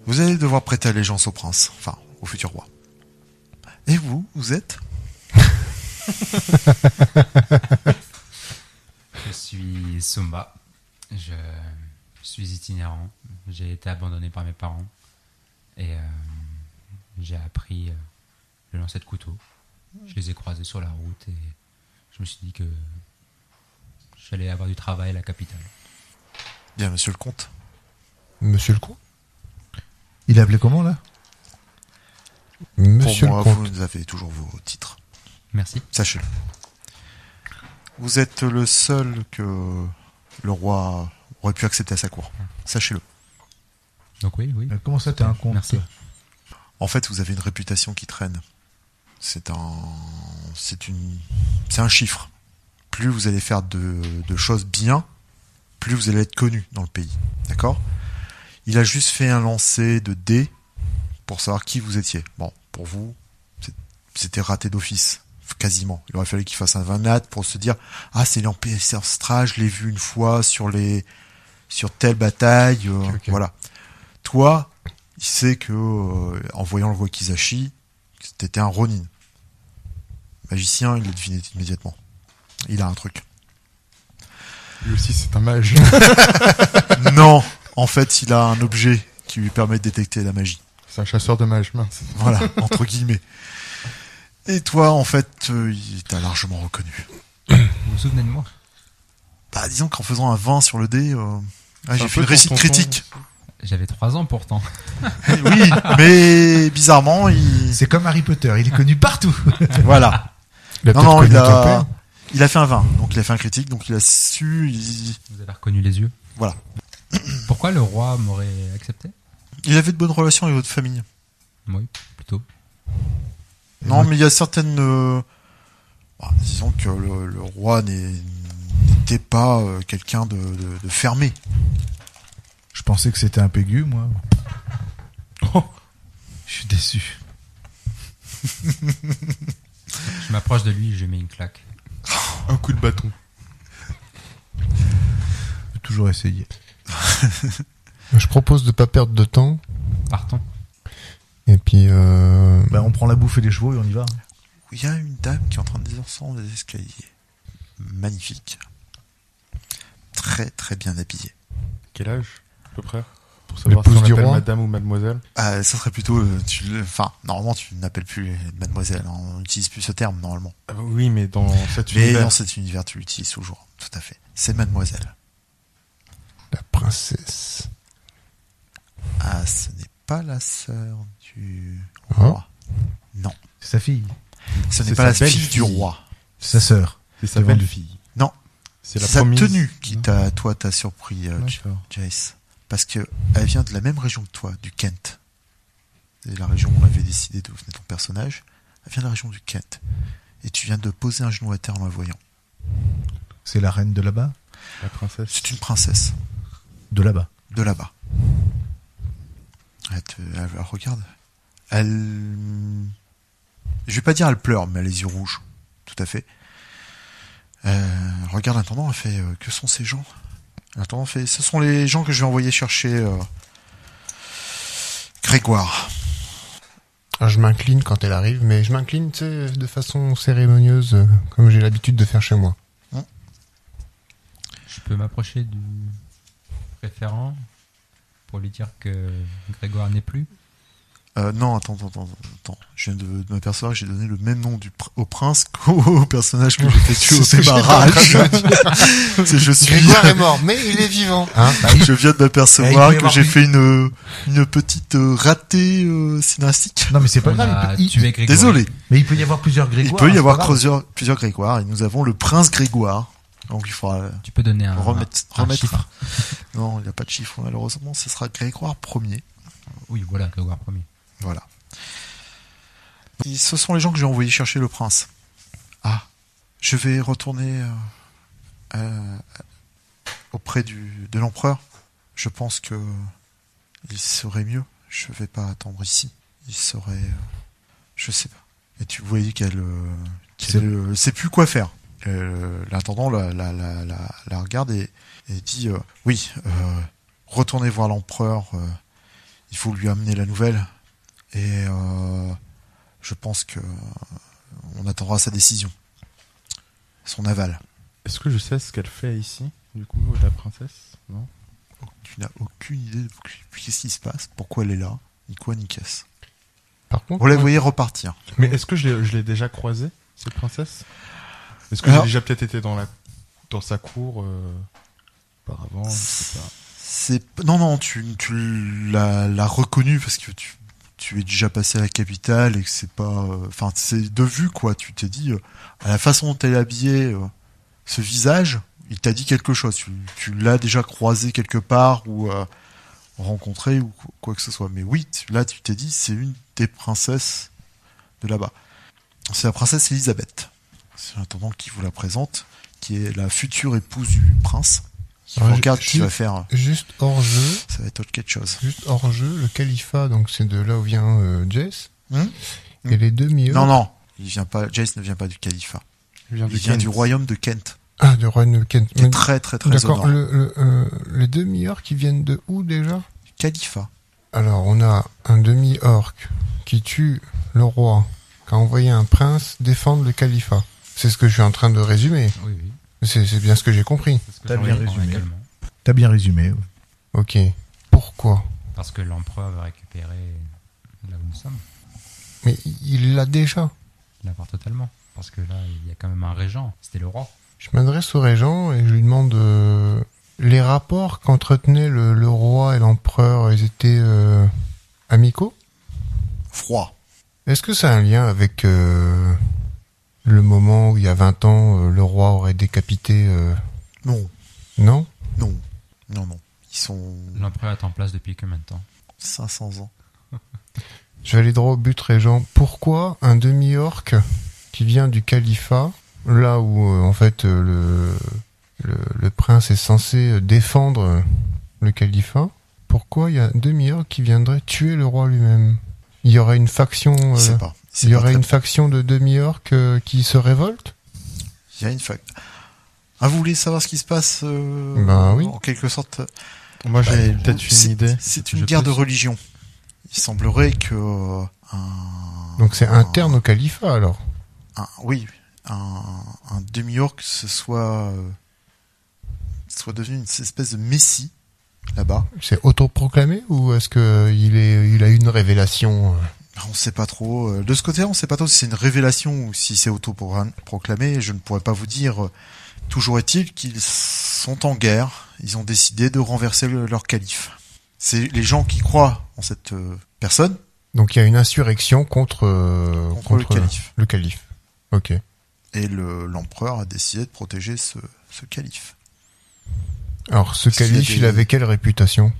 Speaker 2: Vous allez devoir prêter allégeance au prince, enfin, au futur roi. Et vous, vous êtes
Speaker 1: Je suis Soma. Je suis itinérant. J'ai été abandonné par mes parents. Et euh, j'ai appris euh, le lancer de couteau. Je les ai croisés sur la route et je me suis dit que j'allais avoir du travail à la capitale.
Speaker 2: Bien, monsieur le comte.
Speaker 3: Monsieur le comte
Speaker 5: Il est appelé comment là
Speaker 3: Monsieur
Speaker 2: Pour moi,
Speaker 3: le comte.
Speaker 2: vous avez toujours vos titres.
Speaker 1: Merci.
Speaker 2: Sachez-le. Vous êtes le seul que le roi aurait pu accepter à sa cour. Sachez-le.
Speaker 1: Donc oui, oui.
Speaker 5: Euh, Comment ça, t'es un con
Speaker 1: Merci.
Speaker 5: toi
Speaker 2: En fait, vous avez une réputation qui traîne. C'est un, c'est une, c'est un chiffre. Plus vous allez faire de, de choses bien, plus vous allez être connu dans le pays. D'accord Il a juste fait un lancer de dés pour savoir qui vous étiez. Bon, pour vous, c'est- c'était raté d'office, quasiment. Il aurait fallu qu'il fasse un vanade pour se dire ah c'est l'empereur Strage, je l'ai vu une fois sur les, sur telle bataille, euh,
Speaker 3: Ok, ok.
Speaker 2: voilà. Toi, il sait que euh, en voyant le Wakizashi, c'était un Ronin. Magicien, il l'a deviné immédiatement. Il a un truc.
Speaker 4: Lui aussi, c'est un mage. [laughs]
Speaker 2: non, en fait, il a un objet qui lui permet de détecter la magie.
Speaker 4: c'est un chasseur de mages, mince.
Speaker 2: Voilà, entre guillemets. Et toi, en fait, euh, il t'a largement reconnu.
Speaker 1: Vous vous souvenez de moi
Speaker 2: Bah, disons qu'en faisant un 20 sur le dé, euh, ah,
Speaker 4: C'est un
Speaker 2: j'ai fait
Speaker 4: peu
Speaker 2: une réussite
Speaker 4: ton tonton.
Speaker 3: [laughs]
Speaker 2: critique. Eh
Speaker 1: J'avais 3 ans pourtant.
Speaker 2: oui, mais bizarrement, il.
Speaker 5: C'est comme Harry Potter, il est connu partout.
Speaker 2: Voilà.
Speaker 3: Il a
Speaker 2: Non,
Speaker 3: peut-être
Speaker 2: non,
Speaker 3: connu
Speaker 2: il
Speaker 3: ton
Speaker 2: a,
Speaker 3: père.
Speaker 2: il a fait un 20. Donc, il a fait un critique, donc il a su. il-
Speaker 1: Vous avez reconnu les yeux.
Speaker 2: Voilà.
Speaker 1: Pourquoi le roi m'aurait accepté
Speaker 2: il avait de bonnes relations avec votre famille.
Speaker 1: Oui,
Speaker 5: [laughs]
Speaker 1: plutôt.
Speaker 2: Non, mais il y a certaines. euh, bah, disons que le, le roi n'est- n'était pas euh, quelqu'un de, de- de fermé.
Speaker 5: Je pensais que c'était un Pégu, moi. Oh, je suis déçu.
Speaker 1: Je m'approche de lui et je lui mets une claque.
Speaker 4: Un coup de bâton.
Speaker 5: J'ai toujours essayé.
Speaker 3: Je propose de pas perdre de temps.
Speaker 1: Partons.
Speaker 3: Et puis, euh,
Speaker 2: Ben,
Speaker 5: Bah, on prend la bouffe et les chevaux et on y va.
Speaker 2: Il y a une dame qui est en train de descendre des escaliers. Magnifique. Très très bien habillée.
Speaker 4: Quel âge, à peu près Pour savoir si
Speaker 3: L'épouse
Speaker 4: on
Speaker 3: du
Speaker 4: l'appelle
Speaker 3: roi.
Speaker 4: madame ou mademoiselle.
Speaker 2: Ah, ça serait plutôt. euh, tu le- Enfin, normalement, tu n'appelles plus mademoiselle. hein, On n'utilise plus ce terme, normalement.
Speaker 4: Ah bah oui, mais dans cet
Speaker 2: Mais
Speaker 4: univers.
Speaker 2: dans cet univers, tu l'utilises toujours. Tout à fait. C'est mademoiselle.
Speaker 3: La princesse.
Speaker 2: Ah, ce n'est pas la sœur du
Speaker 3: Hein
Speaker 2: roi. Non.
Speaker 5: C'est sa fille,
Speaker 2: Ce n'est
Speaker 4: C'est
Speaker 2: pas la
Speaker 4: sa belle
Speaker 2: fille, du
Speaker 4: fille.
Speaker 2: roi.
Speaker 5: c'est sa sœur.
Speaker 4: C'est sa
Speaker 5: Devant
Speaker 4: belle
Speaker 5: lui.
Speaker 4: fille.
Speaker 2: Non.
Speaker 4: C'est
Speaker 2: C'est
Speaker 4: la
Speaker 2: sa
Speaker 4: promise.
Speaker 2: tenue qui
Speaker 4: Non.
Speaker 2: t'a, toi, t'a surpris, euh, J-
Speaker 4: D'accord.
Speaker 2: Jace. Parce que elle vient de la même région que toi, du Kent. C'est la région où on avait décidé d'où venait ton personnage. Elle vient de la région du Kent. Et tu viens de poser un genou à terre en la voyant.
Speaker 5: C'est la reine de là-bas,
Speaker 4: La princesse.
Speaker 2: C'est une princesse.
Speaker 5: de là-bas.
Speaker 2: de là-bas. Ah, Elle, te- elle- elle regarde. Elle. Je vais pas dire elle pleure, mais elle a les yeux rouges. Tout à fait. Euh, elle regarde l'intendant, elle fait euh, Que sont ces gens L'intendant fait Ce sont les gens que je vais envoyer chercher euh, Grégoire.
Speaker 3: Ah, je m'incline quand elle arrive, mais je m'incline tu sais, de façon cérémonieuse, euh, comme j'ai l'habitude de faire
Speaker 2: [laughs]
Speaker 3: chez moi.
Speaker 1: Je peux m'approcher du référent pour lui dire que Grégoire n'est plus.
Speaker 2: Euh, non, attends, attends, attends, attends. Je viens de, de m'apercevoir que j'ai donné le même nom du, pr- au prince [laughs] qu'au personnage que j'ai fait tuer au
Speaker 3: [laughs] C'est ce que j'étais en
Speaker 2: débarrage. [laughs] C'est je suis.
Speaker 3: Grégoire est mort, mais il est vivant. Hein
Speaker 2: Je viens de
Speaker 5: Ah Eh, il peut y
Speaker 2: m'apercevoir que
Speaker 5: avoir
Speaker 2: j'ai
Speaker 5: plus.
Speaker 2: fait une, une petite euh, ratée euh, scénaristique.
Speaker 5: Non, mais c'est pas
Speaker 1: On a
Speaker 5: grave. Il peut, il-
Speaker 1: tué Grégoire.
Speaker 2: Désolé.
Speaker 5: mais il peut y avoir plusieurs
Speaker 2: Il
Speaker 5: Grégoire.
Speaker 2: peut
Speaker 5: hein,
Speaker 2: y
Speaker 5: c'est
Speaker 2: avoir
Speaker 5: pas grave.
Speaker 2: plusieurs, plusieurs Grégoire et nous avons le prince Grégoire. Donc il faudra euh,
Speaker 1: Tu peux donner
Speaker 5: Ah,
Speaker 1: un,
Speaker 2: remettre.
Speaker 1: un
Speaker 2: remettre-
Speaker 1: chiffre.
Speaker 2: [laughs] Non, il n'y a pas de chiffre malheureusement. Ce sera Grégoire premier.
Speaker 1: Oui, voilà, Grégoire premier.
Speaker 2: Voilà. Et ce sont les gens que j'ai envoyés chercher le prince. Ah, je vais retourner euh, euh, auprès du, de l'empereur. Je pense que il serait mieux. Je vais pas attendre ici. Il serait, euh, je sais pas. Et tu voyais qu'elle, euh, qu'elle,
Speaker 5: C'est-
Speaker 2: euh, sait plus quoi faire. Euh, L'intendant la, la, la, la, la regarde et, et dit euh, oui, euh, retournez voir l'empereur. euh, il faut lui amener la nouvelle. Et euh, je pense que euh, on attendra sa décision, son aval.
Speaker 4: Est-ce que je sais ce qu'elle fait ici, du coup, la princesse Non
Speaker 2: Tu n'as aucune idée de qu'est-ce qui se passe, pourquoi elle est là, ni quoi ni qu'est-ce.
Speaker 3: Par contre,
Speaker 2: Vous la voyez repartir.
Speaker 4: Mais est-ce que je l'ai- je l'ai déjà croisée, cette princesse Est-ce que j'ai
Speaker 2: Alors-
Speaker 4: déjà peut-être été dans, la, dans sa cour euh, auparavant je sais pas.
Speaker 2: C'est non non, tu, tu l'as, l'as reconnue parce que tu, tu es déjà passé à la capitale et que c'est pas, euh, enfin c'est de vue quoi. Tu t'es dit euh, à la façon dont elle est habillée, euh, ce visage, il t'a dit quelque chose. Tu, tu l'as déjà croisé quelque part ou euh, rencontré ou qu- quoi que ce soit. Mais oui, tu- là tu t'es dit c'est une des princesses de là-bas. C'est la princesse Elisabeth. C'est l'intendant qui vous la présente, qui est la future épouse du prince. Qui
Speaker 3: Ouais, je-
Speaker 2: regarde ce
Speaker 3: je-
Speaker 2: qu'il va faire. euh,
Speaker 3: juste hors jeu,
Speaker 2: Ça va être autre quelque chose.
Speaker 3: juste hors jeu, le califat, donc c'est de là où vient euh, Jess.
Speaker 2: Hmm
Speaker 3: et les deux mieux.
Speaker 2: Non, non. Il vient pas, Jace ne vient pas du califat.
Speaker 4: Il vient
Speaker 2: Il vient
Speaker 4: Kent.
Speaker 2: du royaume de Kent.
Speaker 3: Ah, de Roy Kent.
Speaker 2: Qui est très, très, très au
Speaker 3: D'accord,
Speaker 2: nord.
Speaker 3: le, le, euh, les demi-orques qui viennent de où déjà
Speaker 2: Du califat.
Speaker 3: Alors, on a un demi-orc qui tue le roi, qui a envoyé un prince défendre le califat. C'est ce que je suis en train de résumer.
Speaker 1: Oui, oui.
Speaker 3: C'est c'est bien ce que j'ai compris.
Speaker 1: c'est ce que
Speaker 5: T'as
Speaker 1: j'ai
Speaker 5: bien
Speaker 1: envie de prendre
Speaker 5: résumé.
Speaker 1: également.
Speaker 5: T'as bien résumé. ouais.
Speaker 3: Ok. Pourquoi
Speaker 1: Parce que l'empereur va récupérer là où nous sommes.
Speaker 3: Mais il l'a déjà.
Speaker 1: La part totalement. Parce que là, il y a quand même un régent. C'était le roi.
Speaker 3: Je m'adresse au régent et je lui demande euh, les rapports qu'entretenaient le, le roi et l'empereur, ils étaient euh, amicaux
Speaker 2: Froid.
Speaker 3: Est-ce que ça a un lien avec euh, le moment où il y a 20 ans, euh, le roi aurait décapité euh,
Speaker 2: Non.
Speaker 3: Non
Speaker 2: Non. Non, non. Ils sont
Speaker 1: L'empereur est en place depuis combien de temps
Speaker 2: 500 ans.
Speaker 3: Je vais aller droit au but, Régent. Pourquoi un demi-orc qui vient du califat, là où euh, en fait euh, le, le, le prince est censé euh, défendre euh, le califat, pourquoi il y a un demi-orc qui viendrait tuer le roi lui-même Il y aurait une faction, euh,
Speaker 2: Je sais pas. C'est
Speaker 3: il y
Speaker 2: pas
Speaker 3: aurait
Speaker 2: très-
Speaker 3: une faction de demi-orcs euh, qui se révolte
Speaker 2: Il y a une fac. Ah, vous voulez savoir ce qui se passe euh,
Speaker 3: Bah oui.
Speaker 2: En quelque sorte.
Speaker 4: Moi, j'ai
Speaker 2: Bah,
Speaker 4: peut-être
Speaker 2: c'est-
Speaker 4: une idée.
Speaker 2: C'est
Speaker 1: Je
Speaker 2: une guerre
Speaker 1: peux-
Speaker 2: de religion. Il semblerait que euh, un-
Speaker 3: Donc c'est
Speaker 2: un-
Speaker 3: interne au califat alors.
Speaker 2: un- oui, un, un demi-orc se soit, euh, soit devenu une espèce de messie là-bas.
Speaker 3: C'est autoproclamé ou est-ce que il est, il a eu une révélation euh,
Speaker 2: On sait pas trop. euh, De ce côté-là, on sait pas trop si c'est une révélation ou si c'est autoproclamé. Je ne pourrais pas vous dire. Euh, Toujours est-il qu'ils sont en guerre. Ils ont décidé de renverser le- leur calife. C'est les gens qui croient en cette euh, personne
Speaker 3: Donc il y a une insurrection contre euh,
Speaker 2: contre, le calife.
Speaker 3: le calife. Ok.
Speaker 2: Et le- l'empereur a décidé de protéger ce, ce calife.
Speaker 3: Alors ce
Speaker 2: Parce qu'il y a
Speaker 3: calife,
Speaker 2: des-
Speaker 3: il avait quelle réputation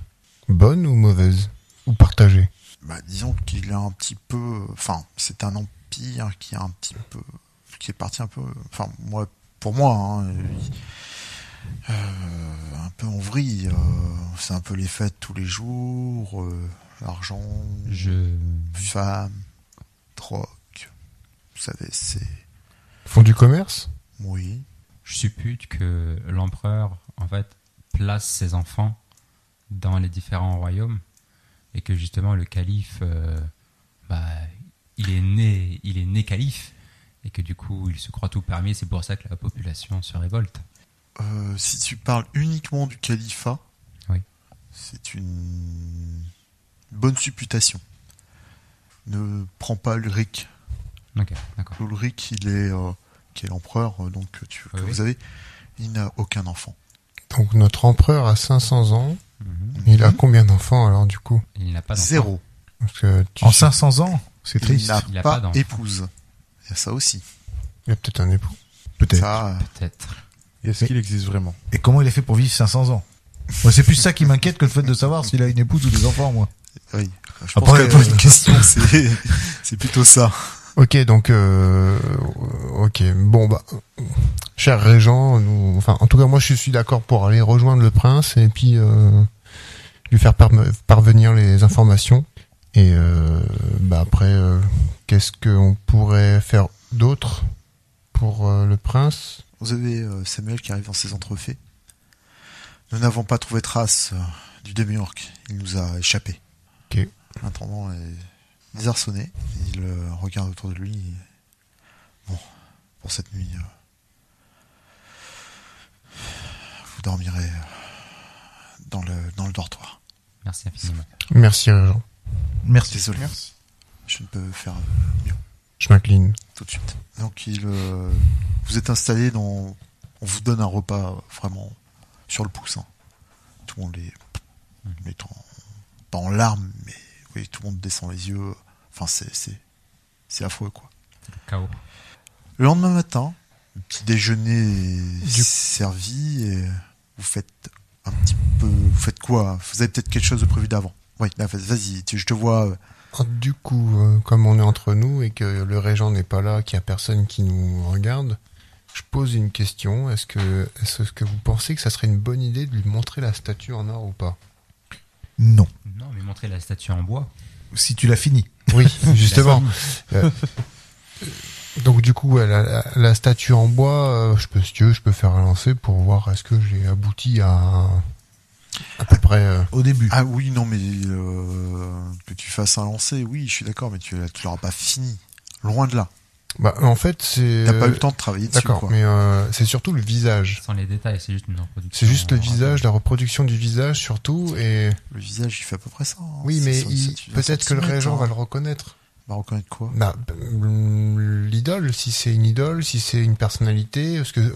Speaker 3: Bonne ou mauvaise Ou partagée
Speaker 2: Bah, disons qu'il a un petit peu. Enfin, c'est un empire qui a un petit peu. qui est parti un peu. Enfin, moi, pour moi, hein, euh, euh, un peu en vrille. euh, c'est un peu les fêtes tous les jours, euh, l'argent,
Speaker 1: Je.
Speaker 2: femmes, drogue. Vous savez, c'est.
Speaker 3: Font du commerce
Speaker 2: Oui.
Speaker 1: Je suppute que l'empereur, en fait, place ses enfants dans les différents royaumes et que justement le calife, euh, bah, il est né, il est né calife et que du coup il se croit tout permis. C'est pour ça que la population se révolte.
Speaker 2: Euh, si tu parles uniquement du califat,
Speaker 1: Oui.
Speaker 2: c'est une bonne supputation. Ne prends pas Ulrich.
Speaker 1: Ok, d'accord.
Speaker 2: Ulrich, il est euh, qui est l'empereur euh, donc que, tu, que
Speaker 1: Oui.
Speaker 2: vous avez, il n'a aucun enfant.
Speaker 3: Donc notre empereur a 500 ans.
Speaker 1: Mhm.
Speaker 3: Il a combien d'enfants alors du coup
Speaker 1: Il n'a pas d'enfant.
Speaker 2: zéro.
Speaker 3: Parce que tu-
Speaker 5: En 500 ans, c'est
Speaker 2: Il
Speaker 5: triste.
Speaker 2: n'a
Speaker 1: Il a
Speaker 2: pas,
Speaker 1: pas d'enfant.
Speaker 2: épouse. Il y a ça aussi.
Speaker 3: il y a peut-être un époux.
Speaker 2: Ça, euh,
Speaker 1: Peut-être.
Speaker 4: Et Est-ce
Speaker 5: Mais-
Speaker 4: qu'il existe vraiment
Speaker 5: Et comment il a fait pour vivre 500 ans Moi, c'est plus ça qui m'inquiète que le fait de savoir s'il a une épouse ou des enfants, moi.
Speaker 2: oui. Je pense
Speaker 5: Après,
Speaker 2: que la
Speaker 5: euh,
Speaker 2: bonne question, [laughs] c'est c'est plutôt ça.
Speaker 3: Ok, donc euh, ok, bon bah, cher régent, nous, enfin, en tout cas, moi, je suis d'accord pour aller rejoindre le prince et puis euh, lui faire parme- parvenir les informations. Et euh, bah après, euh, qu'est-ce qu'on pourrait faire d'autre pour euh, le prince
Speaker 2: Vous avez euh, Samuel qui arrive dans ses entrefaits. Nous n'avons pas trouvé trace euh, du démiurge. Il nous a échappé.
Speaker 3: Ok.
Speaker 2: L'intendant est désarçonné. Il euh, regarde autour de lui. Bon, pour cette nuit, euh, vous dormirez euh, dans le, dans le dortoir.
Speaker 1: Merci infiniment.
Speaker 3: Merci régent,
Speaker 5: Merci.
Speaker 2: Désolé,
Speaker 4: Merci.
Speaker 2: je ne peux faire euh,
Speaker 3: je m'incline.
Speaker 2: tout de suite. Donc il, euh, vous êtes installé dans, on vous donne un repas euh, vraiment sur le pouce. hein. Tout le monde est, est en, pas en larmes, mais oui, tout le monde descend les yeux. Enfin, c'est, c'est, c'est affreux quoi.
Speaker 1: Chaos.
Speaker 2: Le lendemain matin, le petit déjeuner est
Speaker 3: Du-
Speaker 2: servi et vous faites un petit peu, vous faites quoi Vous avez peut-être quelque chose de prévu d'avant. Oui, là, vas- vas-y, tu- je te vois. euh,
Speaker 3: Ah, Du coup, euh, comme on est entre nous et que le régent n'est pas là, qu'il n'y a personne qui nous regarde, je pose une question. Est-ce que, est-ce que vous pensez que ça serait une bonne idée de lui montrer la statue en or ou pas
Speaker 5: Non.
Speaker 1: Non, mais montrer la statue en bois.
Speaker 5: Si tu l'as fini.
Speaker 3: [laughs] Oui, justement. Donc du coup, ouais, la, la- la statue en bois, euh, je peux, si tu veux, je peux faire un lancer pour voir est-ce que j'ai abouti à à peu près. euh,
Speaker 5: Au début.
Speaker 2: Ah oui, non, mais euh, que tu fasses un lancer, oui, je suis d'accord, mais tu, tu l'auras pas fini. Loin de là.
Speaker 3: Bah, en fait, c'est.
Speaker 2: T'as pas eu le temps de travailler dessus,
Speaker 3: Euh, D'accord,
Speaker 2: quoi.
Speaker 3: mais euh, c'est surtout le visage.
Speaker 1: Sans les détails, c'est juste une reproduction.
Speaker 3: C'est juste le
Speaker 1: en-
Speaker 2: Oh,
Speaker 3: visage, la reproduction du visage surtout, et
Speaker 2: Le visage, il fait à peu près ça. hein.
Speaker 3: oui,
Speaker 2: C'est
Speaker 3: mais
Speaker 2: sur-
Speaker 3: il-
Speaker 2: c'est-
Speaker 3: peut-être que le
Speaker 2: centimètres,
Speaker 3: régent
Speaker 2: hein.
Speaker 3: va le reconnaître.
Speaker 2: va reconnaître quoi
Speaker 3: Bah, mm, l'idole, si c'est une idole, si c'est une personnalité, parce que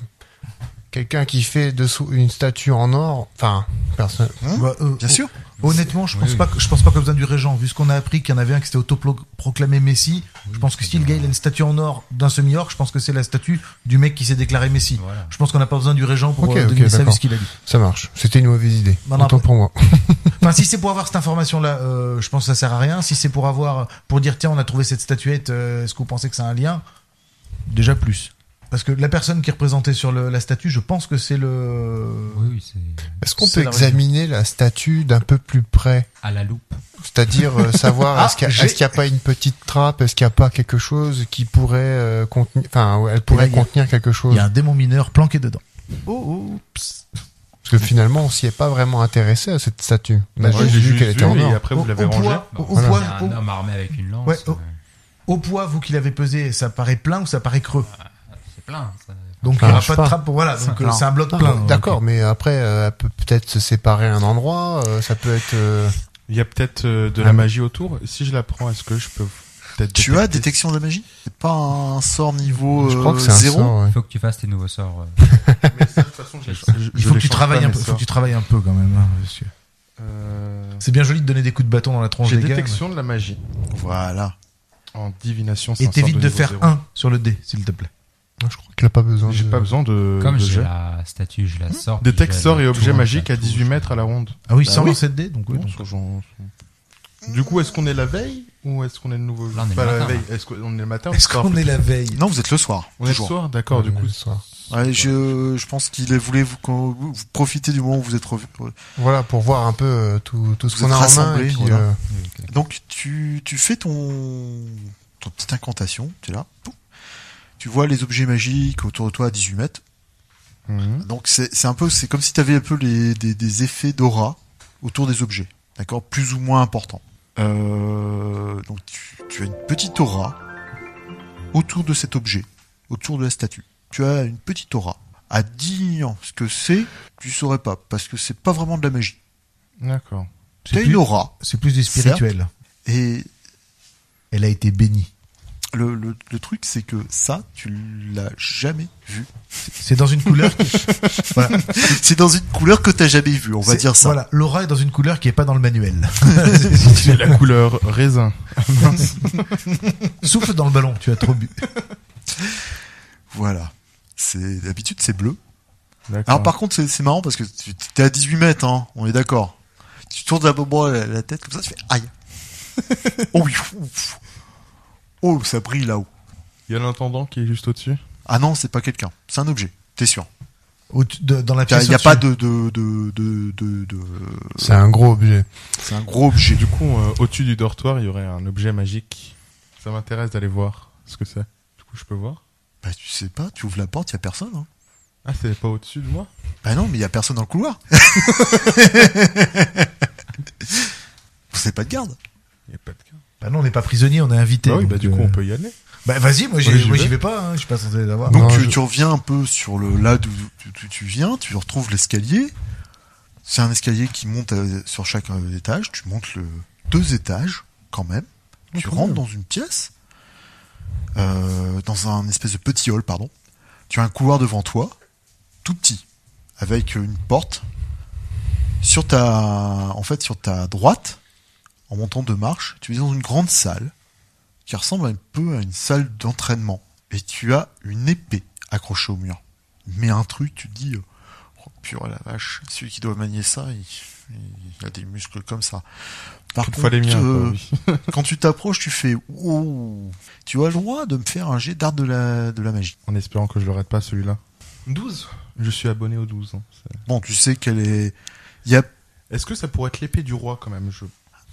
Speaker 3: quelqu'un qui fait dessous une statue en or, enfin, personne.
Speaker 5: Bah, euh,
Speaker 2: Ah Bien
Speaker 3: oh,
Speaker 2: sûr.
Speaker 5: Honnêtement, je pense
Speaker 1: Oui.
Speaker 5: pas que je pense pas que besoin du régent, vu ce qu'on a appris qu'il y en avait un qui s'était autoproclamé Messi. je pense que si le gars il a une statue en or d'un semi-orc, je pense que c'est la statue du mec qui s'est déclaré Messi.
Speaker 1: Voilà.
Speaker 5: Je pense qu'on n'a pas besoin du régent pour
Speaker 3: Ok,
Speaker 5: euh,
Speaker 3: ok,
Speaker 5: deviner ça vu
Speaker 3: d'accord.
Speaker 5: ce qu'il a dit.
Speaker 3: Ça marche. C'était une mauvaise idée.
Speaker 5: Bah, Non, non,
Speaker 3: Autant
Speaker 5: après-
Speaker 3: pour moi.
Speaker 5: Enfin, si c'est pour avoir cette information-là, euh, je pense que ça sert à rien. Si c'est pour avoir, pour dire tiens, on a trouvé cette statuette, euh, est-ce que vous pensez que c'est un lien Déjà plus. Parce que la personne qui est représentée sur le- la statue, je pense que c'est le.
Speaker 1: Oui, oui, c'est
Speaker 3: Est-ce qu'on
Speaker 5: C'est
Speaker 3: peut
Speaker 5: la raison.
Speaker 3: examiner la statue d'un peu plus près
Speaker 1: à la loupe.
Speaker 3: C'est-à-dire [laughs] euh, savoir
Speaker 5: Ah,
Speaker 3: est-ce qu'il n'y a,
Speaker 5: j'ai-
Speaker 3: est-ce qu'il y a pas une petite trappe, est-ce qu'il n'y a pas quelque chose qui pourrait euh, contenir, enfin, ouais, elle pourrait
Speaker 5: il y a-
Speaker 3: contenir quelque chose.
Speaker 5: Il y a un démon mineur planqué dedans.
Speaker 3: Parce que finalement, on s'y est pas vraiment intéressé à cette statue. On a
Speaker 4: Moi,
Speaker 3: juste
Speaker 4: j'ai
Speaker 3: Bah, vu qu'elle était en
Speaker 4: vu et
Speaker 3: or.
Speaker 4: après
Speaker 5: Au-
Speaker 4: vous l'avez
Speaker 5: au
Speaker 4: rangé.
Speaker 5: poids- au- au
Speaker 1: Voilà.
Speaker 5: poids-
Speaker 1: C'est
Speaker 5: au-
Speaker 1: un homme armé avec une lance.
Speaker 5: Ouais, oh.
Speaker 1: euh,
Speaker 4: Ah,
Speaker 5: Au poids, vous qui l'avez pesé, ça paraît plein ou ça paraît creux
Speaker 1: C'est plein. ça.
Speaker 5: Donc
Speaker 3: Ça
Speaker 5: il n'y aura
Speaker 3: marche
Speaker 5: pas,
Speaker 3: pas.
Speaker 5: de trappe pour voilà. Donc euh,
Speaker 3: Alors,
Speaker 5: c'est un bloc
Speaker 3: Ah,
Speaker 5: plein.
Speaker 3: bon, D'accord, mais après, euh, elle peut peut-être se séparer à un endroit. euh, ça peut être. euh,
Speaker 4: Il y a peut-être euh, de la magie autour. Si je la prends, est-ce que je peux peut-être.
Speaker 2: Tu as
Speaker 4: détecter-
Speaker 2: détection de la magie C'est pas un sort niveau
Speaker 3: je crois
Speaker 2: euh,
Speaker 3: que c'est un
Speaker 2: zéro
Speaker 3: sort. ouais.
Speaker 1: Faut que tu fasses tes nouveaux sorts. euh,
Speaker 4: Mais ça, de toute façon, je- je-
Speaker 5: Il
Speaker 4: je les
Speaker 5: faut que tu
Speaker 4: change
Speaker 5: travailles
Speaker 4: pas,
Speaker 5: un
Speaker 4: mes
Speaker 5: peu. Faut
Speaker 4: sorts.
Speaker 5: que tu travailles un peu quand même, hein, monsieur.
Speaker 4: Euh,
Speaker 5: C'est bien joli de donner des coups de bâton dans la tronche
Speaker 4: J'ai
Speaker 5: des gars.
Speaker 4: détection de la magie
Speaker 2: Voilà.
Speaker 4: en divination.
Speaker 5: mais- Et
Speaker 4: c'est un
Speaker 5: t'évites
Speaker 4: sort
Speaker 5: de
Speaker 4: niveau
Speaker 5: faire
Speaker 4: zéro.
Speaker 5: un sur le dé, s'il te plaît.
Speaker 3: Je crois qu'il a pas besoin.
Speaker 4: J'ai
Speaker 3: de-
Speaker 4: pas besoin de.
Speaker 1: Comme
Speaker 4: de
Speaker 1: j'ai
Speaker 4: jet.
Speaker 1: la statue, je la sors. puis
Speaker 4: Détecte
Speaker 1: je la
Speaker 4: Mmh. sorts et
Speaker 1: tourne, hein, je
Speaker 4: objets
Speaker 1: la
Speaker 4: magiques à
Speaker 1: touche.
Speaker 4: 18 mètres à la ronde.
Speaker 5: Ah oui,
Speaker 2: Bah
Speaker 5: sans
Speaker 2: oui.
Speaker 5: lancer de dé, donc oui.
Speaker 4: Non,
Speaker 5: donc-
Speaker 4: sur- genre- sur- Du coup, est-ce qu'on est la veille ou est-ce qu'on est le nouveau jour
Speaker 1: Là, on est le
Speaker 4: Pas la
Speaker 1: matin,
Speaker 4: veille. Est-ce qu'on est le matin ou le
Speaker 5: Est-ce
Speaker 4: soir,
Speaker 5: qu'on est
Speaker 4: plutôt
Speaker 5: la veille
Speaker 2: Non, vous êtes le soir.
Speaker 4: On est le
Speaker 2: toujours.
Speaker 4: soir, d'accord. Du
Speaker 3: Ouais,
Speaker 4: coup,
Speaker 3: le soir.
Speaker 2: Ouais, je, je pense qu'il voulait vous, qu'on- vous profitez du moment où vous êtes revu.
Speaker 3: Voilà, pour voir un peu euh, tout, tout ce
Speaker 2: Vous
Speaker 3: qu'on
Speaker 2: êtes
Speaker 3: a en main.
Speaker 2: rassemblés,
Speaker 3: Et puis,
Speaker 2: voilà.
Speaker 3: euh,
Speaker 2: Donc tu, tu fais ton, ton petite incantation, tu es là. pouf. Tu vois les objets magiques autour de toi à 18 mètres.
Speaker 4: Mhm.
Speaker 2: Donc c'est c'est un peu, c'est comme si tu avais un peu les, des, des effets d'aura autour des objets, d'accord, plus ou moins importants. Euh, donc tu, tu as une petite aura autour de cet objet, autour de la statue. Tu as une petite aura. À 10 ans, ce que c'est, tu saurais pas, parce que c'est pas vraiment de la magie.
Speaker 4: d'accord.
Speaker 2: Tu as
Speaker 5: C'est
Speaker 2: une
Speaker 5: plus,
Speaker 2: aura,
Speaker 5: c'est plus du spirituel.
Speaker 2: et
Speaker 5: Elle a été bénie.
Speaker 2: le, le, le truc, c'est que ça, tu l'as jamais vu.
Speaker 5: C'est dans une couleur. qui- voilà.
Speaker 2: C'est dans une couleur que t'as jamais vue, on va
Speaker 5: C'est-
Speaker 2: dire ça.
Speaker 5: Voilà, l'aura est dans une couleur qui est pas dans le
Speaker 2: [laughs]
Speaker 5: manuel. [laughs]
Speaker 4: C'est la couleur raisin.
Speaker 5: Souffle dans le ballon, tu as trop bu.
Speaker 2: Voilà. C'est d'habitude c'est bleu.
Speaker 4: D'accord.
Speaker 2: Alors par contre c'est c'est marrant parce que tu- t'es à 18 mètres, hein, on est d'accord. Tu tournes à moment la, la tête comme ça, tu fais aïe.
Speaker 5: [laughs]
Speaker 2: oh oui. ouf. Oh ça brille là-haut.
Speaker 4: Il y a l'intendant qui est juste au-dessus.
Speaker 2: Ah non c'est pas quelqu'un, c'est un objet. T'es sûr.
Speaker 5: Au- de- dans la
Speaker 2: Il
Speaker 5: pièce.
Speaker 2: n'y a
Speaker 5: au-dessus.
Speaker 2: pas de de de de de. de-
Speaker 3: C'est un gros objet.
Speaker 2: C'est un gros objet.
Speaker 4: Du coup, euh, au-dessus du dortoir, il y aurait un objet magique. Ça m'intéresse d'aller voir ce que c'est. Du coup, je peux voir.
Speaker 2: Bah tu sais pas, tu ouvres la porte, il y a personne. Hein.
Speaker 4: Ah, c'est pas au-dessus de moi
Speaker 2: Bah non mais il y a personne dans le couloir. [laughs] Vous n'avez pas de garde.
Speaker 4: Il n'y a pas de cas.
Speaker 5: Bah non, on n'est pas prisonnier, on est invité.
Speaker 4: Bah oui, bah
Speaker 5: donc,
Speaker 4: du coup,
Speaker 5: euh,
Speaker 4: on peut y aller.
Speaker 5: Bah vas-y, moi j'y
Speaker 4: Oui, j'y
Speaker 5: moi, j'y
Speaker 4: vais.
Speaker 5: vais pas, hein, je suis pas censé l'avoir.
Speaker 2: Donc euh,
Speaker 3: Non,
Speaker 2: tu,
Speaker 3: je-
Speaker 2: tu reviens un peu sur le là d'où d'où- d'où tu viens, tu retrouves l'escalier. C'est un escalier qui monte euh, sur chaque euh, étage. Tu montes le deux étages quand même. tu rentres dans une pièce, euh, dans un espèce de petit hall, pardon. Tu as un couloir devant toi, tout petit, avec une porte. Sur ta, en fait, sur ta droite, en montant deux marches, tu es dans une grande salle qui ressemble un peu à une salle d'entraînement. Et tu as une épée accrochée au mur. Mais un truc, tu te dis, euh, oh purée la vache, celui qui doit manier ça, il, il a des muscles comme ça. Par
Speaker 4: Une fois les miens.
Speaker 2: euh,
Speaker 4: quoi, oui.
Speaker 2: quand tu t'approches, tu fais Wow Tu as le droit de me faire un jet d'art de la, de la magie.
Speaker 4: En espérant que je le rate pas, celui-là. 12 Je suis abonné au 12. hein. C'est-
Speaker 2: Bon, tu sais qu'elle est. Il y a...
Speaker 4: Est-ce que ça pourrait être l'épée du roi, quand même je...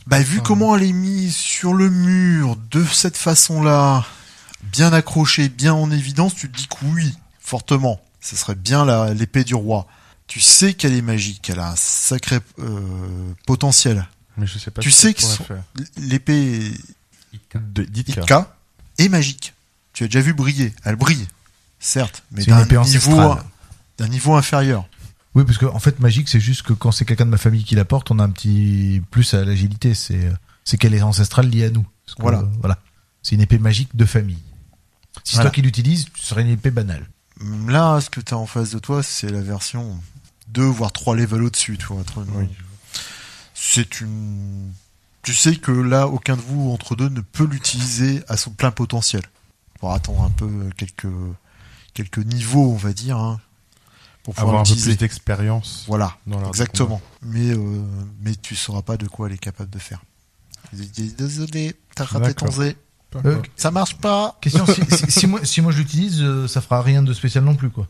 Speaker 2: Bah, vu
Speaker 4: Ah.
Speaker 2: comment elle est mise sur le mur de cette façon-là, bien accrochée, bien en évidence, tu te dis que oui, fortement. Ce serait bien la- l'épée du roi. Tu sais qu'elle est magique, elle a un sacré euh, potentiel.
Speaker 4: Mais je sais pas
Speaker 2: Tu
Speaker 4: ce
Speaker 2: sais
Speaker 4: que je
Speaker 2: qu'ils
Speaker 4: pourrais faire.
Speaker 2: L- L'épée
Speaker 1: Itka.
Speaker 4: De- Dites qu'à-
Speaker 2: Itka est magique. Tu as déjà vu briller. Elle brille, certes, mais
Speaker 5: C'est une
Speaker 2: d'un
Speaker 5: épée
Speaker 2: niveau,
Speaker 5: ancestrale.
Speaker 2: d'un niveau inférieur.
Speaker 5: Oui, parce que en fait, magique, c'est juste que quand c'est quelqu'un de ma famille qui la porte, on a un petit plus à l'agilité. C'est euh, c'est qu'elle est ancestrale liée à nous. Parce que,
Speaker 2: Voilà.
Speaker 5: euh, voilà. C'est une épée magique de famille. Si
Speaker 2: Voilà.
Speaker 5: c'est toi qui l'utilise, ce serait une épée banale.
Speaker 2: Là, ce que tu as en face de toi, c'est la version 2 voire 3 levels au-dessus, tu vois. un truc.
Speaker 4: Oui.
Speaker 2: C'est une tu sais que là aucun de vous entre deux ne peut l'utiliser à son plein potentiel. Pour attendre un peu quelques quelques niveaux, on va dire hein, pour pouvoir
Speaker 4: Avoir un peu
Speaker 2: l'utiliser.
Speaker 4: plus d'expérience.
Speaker 2: Voilà,
Speaker 4: dans l'art du
Speaker 2: exactement. Mais euh, mais tu sauras pas de quoi elle est capable de faire. Désolé, t'as raté ton
Speaker 4: D'accord.
Speaker 2: Z.
Speaker 4: combat.
Speaker 5: Euh,
Speaker 2: Ça marche pas.
Speaker 5: question si, si- si moi si moi je l'utilise, euh, ça fera rien de spécial non plus quoi.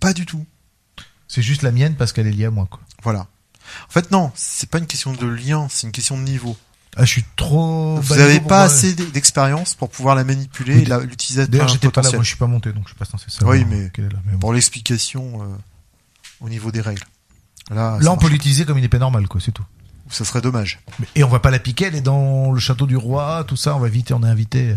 Speaker 2: Pas du tout.
Speaker 5: C'est juste la mienne parce qu'elle est liée à moi quoi.
Speaker 2: Voilà. En fait non, c'est pas une question de lien, c'est une question de niveau.
Speaker 5: Ah, je suis trop.
Speaker 2: Vous
Speaker 5: bas
Speaker 2: n'avez
Speaker 5: bah, niveau pour
Speaker 2: pas
Speaker 5: moi.
Speaker 2: assez d- d'expérience pour pouvoir la manipuler
Speaker 5: Oui,
Speaker 2: et la- l'utiliser à
Speaker 5: D'ailleurs,
Speaker 2: plein
Speaker 5: j'étais pas là,
Speaker 2: potentiel.
Speaker 5: moi je suis pas monté, donc je suis pas censé savoir.
Speaker 2: Oui, mais-
Speaker 5: qu'elle est là, mais bon.
Speaker 2: Pour l'explication euh, au niveau des règles. Là, ça
Speaker 5: Là, on peut
Speaker 2: marche
Speaker 5: l'utiliser comme une épée normale quoi, c'est tout.
Speaker 2: pas. ça serait dommage.
Speaker 5: Mais- Et on va pas la piquer, elle est dans le château du roi, tout ça, on va vite, on est invité.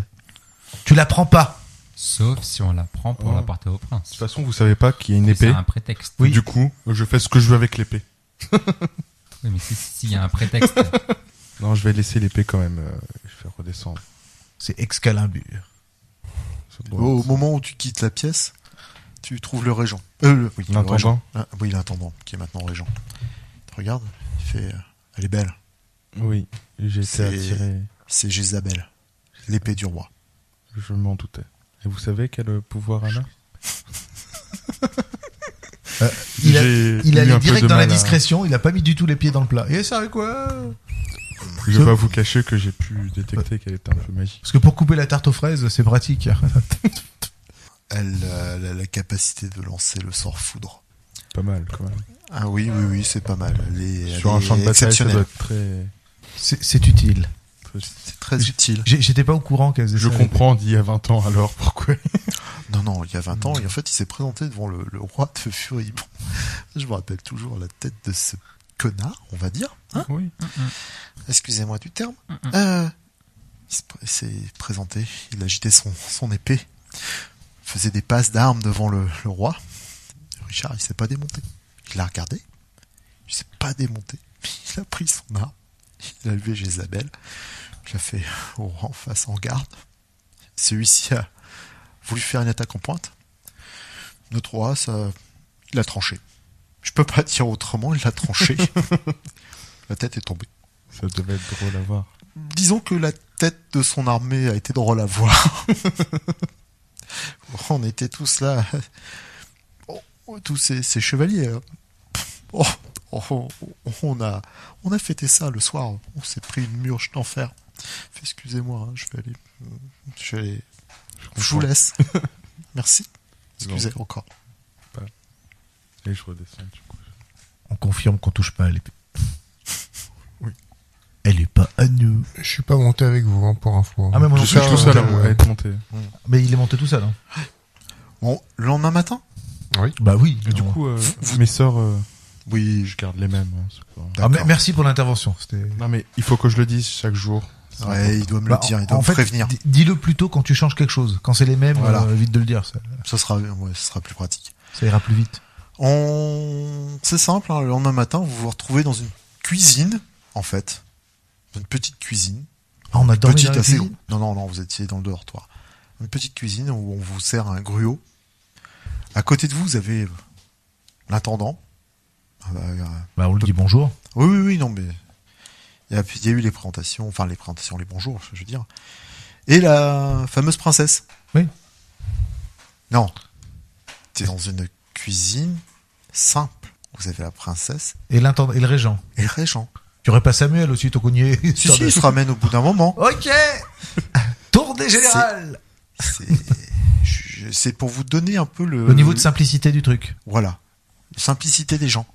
Speaker 5: Tu la prends pas.
Speaker 1: Sauf si on la prend pour
Speaker 4: Oh.
Speaker 1: la porter au
Speaker 4: De
Speaker 1: prince.
Speaker 4: toute façon, vous savez pas qu'il y a une
Speaker 1: C'est
Speaker 4: épée.
Speaker 1: un prétexte.
Speaker 4: Du coup, je fais ce que je veux avec l'épée.
Speaker 1: Oui, mais si- si- s'il y a un
Speaker 4: [laughs]
Speaker 1: prétexte,
Speaker 4: Non, je vais laisser l'épée quand même. euh, je vais redescendre.
Speaker 5: C'est Excalibur.
Speaker 4: Ça
Speaker 2: Au,
Speaker 4: doit-
Speaker 2: au moment où tu quittes la pièce, tu trouves le régent. Euh, le- oui, le régent.
Speaker 4: L'intendant.
Speaker 2: Ah, oui, l'intendant, qui est maintenant régent. Tu regardes, il fait, euh, elle est belle.
Speaker 4: Oui, j'ai été
Speaker 2: C'est-
Speaker 4: attiré.
Speaker 2: C'est Jézabel, l'épée du roi.
Speaker 4: Je m'en doutais. Et vous savez quel euh, pouvoir elle a Euh,
Speaker 5: Il, a-
Speaker 4: J'ai
Speaker 5: il
Speaker 4: eu un
Speaker 5: allait
Speaker 4: peu
Speaker 5: direct
Speaker 4: de
Speaker 5: dans la
Speaker 4: mal à-
Speaker 5: discrétion, il a pas mis du tout les pieds dans le plat. Et ça, avec quoi
Speaker 4: Je vais pas vous cacher que j'ai pu détecter qu'elle était un peu magique.
Speaker 5: Parce que pour couper la tarte aux fraises, c'est pratique. [laughs]
Speaker 2: Elle, euh, elle a la capacité de lancer le sort foudre.
Speaker 4: Pas mal, quand même.
Speaker 2: Ah oui, oui, oui, c'est pas mal. Elle est,
Speaker 4: Sur
Speaker 2: elle
Speaker 4: un champ
Speaker 2: est
Speaker 4: de bataille, ça
Speaker 2: exceptionnelle.
Speaker 4: doit être très.
Speaker 5: C'est c'est utile.
Speaker 2: C'est très utile.
Speaker 5: J'ai- J'étais pas au courant qu'elles faisaient
Speaker 4: Je
Speaker 5: ça.
Speaker 4: comprends d'il y a 20 ans alors pourquoi.
Speaker 2: Non, non, il y a 20
Speaker 4: Mm.
Speaker 2: ans, et en fait, il s'est présenté devant le, le roi de Furibon. [laughs] Je me rappelle toujours la tête de ce connard, on va dire.
Speaker 4: oui.
Speaker 2: Excusez-moi du terme. Euh, il se pr- il s'est présenté, il agitait son, son épée, faisait des passes d'armes devant le, le roi. Richard, il s'est pas démonté. Il l'a regardé, il s'est pas démonté. Il a pris son arme, il a levé Jézabel, il l'a fait au rang face en garde. Celui-ci a voulu faire une attaque en pointe. Notre roi, ça, il a tranché. Je peux pas dire autrement, il l'a tranché. la tête est tombée.
Speaker 4: Ça devait être drôle à voir.
Speaker 2: Disons que la tête de son armée a été drôle à voir. [laughs] on était tous là. Oh, oh, tous ces, ces chevaliers. hein. Oh, oh, oh, on, a, on a fêté ça le soir. On s'est pris une murge d'enfer. Excusez-moi, hein, je vais aller. Je, vais aller- je vous
Speaker 4: comprends.
Speaker 2: laisse. Merci. Excusez encore.
Speaker 4: Et je redescends du coup.
Speaker 5: On confirme qu'on touche pas à [laughs] l'épée. Elle est pas à nous.
Speaker 3: Je suis pas monté avec vous hein, pour info.
Speaker 5: Ah, mais moi
Speaker 4: Je
Speaker 5: non
Speaker 4: suis
Speaker 5: plus,
Speaker 4: tout
Speaker 5: hein.
Speaker 4: seul à
Speaker 3: euh,
Speaker 4: mo- à être monté.
Speaker 5: Mais il est monté tout seul. hein.
Speaker 2: Bon, le lendemain matin
Speaker 5: Bah oui.
Speaker 4: Et du
Speaker 5: non.
Speaker 4: coup, euh, mes sœurs, euh,
Speaker 2: Oui,
Speaker 4: je garde les mêmes. hein, c'est pas-
Speaker 2: d'accord.
Speaker 5: Ah, me- merci pour l'intervention. C'était.
Speaker 4: Non mais il faut que je le dise chaque jour. C'est important.
Speaker 2: Ouais, il doit me
Speaker 5: Bah,
Speaker 2: le dire, il doit me
Speaker 5: fait,
Speaker 2: prévenir.
Speaker 5: di- Dis-le plutôt quand tu changes quelque chose. Quand c'est les mêmes,
Speaker 2: Voilà.
Speaker 5: euh, vite de le dire. Ça,
Speaker 2: Ce sera, ouais, ce sera plus pratique.
Speaker 5: ça ira plus vite.
Speaker 2: On... C'est simple, hein, le lendemain matin, vous vous retrouvez dans une cuisine, en fait. Une petite cuisine.
Speaker 5: Ah, on a dormi
Speaker 2: petite,
Speaker 5: dans la
Speaker 2: assez
Speaker 5: cuisine
Speaker 2: Non, non, non, vous étiez dans le dortoir. Une petite cuisine où on vous sert un gruau. À côté de vous, vous avez euh, l'intendant. Ah bah, euh,
Speaker 5: Bah, on lui dit bonjour.
Speaker 2: oui, oui, oui, non, mais. Il y, a, il y a eu les présentations, enfin les présentations, les bonjours, je veux dire. Et la fameuse princesse.
Speaker 5: Oui.
Speaker 2: Non. T'es dans une cuisine simple. Vous avez la princesse
Speaker 5: Et l'intendant, et le régent.
Speaker 2: et le régent.
Speaker 5: Tu aurais pas Samuel aussi, ton [laughs] cogné.
Speaker 2: Si, si, il se ramène au bout d'un
Speaker 5: [laughs]
Speaker 2: moment.
Speaker 5: Ok. Tour des générales.
Speaker 2: C'est je- c'est pour vous donner un peu le.
Speaker 5: Au niveau de simplicité du truc.
Speaker 2: Voilà. Simplicité des gens.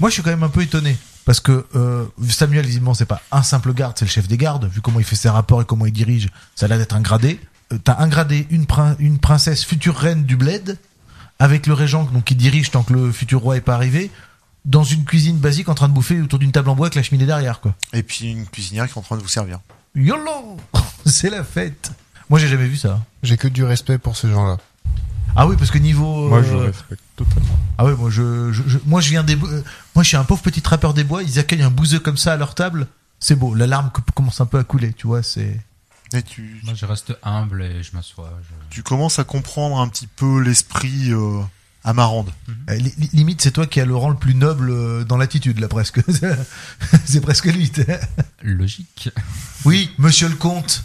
Speaker 5: Moi, je suis quand même un peu étonné. Parce que euh, Samuel, visiblement, c'est pas un simple garde, c'est le chef des gardes. Vu comment il fait ses rapports et comment il dirige, ça a l'air d'être un gradé. Euh, T'as un gradé, une, prin- une princesse, future reine du bled, avec le régent donc, qui dirige tant que le futur roi est pas arrivé, dans une cuisine basique en train de bouffer autour d'une table en bois avec la cheminée derrière. quoi.
Speaker 2: Et puis une cuisinière qui est en train de vous servir.
Speaker 5: YOLO [laughs] C'est la fête Moi, j'ai jamais vu ça.
Speaker 3: J'ai que du respect pour ces gens-là.
Speaker 5: Ah oui, parce que niveau...
Speaker 4: Moi je
Speaker 5: euh,
Speaker 4: respecte totalement.
Speaker 5: Ah ouais, moi je, je, je- moi je viens des, bo- euh, moi je suis un pauvre petit trappeur des bois. Ils accueillent un bouseux comme ça à leur table. C'est beau. L'alarme co- commence un peu à couler, tu vois. C'est.
Speaker 2: Et tu,
Speaker 1: moi je reste humble et je m'assois. je-
Speaker 2: tu commences à comprendre un petit peu l'esprit euh, amarande.
Speaker 5: Euh, li- li- limite, c'est toi qui as le rang le plus noble euh, dans l'attitude là presque. [laughs] c'est presque lui. t'es-
Speaker 1: Logique.
Speaker 5: oui, Monsieur le comte.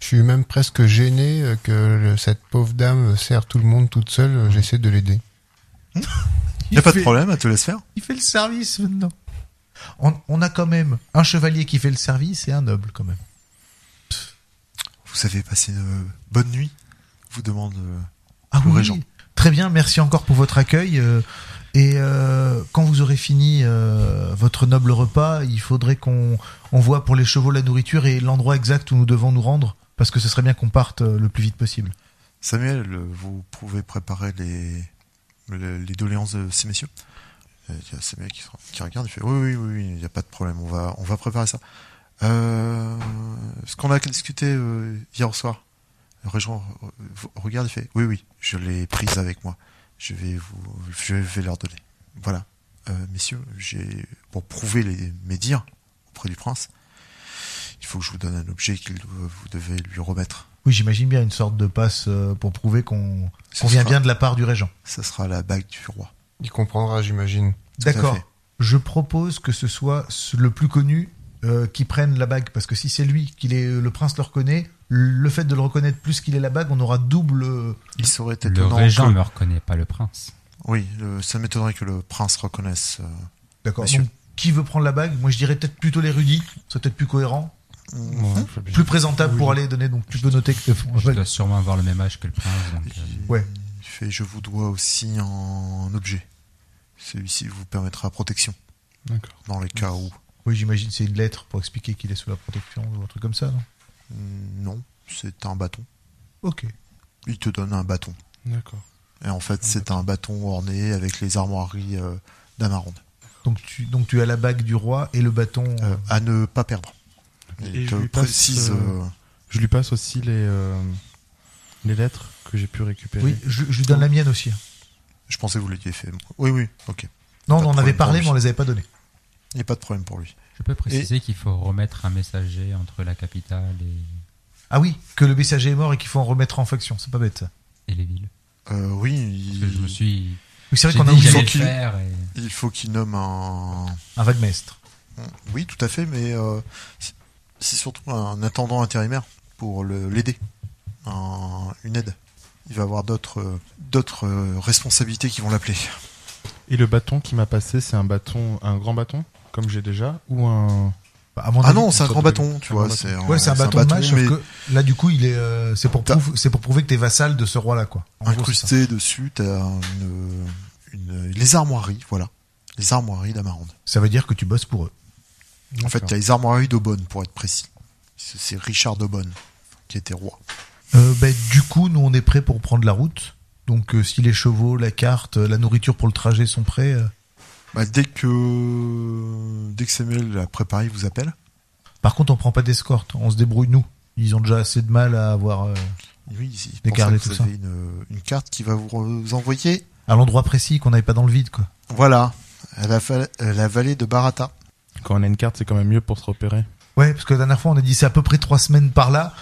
Speaker 3: Je suis même presque gêné euh, que le- cette pauvre dame sert tout le monde toute seule. euh, J'essaie de l'aider.
Speaker 2: Y a pas
Speaker 5: fait-
Speaker 2: de problème, elle te laisse faire.
Speaker 5: Il fait le service maintenant. On, on a quand même un chevalier qui fait le service et un noble quand même.
Speaker 2: Vous avez passé une euh, bonne nuit Vous demande. euh,
Speaker 5: Ah
Speaker 2: Le
Speaker 5: oui.
Speaker 2: régent.
Speaker 5: Très bien, merci encore pour votre accueil. euh, et euh, quand vous aurez fini euh, votre noble repas, il faudrait qu'on on voit pour les chevaux la nourriture et l'endroit exact où nous devons nous rendre, parce que ce serait bien qu'on parte euh, le plus vite possible.
Speaker 2: Samuel, euh, vous pouvez préparer les, le- les doléances de ces messieurs Et Il y a Samuel qui, se- qui regarde, il fait Oui, oui, oui, oui, il n'y a pas de problème, on va, on va préparer ça. Euh, ce qu'on a discuté euh, hier soir, Régent euh, regarde, il fait Oui, oui, je l'ai prise avec moi. Je vais, vous, je vais leur donner. Voilà. Euh, messieurs, j'ai pour prouver les, mes dires auprès du prince, il faut que je vous donne un objet que vous devez lui remettre.
Speaker 5: Oui, j'imagine bien une sorte de passe euh, pour prouver qu'on
Speaker 2: Ce
Speaker 5: qu'on vient
Speaker 2: sera-
Speaker 5: bien de la part du régent.
Speaker 2: Ça sera la bague du roi.
Speaker 3: Il comprendra, j'imagine.
Speaker 2: Tout à
Speaker 5: D'accord.
Speaker 2: fait.
Speaker 5: Je propose que ce soit ce- le plus connu euh, qui prenne la bague, parce que si c'est lui, qu'il est le prince le reconnaît, le fait de le reconnaître plus qu'il est la bague, on aura double. euh,
Speaker 2: Il serait
Speaker 1: Le
Speaker 2: étonnant.
Speaker 1: régent
Speaker 2: que-
Speaker 1: me reconnaît, pas le prince.
Speaker 2: Oui, le- ça m'étonnerait que le prince reconnaisse. euh,
Speaker 5: D'accord.
Speaker 2: Monsieur.
Speaker 5: Donc, qui veut prendre la bague Moi, je dirais peut-être plutôt l'érudit. C'est peut-être plus cohérent, plus présentable pour aller donner. Donc, tu peux noter que.
Speaker 1: Je dois sûrement avoir le même âge que le prince. donc, euh,
Speaker 5: Ouais.
Speaker 2: Il fait Je vous dois aussi un objet. Celui-ci vous permettra protection
Speaker 4: D'accord.
Speaker 2: dans les cas où.
Speaker 5: Oui, j'imagine c'est une lettre pour expliquer qu'il est sous la protection ou un truc comme ça, non
Speaker 2: Mm, Non, c'est un bâton.
Speaker 5: Ok.
Speaker 2: Il te donne un bâton.
Speaker 4: D'accord.
Speaker 2: Et en fait, c'est un bâton orné avec les armoiries euh, d'Amarande.
Speaker 5: Donc tu, donc, tu as la bague du roi et le bâton.
Speaker 2: Euh, à ne pas perdre.
Speaker 4: Et
Speaker 2: Il
Speaker 4: je
Speaker 2: te
Speaker 4: lui passe,
Speaker 2: précise.
Speaker 4: euh,
Speaker 2: euh,
Speaker 4: Je lui passe aussi les, euh, les lettres que j'ai pu récupérer.
Speaker 5: Oui, je, je lui donne la mienne aussi. hein.
Speaker 2: Je pensais que vous l'aviez fait. Oui, oui, ok.
Speaker 5: Non,
Speaker 2: Pas de
Speaker 5: on en avait
Speaker 2: problème,
Speaker 5: parlé,
Speaker 2: tant
Speaker 5: mais on les avait pas donnés.
Speaker 2: Il n'y a pas de problème pour lui.
Speaker 1: Je peux préciser qu'il faut remettre un messager entre la capitale et,
Speaker 5: Ah oui, que le messager est mort et qu'il faut en remettre en faction, c'est pas bête ça.
Speaker 1: et les villes.
Speaker 2: Euh, oui,
Speaker 1: Parce que je me
Speaker 2: il,
Speaker 1: suis.
Speaker 5: Oui, c'est
Speaker 1: J'ai
Speaker 5: vrai qu'on a
Speaker 1: dit que
Speaker 5: oublié
Speaker 1: j'allais le
Speaker 2: qu'il-
Speaker 1: faire. et-
Speaker 2: il faut qu'il nomme un.
Speaker 5: un vague maître.
Speaker 2: Oui, tout à fait, mais euh, c'est- c'est surtout un attendant intérimaire pour le- l'aider. Un- une aide. Il va avoir d'autres euh, d'autres euh, responsabilités qui vont l'appeler.
Speaker 4: Et le bâton qui m'a passé, c'est un bâton, un grand bâton, comme j'ai déjà, ou un.
Speaker 5: Bah, à mon
Speaker 2: Ah
Speaker 5: avis-
Speaker 2: non, c'est un
Speaker 4: ça
Speaker 2: grand
Speaker 4: peut-
Speaker 2: bâton, tu
Speaker 4: un
Speaker 2: vois.
Speaker 4: grand
Speaker 2: C'est
Speaker 5: Ouais, c'est un
Speaker 2: c'est
Speaker 5: bâton de match, sauf
Speaker 2: mais
Speaker 5: que là, du coup, il est, euh, c'est pour,
Speaker 2: T'as-
Speaker 5: prouve- c'est pour prouver que t'es vassal de ce roi-là, quoi. En gros, c'est ça.
Speaker 2: incrusté dessus, t'as une, une- les armoiries, voilà. Les armoiries d'Amarande.
Speaker 5: Ça veut dire que tu bosses pour eux.
Speaker 2: En fait, il y a les armoiries d'Aubonne, pour être précis. C'est c'est Richard d'Aubonne qui était roi.
Speaker 5: Euh, bah, du coup, nous, on est prêts pour prendre la route. Donc, euh, si les chevaux, la carte, euh, la nourriture pour le trajet sont prêts, euh,
Speaker 2: Bah, dès que dès que Samuel l'a préparé, il vous appelle.
Speaker 5: Par contre, on prend pas d'escorte, on se débrouille nous. Ils ont déjà assez de mal à avoir euh,
Speaker 2: Oui, il
Speaker 5: Les
Speaker 2: pense
Speaker 5: gardes
Speaker 2: que
Speaker 5: et
Speaker 2: vous
Speaker 5: tout ça.
Speaker 2: avez une, une carte qui va vous, re- vous envoyer.
Speaker 5: à l'endroit précis qu'on n'aille pas dans le vide, quoi.
Speaker 2: Voilà, à la, val- à la vallée de Barata.
Speaker 4: Quand on a une carte, c'est quand même mieux pour se repérer.
Speaker 5: Ouais, parce que la dernière fois, on a dit c'est à peu près trois semaines par là.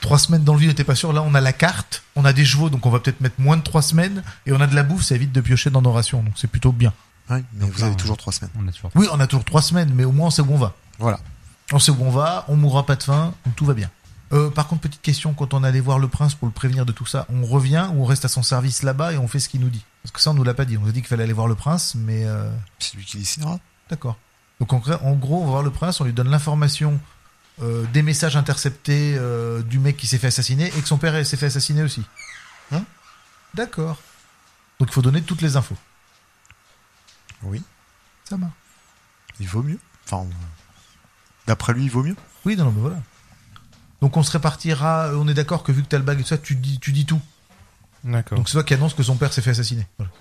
Speaker 5: Trois semaines dans le vide, on n'était pas sûr. Là, on a la carte, on a des chevaux, donc on va peut-être mettre moins de trois semaines, et on a de la bouffe, ça évite de piocher dans nos rations, donc c'est plutôt bien.
Speaker 2: Oui, mais
Speaker 1: Donc
Speaker 2: vous
Speaker 1: là,
Speaker 2: avez
Speaker 1: on-
Speaker 2: toujours trois semaines.
Speaker 1: On a toujours.
Speaker 5: Oui, on a toujours trois semaines, mais au moins on sait où on va.
Speaker 2: Voilà.
Speaker 5: On sait où on va, on mourra pas de faim, donc tout va bien. Euh, par contre, petite question, quand on allait voir le prince pour le prévenir de tout ça, on revient ou on reste à son service là-bas et on fait ce qu'il nous dit Parce que ça, on nous l'a pas dit. On nous a dit qu'il fallait aller voir le prince, mais... euh,
Speaker 2: C'est lui qui décidera.
Speaker 5: D'accord. Donc en, gra- en gros, on va voir le prince, on lui donne l'information euh, des messages interceptés euh, du mec qui s'est fait assassiner et que son père s'est fait assassiner aussi. Hein D'accord. Donc il faut donner toutes les infos.
Speaker 2: Oui,
Speaker 5: Ça marche.
Speaker 2: il vaut mieux. Enfin, d'après lui, il vaut mieux.
Speaker 5: Oui, non, non, mais voilà. Donc on se répartira, on est d'accord que vu que t'as le bague et tout ça, tu dis, tu dis tout.
Speaker 4: D'accord.
Speaker 5: Donc c'est toi qui annonce que son père s'est fait assassiner. Voilà.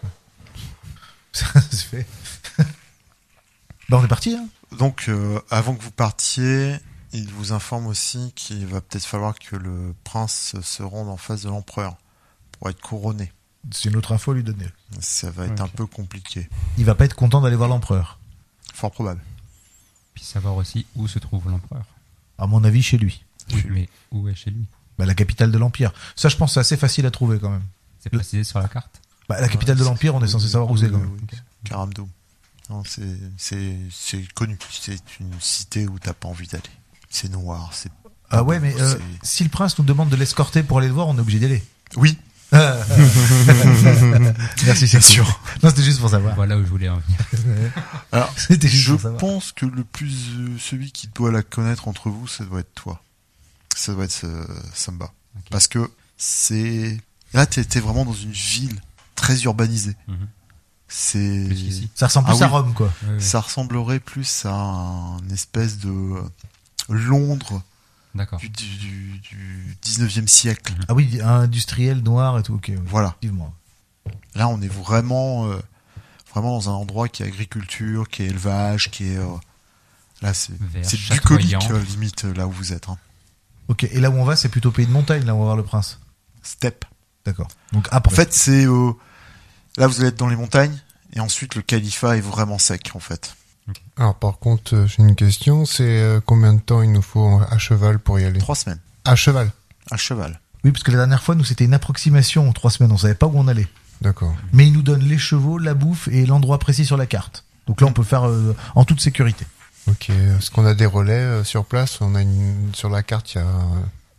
Speaker 5: [laughs] Ça se fait. [laughs] bah on est parti, hein
Speaker 2: Donc, euh, avant que vous partiez, il vous informe aussi qu'il va peut-être falloir que le prince se rende en face de l'empereur pour être couronné.
Speaker 5: C'est une autre info à lui donner.
Speaker 2: Ça va être un
Speaker 4: Ok.
Speaker 2: peu compliqué,
Speaker 5: Il va pas être content d'aller voir l'empereur.
Speaker 2: fort probable.
Speaker 1: Puis savoir aussi où se trouve l'empereur.
Speaker 5: À mon avis, chez lui.
Speaker 1: Oui, mais où est chez lui
Speaker 5: Bah, la capitale de l'Empire. Ça, je pense, c'est assez facile à trouver quand même.
Speaker 1: C'est précisé sur la carte.
Speaker 5: Bah, la capitale de l'Empire, on est censé savoir où c'est quand même.
Speaker 2: Karamdo. Non, c'est- c'est c'est connu. C'est une cité où t'as pas envie d'aller. C'est noir, c'est.
Speaker 5: Ah ouais, mais euh,
Speaker 2: c'est-
Speaker 5: si le prince nous demande de l'escorter pour aller le voir, on est obligé d'y aller. [laughs]
Speaker 2: Oui,
Speaker 5: Ah. Merci, c'est sûr. Non, c'était juste
Speaker 2: [laughs]
Speaker 5: pour savoir.
Speaker 1: Voilà où je voulais en venir.
Speaker 2: alors.
Speaker 5: C'était juste
Speaker 2: Je
Speaker 5: pour savoir.
Speaker 2: pense que le plus euh, celui qui doit la connaître entre vous, ça doit être toi. Ça doit être euh, Samba.
Speaker 1: Ok.
Speaker 2: Parce que c'est là t'es t'es vraiment dans une ville très urbanisée.
Speaker 1: Mhm.
Speaker 2: C'est
Speaker 1: Plus qu'ici.
Speaker 5: Ça ressemble
Speaker 2: Ah
Speaker 5: plus à
Speaker 2: oui.
Speaker 5: Rome, quoi.
Speaker 1: Ouais, ouais.
Speaker 2: ça ressemblerait plus à un espèce de euh, Londres
Speaker 1: D'accord.
Speaker 2: du, du- du- du 19e siècle.
Speaker 1: Mhm.
Speaker 5: Ah oui, industriel, noir et tout. Ok, ouais,
Speaker 2: Voilà.
Speaker 5: effectivement.
Speaker 2: Là, on est vraiment, euh, vraiment dans un endroit qui est agriculture, qui est élevage, qui est. euh, là, c'est
Speaker 1: Vert,
Speaker 2: c'est
Speaker 1: chatoyant.
Speaker 2: bucolique, euh, limite, euh, là où euh, vous êtes. hein.
Speaker 5: Ok, et là où on va, c'est plutôt pays de montagne, là où on va voir le prince.
Speaker 2: Step.
Speaker 5: D'accord. Donc, ah,
Speaker 2: En fait, c'est euh, là vous allez être dans les montagnes et ensuite le califat est vraiment sec en fait.
Speaker 3: Alors par contre, euh, j'ai une question, c'est euh, combien de temps il nous faut à cheval pour y aller
Speaker 2: Trois semaines
Speaker 3: À cheval,
Speaker 2: à cheval.
Speaker 5: oui, parce que la dernière fois, nous, c'était une approximation en trois semaines, on savait pas où on allait.
Speaker 3: d'accord.
Speaker 5: Mais ils nous donnent les chevaux, la bouffe et l'endroit précis sur la carte. Donc là, on peut faire euh, en toute sécurité.
Speaker 3: Ok, est-ce qu'on a des relais euh, sur place On a une... Sur la carte, il y a euh,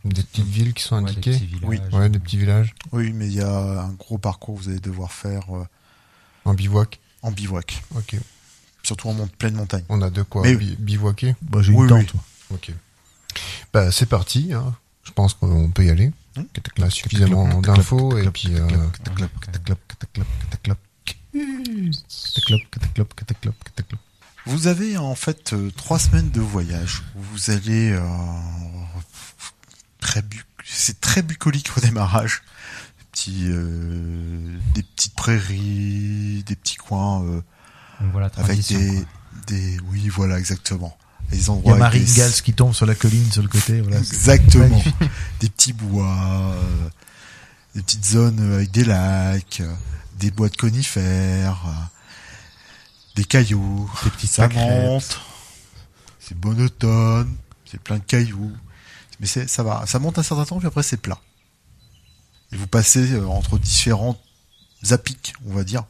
Speaker 3: des petites villes qui sont
Speaker 1: Ouais, des
Speaker 3: indiquées
Speaker 1: petits villages.
Speaker 2: Oui.
Speaker 3: Ouais, des petits villages
Speaker 2: Oui, mais il y a un gros parcours que vous allez devoir faire euh,
Speaker 3: en bivouac.
Speaker 2: en bivouac,
Speaker 3: Ok,
Speaker 2: surtout en mont- pleine montagne.
Speaker 3: on a de quoi
Speaker 2: Mais-
Speaker 3: bi- bivouaquer.
Speaker 5: Bah, j'ai une
Speaker 2: Oui,
Speaker 5: tente.
Speaker 2: oui.
Speaker 5: moi.
Speaker 3: Ok. Bah, c'est parti. hein. Je pense qu'on peut y aller.
Speaker 2: Hmm.
Speaker 1: Hein?
Speaker 3: On a suffisamment d'infos et puis. euh,
Speaker 5: Cataclop, cataclop, cataclop, cataclop. Cataclop, cataclop, cataclop, cataclop.
Speaker 2: Vous avez en fait euh, trois semaines de voyage. où Vous allez euh, très bu- c'est très bucolique au démarrage. Des, petits, euh, des petites prairies, des petits coins euh,
Speaker 1: On voit la
Speaker 2: avec
Speaker 1: transition.
Speaker 2: des,
Speaker 1: quoi.
Speaker 2: des oui voilà exactement des
Speaker 5: Il y
Speaker 2: endroits
Speaker 5: a Marie
Speaker 2: avec des-
Speaker 5: Ingalls qui tombe sur la colline, sur le côté. Voilà, c'est
Speaker 2: Exactement.
Speaker 5: magnifique.
Speaker 2: des petits bois, euh, des petites zones avec des lacs, euh, des bois de conifères, euh, des cailloux, des petites ça
Speaker 5: pâquerettes.
Speaker 2: monte. C'est bon automne, c'est plein de cailloux, mais c'est ça va, ça monte un certain temps puis après c'est plat. Et vous passez euh, entre différents apics, on va dire.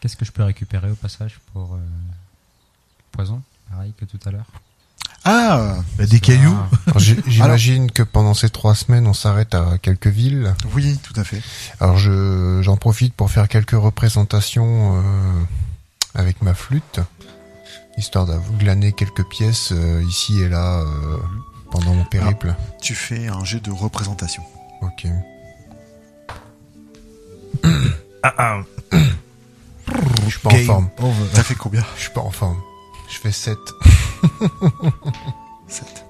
Speaker 1: Qu'est-ce que je peux récupérer au passage pour euh, poison Pareil que tout à l'heure.
Speaker 2: Ah
Speaker 5: Bah, Des cailloux.
Speaker 1: Ah,
Speaker 3: Alors, j'ai- J'imagine que pendant ces trois semaines, on s'arrête à quelques villes.
Speaker 2: oui, tout à fait.
Speaker 3: Alors, je j'en profite pour faire quelques représentations euh, avec ma flûte, histoire d'avoir glaner quelques pièces euh, ici et là euh, pendant mon périple.
Speaker 2: Tu fais un jet de représentation.
Speaker 3: Ok.
Speaker 5: [coughs] Ah, ah.
Speaker 3: Je suis pas en
Speaker 5: Game
Speaker 3: forme.
Speaker 5: over.
Speaker 2: T'as fait combien
Speaker 3: Je suis pas en forme. Je fais 7.
Speaker 2: Sept.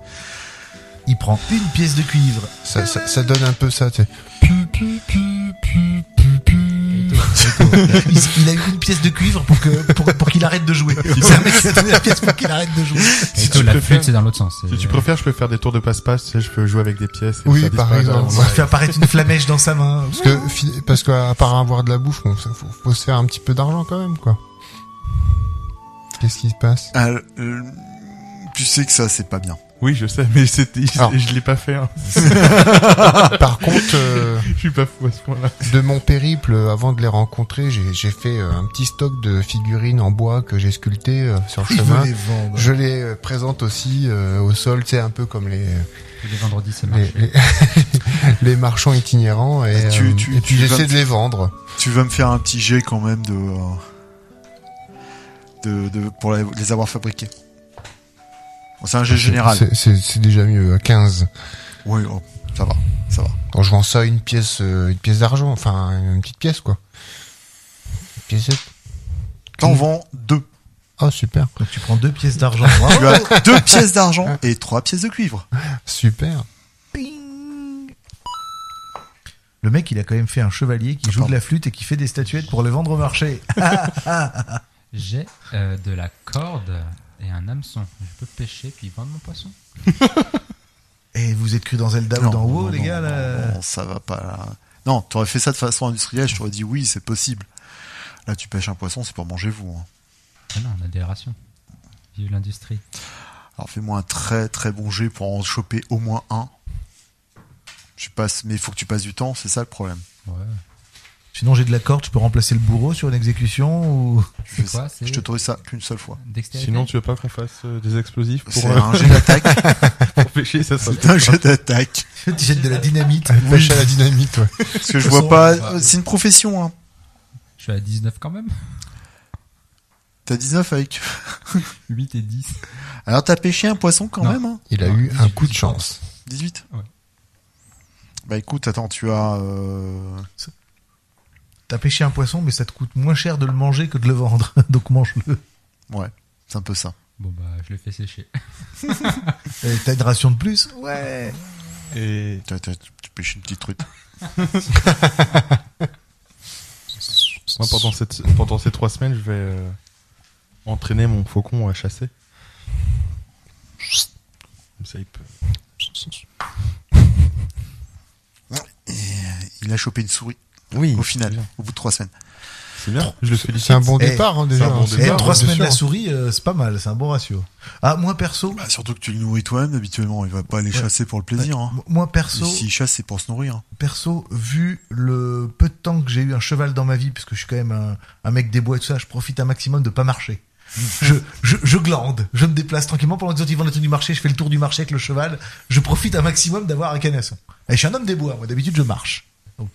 Speaker 5: Il prend une pièce de cuivre.
Speaker 3: Ça, ça, ça donne un peu ça. tu sais.
Speaker 5: Il, il a eu une pièce de cuivre pour que pour, pour qu'il arrête de jouer. C'est un mec qui a donné la pièce pour qu'il arrête de jouer.
Speaker 1: Et
Speaker 4: Si
Speaker 1: toi,
Speaker 4: tu
Speaker 1: la
Speaker 4: préfères-
Speaker 1: flûte, c'est dans l'autre sens. Euh,
Speaker 4: Si
Speaker 1: c'est-
Speaker 4: tu préfères, je peux faire des tours de passe-passe, tu sais, je peux jouer avec des pièces. et
Speaker 3: Oui,
Speaker 4: faire
Speaker 3: par
Speaker 4: disparaître
Speaker 3: exemple.
Speaker 5: On
Speaker 4: dans
Speaker 5: fait apparaître une flamèche dans sa main.
Speaker 3: Parce que, fi- parce qu'à part avoir de la bouffe, bon, ça- faut, faut se faire un petit peu d'argent quand même, quoi. Qu'est-ce qui se passe
Speaker 2: Ah, euh, tu sais que ça, c'est pas bien.
Speaker 4: le- Oui, je sais, mais c'était,
Speaker 3: Alors.
Speaker 4: je, je l'ai pas fait, hein.
Speaker 5: Ah.
Speaker 3: Par contre, euh,
Speaker 4: Je suis pas fou à ce point-là.
Speaker 3: de mon périple, euh, avant de les rencontrer, j'ai, j'ai fait euh, un petit stock de figurines en bois que j'ai sculptées euh, sur le
Speaker 5: Il veut
Speaker 3: chemin.
Speaker 5: les vendre.
Speaker 3: Je les euh, présente aussi euh, au sol, tu sais, un peu comme les,
Speaker 1: Tous les vendredis, c'est
Speaker 3: les,
Speaker 1: marché.
Speaker 3: les, [laughs] les marchands itinérants. Et,
Speaker 2: Ah, tu-
Speaker 3: euh,
Speaker 2: tu-
Speaker 3: et puis
Speaker 2: tu vas-
Speaker 3: j'essaie de les vendre.
Speaker 2: Tu vas me faire un petit jet quand même de, euh, de, de pour la- les avoir fabriqués. Bon, c'est un jet général.
Speaker 3: Ah, C'est, c'est, c'est déjà mieux, à 15.
Speaker 2: Oui, oh, ça va, ça va.
Speaker 3: Quand je vends ça, une pièce, euh, une pièce d'argent, enfin, une petite pièce, quoi. Une piècette.
Speaker 2: T'en vends deux.
Speaker 3: Ah, super.
Speaker 5: Donc tu prends deux pièces d'argent.
Speaker 2: Tu as deux pièces d'argent et trois pièces de cuivre.
Speaker 5: Ah,
Speaker 3: Super.
Speaker 5: Ping. Le mec, il a quand même fait un chevalier qui joue de la flûte et qui fait des statuettes pour les vendre au marché.
Speaker 1: J'ai euh, de la corde et un hameçon. Je peux pêcher puis vendre mon poisson.
Speaker 5: Et Eh, vous êtes cru dans Zelda ou dans WoW, les
Speaker 2: non,
Speaker 5: gars là
Speaker 2: non, non, ça va pas. Là. Non, t'aurais fait ça de façon industrielle, je t'aurais dit oui, c'est possible. Là, tu pêches un poisson, c'est pour manger vous. hein.
Speaker 1: Ah non, on a des rations. Vive l'industrie.
Speaker 2: Alors fais-moi un très très bon jet pour en choper au moins un. Tu passes, mais il faut que tu passes du temps, c'est ça le problème.
Speaker 1: Ouais.
Speaker 5: Sinon, j'ai de la corde, je peux remplacer le bourreau sur une exécution ou. [laughs]
Speaker 2: Je,
Speaker 1: C'est quoi, c'est-
Speaker 2: je te trouve ça qu'une seule fois.
Speaker 1: Dextérité.
Speaker 4: Sinon, tu veux pas qu'on fasse euh, des explosifs pour,
Speaker 2: C'est
Speaker 4: euh,
Speaker 2: un jet d'attaque.
Speaker 4: pour pêcher, ça sera-
Speaker 2: C'est un jeu d'attaque.
Speaker 5: Tu jettes de la dynamite.
Speaker 3: Pêche à la dynamite, ouais.
Speaker 2: Parce que je
Speaker 5: De
Speaker 2: vois
Speaker 5: toute
Speaker 2: pas. C'est une profession, hein.
Speaker 1: Je suis à 19 quand même. [laughs]
Speaker 2: T'as 19 avec.
Speaker 1: 8 et 10.
Speaker 2: Alors t'as pêché un poisson quand
Speaker 1: Non.
Speaker 2: même, hein.
Speaker 3: Il a
Speaker 1: Ah,
Speaker 3: eu un
Speaker 1: dix-huit,
Speaker 3: coup de
Speaker 1: pardon.
Speaker 3: chance.
Speaker 2: 18.
Speaker 1: Ouais.
Speaker 2: Bah écoute, attends, tu as. euh,
Speaker 5: T'as pêché un poisson, mais ça te coûte moins cher de le manger que de le vendre. [laughs] Donc mange-le.
Speaker 2: Ouais, c'est un peu ça.
Speaker 1: Bon bah, je le fais sécher. [laughs]
Speaker 5: Et Euh, T'as une ration de plus Ouais.
Speaker 4: Et
Speaker 2: T'as- t'as- Tu pêches une petite truite.
Speaker 4: moi, pendant cette, pendant ces trois semaines, je vais euh, entraîner mon faucon à chasser. Comme ça, il peut.
Speaker 2: euh, il a chopé une souris
Speaker 6: Oui.
Speaker 2: au final, au bout de trois semaines.
Speaker 6: C'est bien.
Speaker 4: Je le félicite.
Speaker 3: C'est un bon
Speaker 5: Eh,
Speaker 3: départ, hein, déjà.
Speaker 6: un bon
Speaker 3: hein, c'est
Speaker 5: Et
Speaker 6: départ,
Speaker 3: bien,
Speaker 5: trois
Speaker 3: bien
Speaker 5: semaines
Speaker 3: sûr.
Speaker 5: la souris, euh, c'est pas mal, c'est un bon ratio. Ah, moi perso,
Speaker 2: Bah, surtout que tu le nourris toi-même, habituellement, il va pas aller
Speaker 5: Ouais.
Speaker 2: chasser pour le plaisir. Hein.
Speaker 5: moi perso,
Speaker 2: Et S'il chasse, c'est pour se nourrir.
Speaker 5: perso, vu le peu de temps que j'ai eu un cheval dans ma vie, parce que je suis quand même un, un mec des bois et tout ça, je profite un maximum de pas marcher.
Speaker 3: Mm.
Speaker 5: je, je, je glande, je me déplace tranquillement pendant que les autres ils vendent les trucs du marché, je fais le tour du marché avec le cheval, je profite un maximum d'avoir un canasson. Et je suis un homme des bois, moi d'habitude je marche. Donc,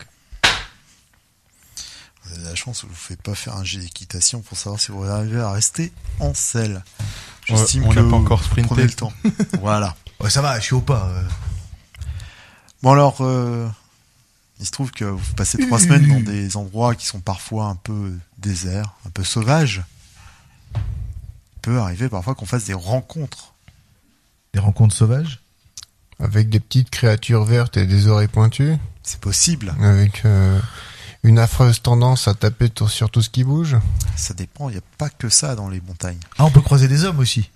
Speaker 2: Vous avez la chance, vous ne faites pas faire un jet d'équitation pour savoir si vous arrivez à rester en selle. J'estime
Speaker 4: Ouais, on
Speaker 2: que
Speaker 4: n'a pas encore
Speaker 2: vous
Speaker 4: sprinté.
Speaker 2: prenez le temps. [laughs] voilà.
Speaker 5: ouais, ça va, je suis au pas. euh.
Speaker 2: Bon alors, euh, il se trouve que vous passez trois semaines dans des endroits qui sont parfois un peu déserts, un peu sauvages. Il peut arriver parfois qu'on fasse des rencontres.
Speaker 5: Des rencontres sauvages
Speaker 3: Avec des petites créatures vertes et des oreilles pointues.
Speaker 2: C'est possible.
Speaker 3: Avec euh, une affreuse tendance à taper t- sur tout ce qui bouge.
Speaker 2: Ça dépend. Il n'y a pas que ça dans les montagnes.
Speaker 5: Ah, on peut croiser des hommes aussi.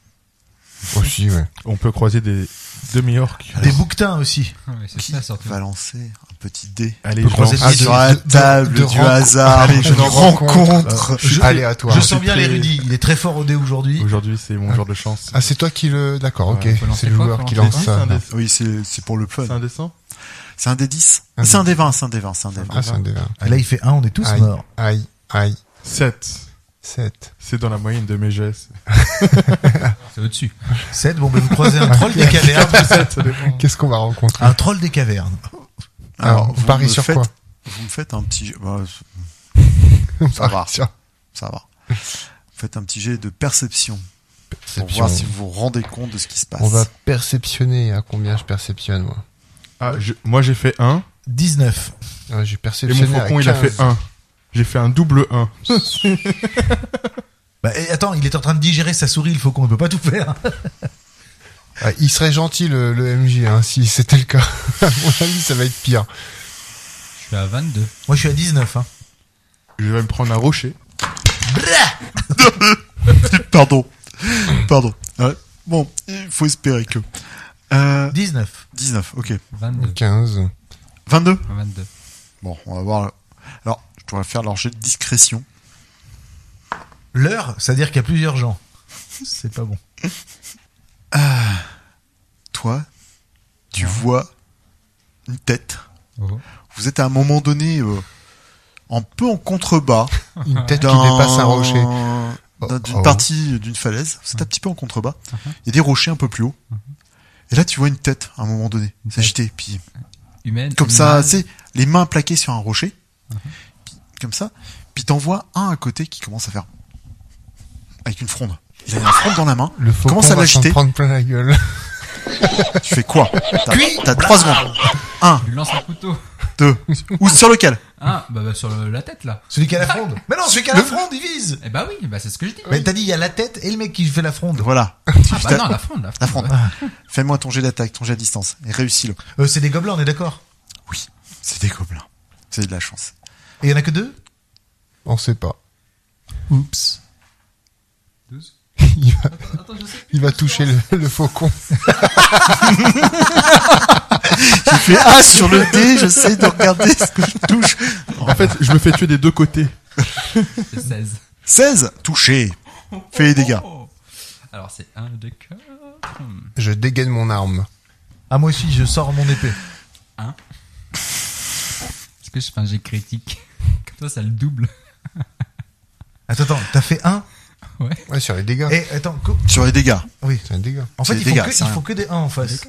Speaker 3: Aussi, ouais.
Speaker 4: On peut croiser des demi-orques.
Speaker 5: Des bouquetins aussi.
Speaker 1: Ouais, c'est
Speaker 2: Qui
Speaker 1: ça surtout.
Speaker 2: va lancer un petit dé
Speaker 4: Allez,
Speaker 5: peut
Speaker 4: je
Speaker 5: croiser
Speaker 4: lance-
Speaker 5: Ah, des-
Speaker 2: sur
Speaker 5: de-
Speaker 2: la
Speaker 3: de- de-
Speaker 2: table
Speaker 3: de
Speaker 2: du
Speaker 3: rencontre.
Speaker 2: hasard,
Speaker 3: Allez,
Speaker 2: d'une
Speaker 3: je me
Speaker 2: rencontre.
Speaker 5: Je-
Speaker 3: Aléatoire.
Speaker 5: je sens bien
Speaker 4: c'est très-
Speaker 5: l'érudit, il est très fort au dé aujourd'hui.
Speaker 4: Aujourd'hui, c'est mon
Speaker 3: Ah.
Speaker 4: jour de chance.
Speaker 3: Ah, c'est toi qui le. D'accord, ok.
Speaker 4: Ouais,
Speaker 1: faut lancer
Speaker 3: C'est le
Speaker 1: quoi,
Speaker 3: joueur
Speaker 1: faut
Speaker 3: qui
Speaker 4: C'est un
Speaker 3: lance
Speaker 4: dé-
Speaker 3: ça. Ah,
Speaker 4: c'est un dé-
Speaker 2: Oui, c'est c'est pour le fun.
Speaker 4: C'est un dessin
Speaker 2: C'est un des 10
Speaker 3: Un
Speaker 2: C'est un des 20, c'est un des 20, c'est un des 20.
Speaker 3: Ah, c'est un dé vingt.
Speaker 5: Là, il fait un, on est tous
Speaker 3: Aïe,
Speaker 5: morts.
Speaker 3: Aïe, aïe.
Speaker 4: 7.
Speaker 3: 7.
Speaker 4: [laughs] C'est dans la moyenne de mes gestes.
Speaker 1: C'est au-dessus.
Speaker 5: 7, bon, ben vous croisez un troll des cavernes.
Speaker 3: Qu'est-ce qu'on va rencontrer
Speaker 5: Un troll des cavernes.
Speaker 3: Ah, Alors, on
Speaker 2: vous
Speaker 3: parie
Speaker 2: me
Speaker 3: sur
Speaker 2: faites-
Speaker 3: quoi
Speaker 2: Vous me faites un petit... bah,
Speaker 3: [laughs] On
Speaker 2: ça va.
Speaker 3: parie sur-
Speaker 2: ça va. Vous faites un petit jet de perception pour
Speaker 3: Perception.
Speaker 2: voir si vous vous rendez compte de ce qui se passe.
Speaker 3: On va perceptionner. À combien je perceptionne, moi
Speaker 4: Ah, je- moi, j'ai fait 1.
Speaker 5: 19.
Speaker 3: Ouais, J'ai
Speaker 4: Et mon
Speaker 3: perceptionné.
Speaker 4: faucon,
Speaker 3: à
Speaker 4: il a
Speaker 3: 15.
Speaker 4: fait 1. J'ai fait un double 1.
Speaker 5: Bah, et attends, il est en train de digérer sa souris, il faut qu'on ne peut pas tout faire. [laughs]
Speaker 3: Ah, il serait gentil, le, le MJ, hein, si c'était le cas. [laughs] à mon avis, ça va être pire.
Speaker 1: Je suis à 22.
Speaker 5: Moi, je suis à 19. Hein.
Speaker 4: Je vais me prendre un rocher.
Speaker 2: Pardon. Pardon. Ouais. Bon, il faut espérer que... Euh,
Speaker 5: 19.
Speaker 2: 19, ok.
Speaker 1: 22.
Speaker 3: 15.
Speaker 2: 22
Speaker 1: 22.
Speaker 2: Bon, on va voir. Alors, je dois faire leur jet de discrétion.
Speaker 5: L'heure, c'est-à-dire qu'il y a plusieurs gens. [laughs] C'est pas bon.
Speaker 2: Toi,
Speaker 3: Ah.
Speaker 2: tu vois une tête.
Speaker 1: Oh.
Speaker 2: Vous êtes à un moment donné euh, un peu en contrebas.
Speaker 3: Une tête qui
Speaker 2: d'un-
Speaker 3: dépasse un rocher.
Speaker 2: d'un- D'une
Speaker 3: Oh. Uh-huh.
Speaker 2: partie d'une falaise. C'est un petit peu en contrebas. Il y a des rochers un peu plus haut. Et là, tu vois une tête à un moment donné
Speaker 1: Une tête.
Speaker 2: s'agiter. Puis,
Speaker 1: Humaine.
Speaker 2: comme ça,
Speaker 1: animale.
Speaker 2: c'est les mains plaquées sur un rocher.
Speaker 3: Uh-huh.
Speaker 2: Puis, comme ça. Puis t'en vois un à côté qui commence à faire. Avec une fronde. Il a une fronde dans la main.
Speaker 3: Le faucon
Speaker 2: Commence à
Speaker 3: va s'en
Speaker 2: l'agiter.
Speaker 3: prendre plein la gueule.
Speaker 2: Tu fais quoi T'as- T'as trois secondes.
Speaker 1: Tu lui lances un couteau.
Speaker 2: Deux. Ou sur lequel
Speaker 1: Ah, bah, bah, sur le- la tête là.
Speaker 5: Celui qui a la fronde. Mais non, celui qui a la fronde, il vise.
Speaker 1: Eh bah oui, bah c'est ce que je dis.
Speaker 5: Mais t'as dit, il y a la tête et le mec qui fait la fronde.
Speaker 2: Voilà.
Speaker 1: Ah bah non, la fronde, la fronde.
Speaker 2: La fronde.
Speaker 1: ouais.
Speaker 2: Fais-moi ton jet d'attaque, ton jet à distance. Et réussis-le.
Speaker 5: Euh, c'est des gobelins, on est d'accord
Speaker 2: Oui, c'est des gobelins. C'est de la chance.
Speaker 5: Et il y en a que deux
Speaker 3: On sait pas.
Speaker 5: Oups.
Speaker 1: Douze.
Speaker 3: Il va,
Speaker 1: Attends, je sais plus.
Speaker 3: il va toucher le, le faucon.
Speaker 2: Tu fais A sur le dé, j'essaie de regarder ce que je touche.
Speaker 4: En fait, je me fais tuer des deux côtés.
Speaker 1: C'est 16.
Speaker 2: 16, touché. Fais les dégâts.
Speaker 1: Oh. Alors c'est 1 de cœur. Hmm.
Speaker 3: Je dégaine mon arme.
Speaker 5: Ah, moi aussi, je sors mon épée.
Speaker 1: Est-ce que je fais un jet critique [laughs] Comme ça, ça le double.
Speaker 5: Attends, attends, t'as fait un
Speaker 1: Ouais.
Speaker 3: Ouais, sur les dégâts.
Speaker 5: Et attends, co-
Speaker 2: Sur les dégâts.
Speaker 5: oui.
Speaker 3: Ah. C'est un dégât.
Speaker 5: En fait,
Speaker 2: C'est
Speaker 5: il
Speaker 2: des
Speaker 5: faut,
Speaker 2: gars,
Speaker 5: que,
Speaker 2: c'est
Speaker 5: il
Speaker 2: rien.
Speaker 5: faut que des 1 en face.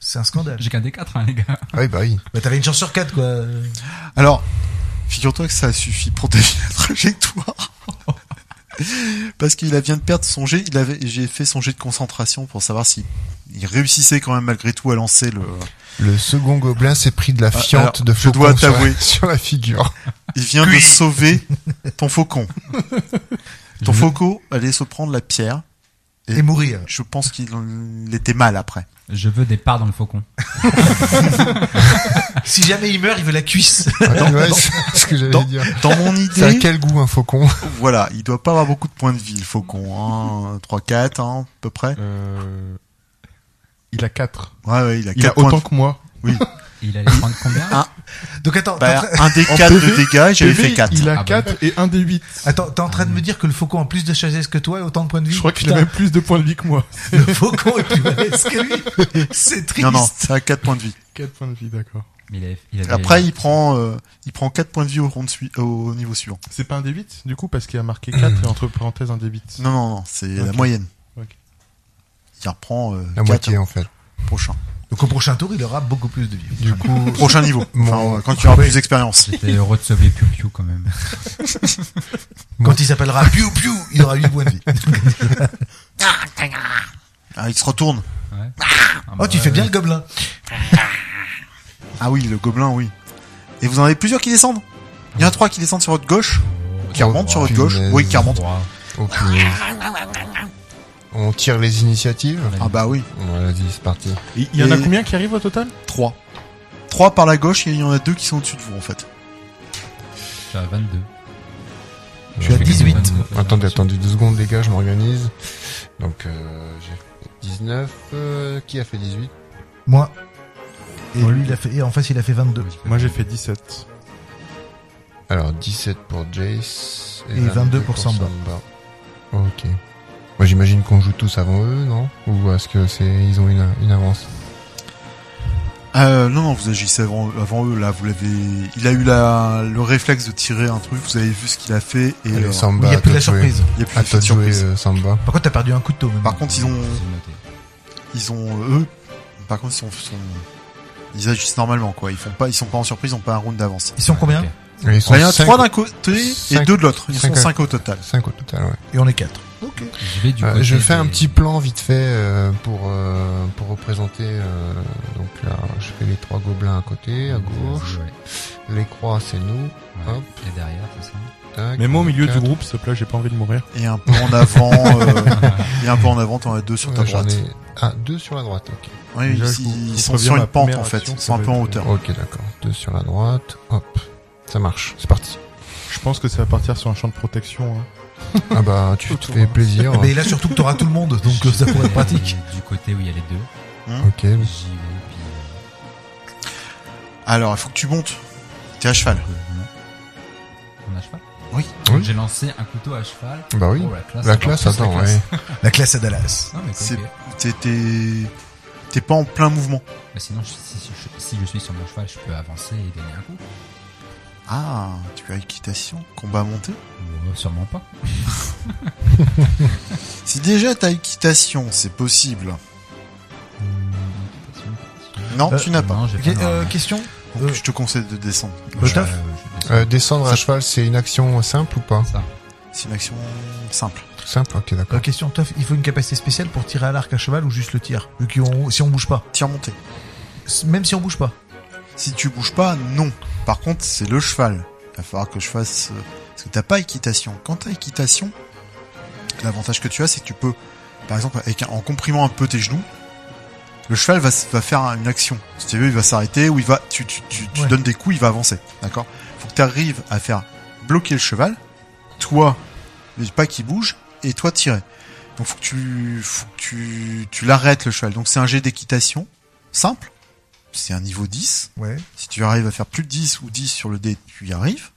Speaker 5: C'est un scandale.
Speaker 1: J'ai qu'un D4, hein, les gars.
Speaker 3: Ah oui, bah oui.
Speaker 5: Bah, t'avais une chance sur 4, quoi.
Speaker 2: Alors, figure-toi que ça suffit pour deviner la trajectoire. Parce qu'il a- vient de perdre son jet. Il avait, j'ai fait son jet de concentration pour savoir si il réussissait quand même malgré tout à lancer le.
Speaker 3: Le second gobelin s'est pris de la
Speaker 2: Ah,
Speaker 3: fiente
Speaker 2: alors,
Speaker 3: de
Speaker 2: je
Speaker 3: faucon
Speaker 2: dois
Speaker 3: sur la-
Speaker 2: t'avouer.
Speaker 3: Sur, la figure.
Speaker 2: Il vient de sauver ton faucon. Ton faucon allait se prendre la pierre.
Speaker 5: Et mourir.
Speaker 2: Je pense qu'il en était mal après.
Speaker 1: Je veux des parts dans le faucon.
Speaker 5: Si jamais il meurt, il veut la [laughs] cuisse.
Speaker 3: Ouais, ouais, c'est ce que j'allais
Speaker 2: Dans,
Speaker 3: dire.
Speaker 2: dans mon
Speaker 3: Ça a
Speaker 2: idée,
Speaker 3: quel goût un faucon
Speaker 2: voilà, il doit pas avoir beaucoup de points de vie, le faucon. Hein, 3, 4, hein, à peu près.
Speaker 4: Euh, Il a 4.
Speaker 2: Ouais, ouais, il a
Speaker 4: Il
Speaker 2: quatre
Speaker 4: a
Speaker 2: points.
Speaker 4: autant
Speaker 2: de-
Speaker 4: que moi.
Speaker 2: Oui.
Speaker 1: Il allait prendre combien
Speaker 2: Ah.
Speaker 5: Donc attends, t'es en
Speaker 2: Bah,
Speaker 5: train-
Speaker 2: un des
Speaker 4: En
Speaker 2: 4 de
Speaker 4: PV,
Speaker 2: dégâts, j'avais
Speaker 4: PV,
Speaker 2: fait 4.
Speaker 4: Il a
Speaker 1: Ah
Speaker 4: 4 et 1 des 8.
Speaker 5: attends, t'es en train de me dire que le faucon a plus de chasses que toi et autant de points de vie
Speaker 4: Je crois qu'il a
Speaker 5: Putain,
Speaker 4: même plus de points de vie que moi.
Speaker 5: Le faucon est plus balèze que lui. [laughs] C'est triste.
Speaker 2: Non, non, ça a 4 points de vie.
Speaker 4: 4 points de vie, d'accord.
Speaker 1: il avait, il avait-
Speaker 2: Après, il prend, euh, il prend 4 points de vie au, round sui- au niveau suivant.
Speaker 4: C'est pas un des 8 du coup parce qu'il a marqué 4 et entre parenthèses un des 8.
Speaker 2: Non, non, non, c'est la
Speaker 4: Ok.
Speaker 2: moyenne.
Speaker 4: Ok.
Speaker 2: Il reprend euh,
Speaker 3: La
Speaker 2: 4
Speaker 3: moitié en fait.
Speaker 2: prochain.
Speaker 5: Donc au prochain tour, il aura beaucoup plus de vie.
Speaker 3: Du coup,
Speaker 2: Prochain niveau.
Speaker 3: Bon.
Speaker 2: Enfin, euh, quand tu auras plus d'expérience.
Speaker 1: J'étais heureux de sauver Piu Piu quand même.
Speaker 5: Quand il s'appellera Piu Piu, il aura 8 points de vie.
Speaker 2: Ah, il se retourne.
Speaker 1: Ouais. Ah
Speaker 5: Oh,
Speaker 1: bah
Speaker 5: tu
Speaker 1: ouais,
Speaker 5: fais bien
Speaker 1: ouais.
Speaker 5: le gobelin.
Speaker 2: Ah oui, le gobelin, oui. Et vous en avez plusieurs qui descendent. Il y en a trois qui descendent sur votre gauche, qui remontent sur votre gauche.
Speaker 3: Punaise.
Speaker 2: Oui, qui remontent.
Speaker 1: Droit.
Speaker 3: Oh, punaise. On tire les initiatives.
Speaker 2: Ah bah oui,
Speaker 3: Ouais, Vas-y, c'est parti.
Speaker 4: Il y en a
Speaker 2: Et-
Speaker 4: combien qui arrivent au total
Speaker 2: trois. Trois par la gauche et il y en a deux qui sont au-dessus de vous en fait.
Speaker 1: Je suis à 22.
Speaker 3: Je
Speaker 5: suis à
Speaker 1: fais
Speaker 5: 18.
Speaker 1: 22.
Speaker 3: Attendez, attendez deux secondes les gars, je m'organise. Donc euh, j'ai fait 19. euh, qui a fait 18
Speaker 5: Moi. Et lui, il a fait, et en face, il a fait 22.
Speaker 4: Moi j'ai fait 17.
Speaker 3: Alors 17 pour Jace
Speaker 5: Et 22 pour Samba.
Speaker 3: Ok. Moi j'imagine qu'on joue tous avant eux, non Ou est-ce que c'est ils ont une, une avance
Speaker 2: Euh, non, non, vous agissez avant, avant eux là. Vous l'avez. Il a eu la, le réflexe de tirer un truc. Vous avez vu ce qu'il a fait et
Speaker 3: Allez,
Speaker 2: euh,
Speaker 5: Oui,
Speaker 3: Samba.
Speaker 5: il n'y a
Speaker 3: à
Speaker 5: plus
Speaker 3: bah, toi
Speaker 5: la
Speaker 3: de jouer.
Speaker 5: surprise.
Speaker 2: il y a plus
Speaker 3: À
Speaker 2: d'effet
Speaker 3: toi
Speaker 2: de
Speaker 3: de jouer
Speaker 2: surprise.
Speaker 3: euh, Samba.
Speaker 5: Par contre, t'as perdu un couteau maintenant.
Speaker 2: Par contre, ils ont,
Speaker 1: C'est noté.
Speaker 2: ils ont euh, eux. Par contre, ils sont, sont- ils agissent normalement quoi. Ils font pas, ils sont pas en surprise. Ils ont pas un round d'avance.
Speaker 5: Ils sont combien
Speaker 1: Ok.
Speaker 3: Et Ils
Speaker 2: Bah, Il y en a
Speaker 3: cinq-
Speaker 2: trois d'un côté et
Speaker 3: cinq-
Speaker 2: deux de l'autre. Ils sont
Speaker 3: cinq-
Speaker 2: cinq au total.
Speaker 3: cinq au total, ouais.
Speaker 5: Et on est Eh 4. Ok.
Speaker 1: Je vais du
Speaker 3: Euh,
Speaker 1: côté
Speaker 3: je fais un
Speaker 1: des-
Speaker 3: petit plan vite fait euh, pour euh, pour représenter euh, donc là je fais les trois gobelins à côté à gauche
Speaker 1: Ouais,
Speaker 3: les croix c'est nous
Speaker 1: ouais.
Speaker 3: Hop.
Speaker 1: Et derrière, c'est ça.
Speaker 3: [laughs] tac,
Speaker 4: Mais moi au milieu
Speaker 3: quatre.
Speaker 4: du groupe, s'il te plaît, j'ai pas envie de mourir.
Speaker 2: Et un peu en avant. euh, et un peu en avant. T'en as deux sur ta
Speaker 3: Euh, j'en
Speaker 2: droite.
Speaker 3: ai- ah deux sur la droite ok
Speaker 2: Oui,
Speaker 4: Déjà,
Speaker 2: ils,
Speaker 4: je vous-
Speaker 2: ils
Speaker 4: je vous
Speaker 2: sont
Speaker 4: préviens,
Speaker 2: sur
Speaker 4: ma
Speaker 2: une pente
Speaker 4: première
Speaker 2: en fait.
Speaker 4: action,
Speaker 2: Ils sont un
Speaker 4: ça
Speaker 2: peu
Speaker 4: va
Speaker 2: en
Speaker 4: être-
Speaker 2: hauteur.
Speaker 3: ok d'accord deux sur la droite hop ça marche c'est parti
Speaker 4: Je pense que ça va partir sur un champ de protection. hein.
Speaker 3: ah bah tu te
Speaker 4: Autour,
Speaker 3: fais
Speaker 4: hein.
Speaker 3: plaisir
Speaker 5: Mais ben, là, surtout que t'auras tout le monde, donc euh, ça
Speaker 1: [laughs]
Speaker 5: pourrait être pratique.
Speaker 1: Et Du côté où il y a les deux,
Speaker 3: ok
Speaker 1: j'y vais. Puis,
Speaker 2: Alors, il faut que tu montes. T'es à cheval.
Speaker 1: euh, non. euh, On a cheval
Speaker 2: Oui.
Speaker 3: Oui.
Speaker 1: J'ai lancé un couteau à cheval.
Speaker 3: bah oui
Speaker 1: Oh, la classe,
Speaker 3: la
Speaker 1: encore
Speaker 3: classe
Speaker 1: plus, la
Speaker 3: attends
Speaker 1: classe.
Speaker 3: ouais
Speaker 5: La classe à Dallas.
Speaker 1: Non, mais c'est
Speaker 2: C'est-
Speaker 1: ok.
Speaker 2: T'es, t'es, t'es pas en plein mouvement.
Speaker 1: Bah, sinon, je- si, si je- si je suis sur mon cheval, je peux avancer et gagner un coup.
Speaker 2: Ah, tu as équitation, combat monté.
Speaker 1: Ou, euh, sûrement pas.
Speaker 2: Si déjà t'as équitation, c'est possible. Non, tu n'as pas.
Speaker 1: euh, Non, j'ai
Speaker 5: Ok,
Speaker 1: pas.
Speaker 5: euh,
Speaker 1: normalement.
Speaker 5: question
Speaker 2: Donc,
Speaker 5: euh,
Speaker 2: je te conseille de descendre.
Speaker 1: Ouais,
Speaker 5: Christophe
Speaker 1: je descends.
Speaker 3: Euh, descendre à cheval c'est une action simple ou pas
Speaker 1: Ça.
Speaker 2: C'est une action simple.
Speaker 3: simple ok d'accord
Speaker 5: euh, Question Toff, il faut une capacité spéciale pour tirer à l'arc à cheval ou juste le tir Vu qu'on, si on bouge pas.
Speaker 2: Tire monté.
Speaker 5: S- Même si on bouge pas.
Speaker 2: Si tu bouges pas, non. Par contre, c'est le cheval. Il va falloir que je fasse. euh, Parce que t'as pas équitation. Quand t'as équitation, l'avantage que tu as, c'est que tu peux, par exemple, avec un- en comprimant un peu tes genoux, le cheval va, s- va faire une action. Si tu veux, il va s'arrêter ou il va. Tu, tu, tu, tu
Speaker 5: Ouais.
Speaker 2: donnes des coups, il va avancer. D'accord Faut que tu arrives à faire bloquer le cheval, toi, mais pas qu'il bouge, et toi tirer. Donc faut que tu, faut que tu, tu l'arrêtes le cheval. Donc c'est un jet d'équitation simple. C'est un niveau 10.
Speaker 5: Ouais.
Speaker 2: Si tu arrives à faire plus de 10 ou 10 sur le dé, tu y arrives.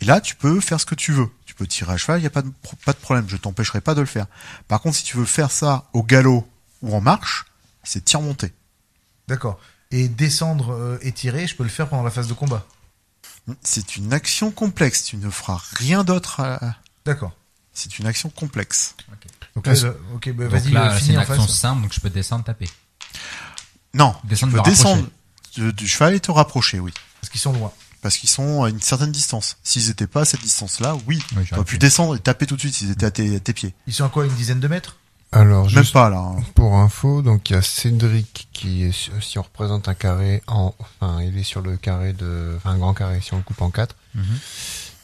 Speaker 2: Et là, tu peux faire ce que tu veux. Tu peux tirer à cheval, il n'y a pas de, pro- pas de problème. Je t'empêcherai pas de le faire. Par contre, si tu veux faire ça au galop ou en marche, c'est tir monté.
Speaker 5: D'accord. Et descendre euh, et tirer, je peux le faire pendant la phase de combat.
Speaker 2: C'est une action complexe. Tu ne feras rien d'autre. à-
Speaker 5: D'accord.
Speaker 2: C'est une action complexe.
Speaker 5: Donc là,
Speaker 3: Est-ce-
Speaker 5: le- ok, bah,
Speaker 1: Donc
Speaker 5: vas-y, euh,
Speaker 1: là, c'est
Speaker 5: finis
Speaker 1: une
Speaker 5: en
Speaker 1: action
Speaker 5: face.
Speaker 1: simple, donc je peux descendre, taper.
Speaker 2: Non,
Speaker 1: Descendre,
Speaker 2: tu
Speaker 1: me
Speaker 2: peux descendre
Speaker 1: rapprocher.
Speaker 2: de- du cheval et te rapprocher, oui.
Speaker 5: Parce qu'ils sont loin.
Speaker 2: Parce qu'ils sont à une certaine distance. S'ils n'étaient pas à cette distance-là, oui.
Speaker 1: Oui,
Speaker 2: tu
Speaker 1: j'aurais
Speaker 2: aurais pu descendre et taper tout de suite s'ils étaient à tes, à tes pieds.
Speaker 5: Ils sont à quoi Une dizaine de mètres
Speaker 3: alors
Speaker 2: Même
Speaker 3: juste
Speaker 2: pas, là. hein.
Speaker 3: Pour info, donc il y a Cédric qui est sur- si on représente un carré en enfin il est sur le carré de enfin un grand carré si on le coupe en quatre.
Speaker 1: Mhm.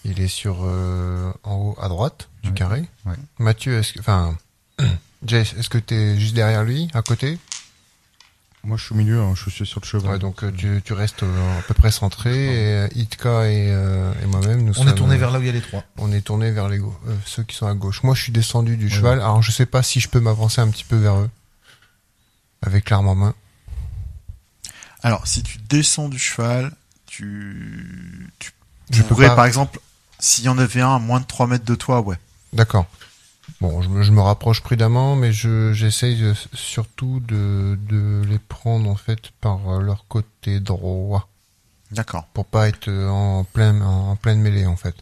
Speaker 3: Il est sur euh, en haut à droite du
Speaker 1: Ouais.
Speaker 3: carré.
Speaker 1: Ouais.
Speaker 3: Mathieu est-ce que enfin [clears throat] Jess, est-ce que t'es juste derrière lui, à côté
Speaker 4: Moi je suis au milieu, hein, je suis sur le cheval.
Speaker 3: Ouais, donc euh, tu, tu restes euh, à peu près centré. Et, euh, Itka et, euh, et moi-même, nous
Speaker 5: On
Speaker 3: sommes,
Speaker 5: est tourné vers là où il y a les trois.
Speaker 3: on est tourné vers les gau- euh, ceux qui sont à gauche. Moi, je suis descendu du cheval. Alors, je sais pas si je peux m'avancer un petit peu vers eux avec l'arme en main.
Speaker 2: Alors, si tu descends du cheval, tu, tu
Speaker 3: Je peux
Speaker 2: pourrais,
Speaker 3: pas-
Speaker 2: par exemple, s'il y en avait un à moins de 3 mètres de toi, ouais.
Speaker 3: D'accord. Bon, je me, je me rapproche prudemment, mais je j'essaye euh, surtout de, de les prendre en fait par euh, leur côté droit,
Speaker 2: D'accord.
Speaker 3: pour pas être euh, en plein en pleine mêlée en fait.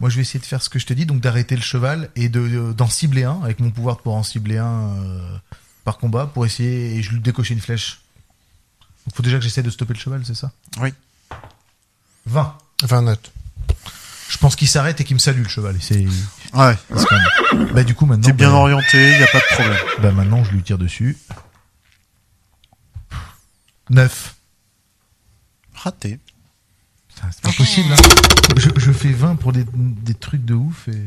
Speaker 5: Moi, je vais essayer de faire ce que je te dis, donc d'arrêter le cheval et de euh, d'en cibler un avec mon pouvoir de pouvoir en cibler un euh, par combat pour essayer et je lui décocher une flèche. Donc, faut déjà que j'essaie de stopper le cheval, c'est ça
Speaker 2: Oui.
Speaker 5: 20.
Speaker 3: 20 notes.
Speaker 5: Je pense qu'il s'arrête et qu'il me salue le cheval. Et c'est
Speaker 2: Ah Ouais.
Speaker 5: c'est quand même- bah du coup maintenant.
Speaker 2: T'es bien
Speaker 5: bah,
Speaker 2: orienté, il n'y a pas de problème.
Speaker 5: bah, maintenant je lui tire dessus. 9.
Speaker 2: Raté.
Speaker 5: C'est pas possible. Hein. Je, je fais 20 pour des, des trucs de ouf et.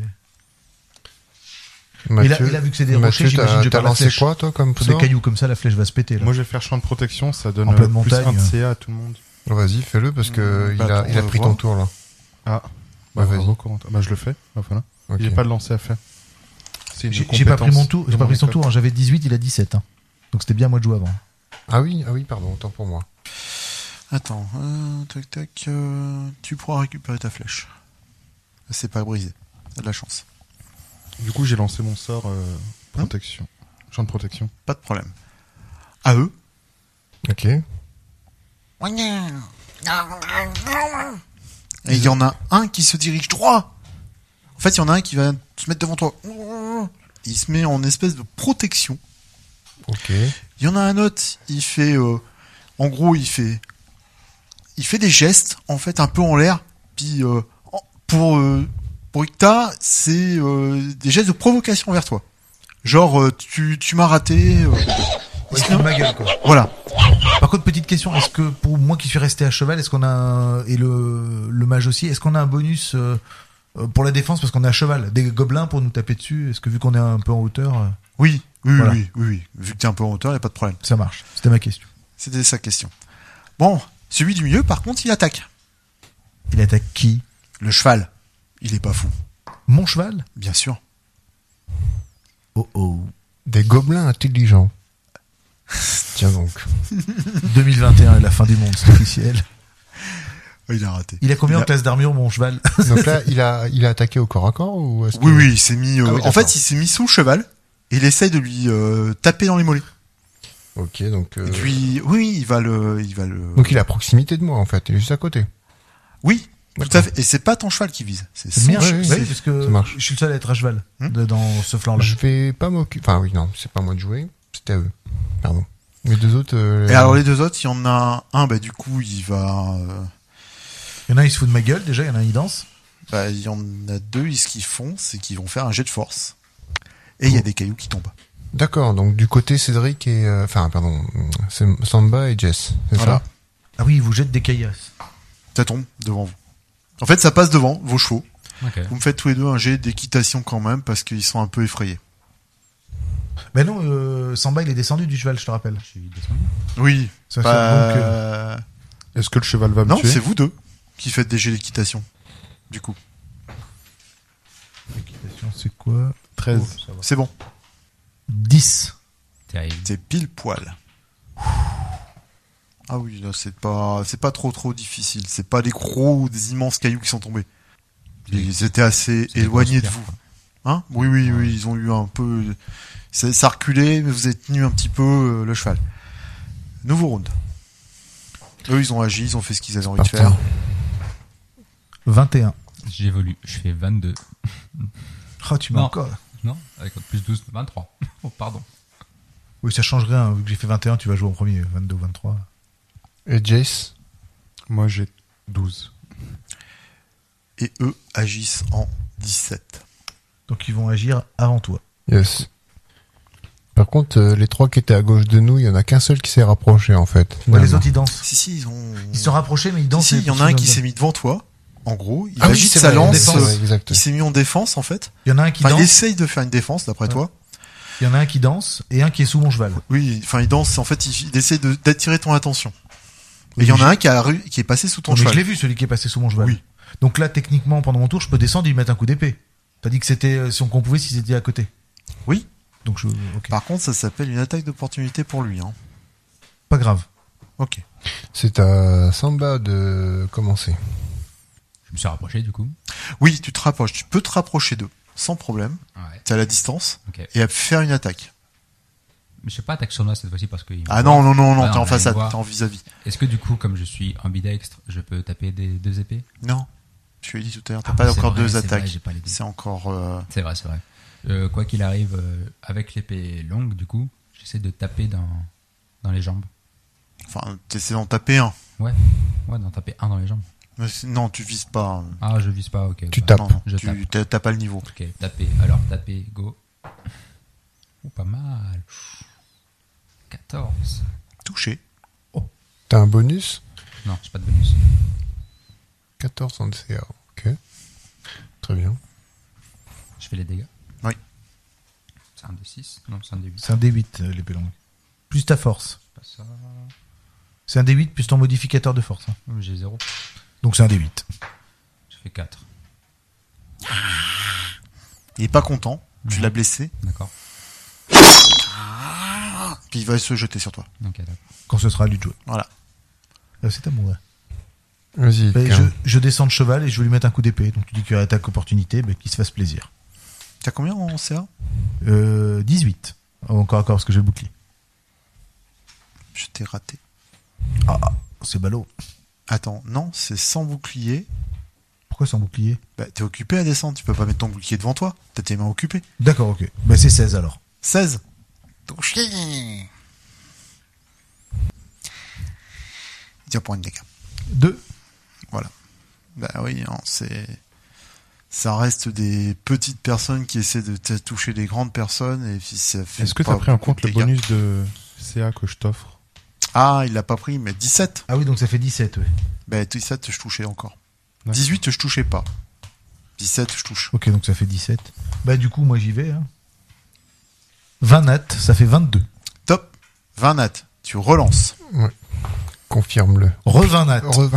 Speaker 3: Mathieu,
Speaker 5: et là, vu que c'est des
Speaker 3: Mathieu,
Speaker 5: rochers, j'imagine
Speaker 3: t'as-
Speaker 5: que je
Speaker 3: t'as
Speaker 5: pars la
Speaker 3: lancé
Speaker 5: flèche.
Speaker 3: quoi toi comme
Speaker 5: Sur des
Speaker 3: sort
Speaker 5: cailloux comme ça, la flèche va se péter. Là.
Speaker 4: Moi, je vais faire champ de protection, ça donne
Speaker 5: En
Speaker 4: euh,
Speaker 5: pleine
Speaker 4: plus
Speaker 5: montagne.
Speaker 4: un de CA à tout le monde.
Speaker 3: Vas-y, fais-le parce que
Speaker 2: Mmh,
Speaker 3: il,
Speaker 2: bah,
Speaker 3: a,
Speaker 2: attends,
Speaker 3: il a
Speaker 2: on va
Speaker 3: pris ton
Speaker 2: voir.
Speaker 3: tour là.
Speaker 4: Ah,
Speaker 3: Bah,
Speaker 4: bah,
Speaker 3: vas-y.
Speaker 4: bravo, Corentin. Bah, je le fais, bah, voilà.
Speaker 3: Ok.
Speaker 4: J'ai pas de lancer à faire. C'est une
Speaker 5: J'ai j'ai pas pris
Speaker 4: compétence
Speaker 5: mon tour,
Speaker 4: de
Speaker 5: j'ai pas
Speaker 4: mon
Speaker 5: pris son
Speaker 4: école.
Speaker 5: tour. hein. J'avais 18, il a 17. hein. Donc c'était bien à moi de jouer avant. hein.
Speaker 3: Ah oui, ah oui, pardon, autant pour moi.
Speaker 2: Attends, euh, tac tac, euh, tu pourras récupérer ta flèche. C'est pas brisé. T'as de la chance.
Speaker 4: Du coup, j'ai lancé mon sort euh, protection. champ de protection.
Speaker 2: Pas de problème. À eux.
Speaker 3: Ok.
Speaker 2: Et il y en a un qui se dirige droit. En fait, il y en a un qui va se mettre devant toi. Il se met en espèce de protection.
Speaker 3: Ok.
Speaker 2: Il y en a un autre, il fait, euh, en gros, il fait, il fait des gestes, en fait, un peu en l'air. Puis euh, en- pour euh, pour Icta, c'est euh, des gestes de provocation vers toi. Genre, euh, tu tu m'as raté. euh,
Speaker 5: Il se fout de ma gueule, quoi.
Speaker 2: voilà.
Speaker 5: Par contre, petite question, est-ce que pour moi qui suis resté à cheval, est-ce qu'on a un- et le, le mage aussi, est-ce qu'on a un bonus euh, euh, pour la défense parce qu'on est à cheval, des gobelins pour nous taper dessus Est-ce que vu qu'on est un peu en hauteur, euh,
Speaker 2: Oui, oui,
Speaker 5: Voilà.
Speaker 2: oui, oui, oui. Vu que t'es un peu en hauteur, y a pas de problème.
Speaker 5: ça marche C'était ma question.
Speaker 2: C'était sa question. Bon, celui du milieu, par contre, il attaque.
Speaker 5: Il attaque qui
Speaker 2: Le cheval. Il est pas fou,
Speaker 5: Mon cheval
Speaker 2: bien sûr.
Speaker 5: Oh oh.
Speaker 3: Des gobelins intelligents. Tiens donc.
Speaker 5: 2021 est la fin du monde, c'est officiel.
Speaker 3: Ah,
Speaker 2: Il a raté.
Speaker 5: Il a combien
Speaker 2: Il a-
Speaker 5: en classe d'armure mon cheval
Speaker 3: Donc là, il a il a attaqué au corps à corps ou est-ce
Speaker 2: Oui,
Speaker 3: que-
Speaker 2: oui, il s'est mis. euh,
Speaker 3: Ah oui,
Speaker 2: en
Speaker 3: d'accord.
Speaker 2: fait, il s'est mis sous le cheval et il essaye de lui euh, taper dans les mollets.
Speaker 3: Ok, donc. euh,
Speaker 2: Et puis, oui, il va le, il va le.
Speaker 3: Donc il est à proximité de moi en fait, il est juste à côté.
Speaker 2: Oui, tout
Speaker 3: D'accord.
Speaker 2: à fait. Et c'est pas ton cheval qui vise, c'est
Speaker 5: C'est
Speaker 2: son
Speaker 5: bien,
Speaker 3: oui,
Speaker 2: cheval.
Speaker 3: oui,
Speaker 2: C'est-
Speaker 5: parce que
Speaker 3: ça marche.
Speaker 5: je suis le seul à être à cheval
Speaker 2: Hmm
Speaker 5: de- dans ce flanc-là.
Speaker 3: Je vais pas m'occuper. Enfin oui, non, c'est pas à moi de jouer, c'était à eux. Pardon. Les deux autres. euh,
Speaker 2: Et alors les deux autres, il y en a un, bah du coup, il va. euh,
Speaker 5: Il y en a un, il se fout de ma gueule déjà, il y en a un, il danse.
Speaker 2: bah, il y en a deux, ils- ce qu'ils font, c'est qu'ils vont faire un jet de force. Et il y a des cailloux qui tombent.
Speaker 3: D'accord, donc du côté Cédric et euh, enfin pardon, c'est Samba et Jess, c'est
Speaker 2: Voilà.
Speaker 3: ça
Speaker 5: Ah oui, il vous jette des caillasses.
Speaker 2: Ça tombe devant vous. En fait, ça passe devant vos chevaux.
Speaker 1: Ok.
Speaker 2: Vous me faites tous les deux un jet d'équitation quand même parce qu'ils sont un peu effrayés.
Speaker 5: Mais non, euh, Samba, il est descendu du cheval, je te rappelle.
Speaker 1: Je suis descendu.
Speaker 2: Oui.
Speaker 5: Ça fait
Speaker 2: bah,
Speaker 5: donc, euh,
Speaker 4: Est-ce que le cheval va me
Speaker 2: Non,
Speaker 4: tuer
Speaker 2: c'est vous deux qui faites des jets d'équitation. Du coup,
Speaker 5: Équitation, c'est quoi
Speaker 4: 13.
Speaker 5: Oh, ça va.
Speaker 2: c'est bon.
Speaker 5: 10.
Speaker 1: Terrible.
Speaker 2: C'est pile poil. Ah oui, là c'est pas, c'est pas trop trop difficile. C'est pas des gros ou des immenses cailloux qui sont tombés. Ils étaient assez
Speaker 1: C'est des
Speaker 2: éloignés de
Speaker 1: grosses
Speaker 2: vous. Hein Oui, oui, oui. Ils ont eu un peu, ça, ça reculait, mais vous avez tenu un petit peu euh, le cheval. Nouveau round. Eux, ils ont agi, ils ont fait ce qu'ils avaient envie de faire.
Speaker 3: Partant.
Speaker 5: 21.
Speaker 1: J'évolue. Je fais 22.
Speaker 5: Oh, tu m'as
Speaker 1: Non.
Speaker 5: encore.
Speaker 1: Non Avec un plus 12, 23. [laughs] Oh, pardon.
Speaker 5: Oui, ça change rien. Vu que j'ai fait 21, tu vas jouer en premier. 22, 23.
Speaker 3: Et Jess
Speaker 4: Moi, j'ai 12.
Speaker 2: Et eux agissent en 17.
Speaker 5: Donc ils vont agir avant toi.
Speaker 3: Yes. Par contre, euh, les trois qui étaient à gauche de nous, il y en a qu'un seul qui s'est rapproché en fait.
Speaker 5: Ouais, les
Speaker 3: finalement.
Speaker 5: autres, ils dansent.
Speaker 2: Si, si, ils ont.
Speaker 5: Ils se sont rapprochés, mais ils dansent.
Speaker 2: Si, si,
Speaker 5: et
Speaker 2: il y en a un qui
Speaker 5: ils
Speaker 2: s'est mis devant toi. En gros, il
Speaker 3: Ah oui,
Speaker 2: agite
Speaker 3: c'est
Speaker 2: sa
Speaker 3: vrai, en
Speaker 2: lance.
Speaker 3: défense,
Speaker 2: euh,
Speaker 3: ouais, exact.
Speaker 2: Il s'est mis en défense en fait.
Speaker 5: Il y en a un qui
Speaker 2: Enfin, il
Speaker 5: danse.
Speaker 2: essaye de faire une défense d'après
Speaker 5: Ouais.
Speaker 2: toi.
Speaker 5: Il y en a un qui danse et un qui est sous mon cheval.
Speaker 2: Oui, enfin il danse. En fait, il, il essaye de- d'attirer ton attention. Et
Speaker 5: Oui,
Speaker 2: il y en
Speaker 5: mais
Speaker 2: a un qui a ru- qui est passé sous ton
Speaker 5: Non, mais je l'ai
Speaker 2: cheval.
Speaker 5: vu, celui qui est passé sous mon cheval.
Speaker 2: Oui.
Speaker 5: Donc là, techniquement, pendant mon tour, je peux descendre et lui mettre un coup d'épée. T'as dit que c'était euh, si on qu'on pouvait, si c'était à côté.
Speaker 2: Oui. Ah.
Speaker 5: Donc je. Ok.
Speaker 2: Par contre, ça s'appelle une attaque d'opportunité pour lui. Hein.
Speaker 5: Pas grave.
Speaker 2: Ok.
Speaker 3: C'est à Samba de commencer.
Speaker 1: Je me suis rapproché du coup.
Speaker 2: Oui, tu te rapproches. Tu peux te rapprocher d'eux sans problème.
Speaker 1: Ouais.
Speaker 2: T'es à la distance
Speaker 1: Ok.
Speaker 2: et à faire une attaque.
Speaker 1: Mais je sais pas attaque sournoise cette fois-ci parce que. il me
Speaker 2: Ah
Speaker 1: voit.
Speaker 2: non, non, non, non,
Speaker 1: Ah non,
Speaker 2: t'es en
Speaker 1: mais
Speaker 2: façade,
Speaker 1: il me voit.
Speaker 2: t'es en vis-à-vis.
Speaker 1: Est-ce que du coup, comme je suis ambidextre, je peux taper des deux épées
Speaker 2: Non, je lui ai dit tout à l'heure, t'as
Speaker 1: Ah
Speaker 2: pas
Speaker 1: oui, c'est
Speaker 2: encore
Speaker 1: vrai,
Speaker 2: deux
Speaker 1: c'est
Speaker 2: attaques.
Speaker 1: vrai, j'ai pas les deux.
Speaker 2: C'est encore. euh,
Speaker 1: C'est vrai, c'est vrai. Euh, quoi qu'il arrive, euh, avec l'épée longue, du coup, j'essaie de taper dans, dans les jambes.
Speaker 2: Enfin, t'essaies d'en taper un.
Speaker 1: Ouais, ouais, d'en taper un dans les jambes.
Speaker 2: Mais c'est- Non, tu vises pas. hein.
Speaker 1: Ah, je vise pas, ok.
Speaker 3: Tu
Speaker 1: bah,
Speaker 3: tapes.
Speaker 2: Non, non,
Speaker 1: Je
Speaker 2: tu t'as t'as pas le niveau.
Speaker 1: Ok, taper, alors taper, go. Ou pas mal. 14.
Speaker 2: Touché.
Speaker 3: T'as un bonus
Speaker 1: Non, j'ai pas de bonus.
Speaker 3: 14 en CA. Ok. Très bien.
Speaker 1: Je fais les dégâts.
Speaker 2: Oui.
Speaker 1: C'est un D6 Non, c'est un D8.
Speaker 5: C'est un D8, euh, l'épée longue. Plus ta force.
Speaker 1: C'est pas ça.
Speaker 5: C'est un D8 plus ton modificateur de force. hein.
Speaker 1: J'ai 0.
Speaker 5: Donc c'est un D8.
Speaker 1: Je fais 4.
Speaker 2: Il est pas content. Tu
Speaker 1: Mhm.
Speaker 2: l'as blessé.
Speaker 1: D'accord.
Speaker 2: Puis il va se jeter sur toi.
Speaker 1: Ok, d'accord.
Speaker 5: Quand ce sera à lui de jouer.
Speaker 2: Voilà.
Speaker 5: Euh, c'est à moi.
Speaker 3: Vas-y.
Speaker 5: Ben, je,
Speaker 3: Karim.
Speaker 5: je descends de cheval et je vais lui mettre un coup d'épée. Donc tu dis qu'il y a attaque opportunité, ben, qu'il se fasse plaisir.
Speaker 2: T'as combien en CA
Speaker 5: Euh, 18. Oh, Encore, encore, parce que j'ai le bouclier.
Speaker 2: Je t'ai raté.
Speaker 5: C'est ballot.
Speaker 2: Attends, non, c'est sans bouclier.
Speaker 5: Pourquoi sans bouclier
Speaker 2: Bah, t'es occupé à descendre, tu peux pas mettre ton bouclier devant toi. T'as tes mains occupées.
Speaker 5: D'accord, ok. Ben, c'est 16 alors.
Speaker 2: 16. Ton chien. Tiens pour une dégâts.
Speaker 5: 2.
Speaker 2: Voilà. Bah oui, hein, c'est. Ça reste des petites personnes qui essaient de t- toucher des grandes personnes et puis ça fait.
Speaker 4: Est-ce que
Speaker 2: pas
Speaker 4: t'as pris en
Speaker 2: beaucoup de
Speaker 4: compte le
Speaker 2: dégâts.
Speaker 4: bonus de CA que je t'offre
Speaker 2: Ah, il l'a pas pris, mais 17.
Speaker 5: Ah oui, donc ça fait 17, ouais.
Speaker 2: Bah 17, je touchais encore.
Speaker 4: D'accord.
Speaker 2: 18, je touchais pas. 17, je touche.
Speaker 5: Ok, donc ça fait 17. Bah, du coup, moi j'y vais. hein. 20 nat, ça fait 22.
Speaker 2: Top. 20 nat. Tu relances.
Speaker 3: Confirme-le.
Speaker 5: Re 20 nat.
Speaker 3: Re-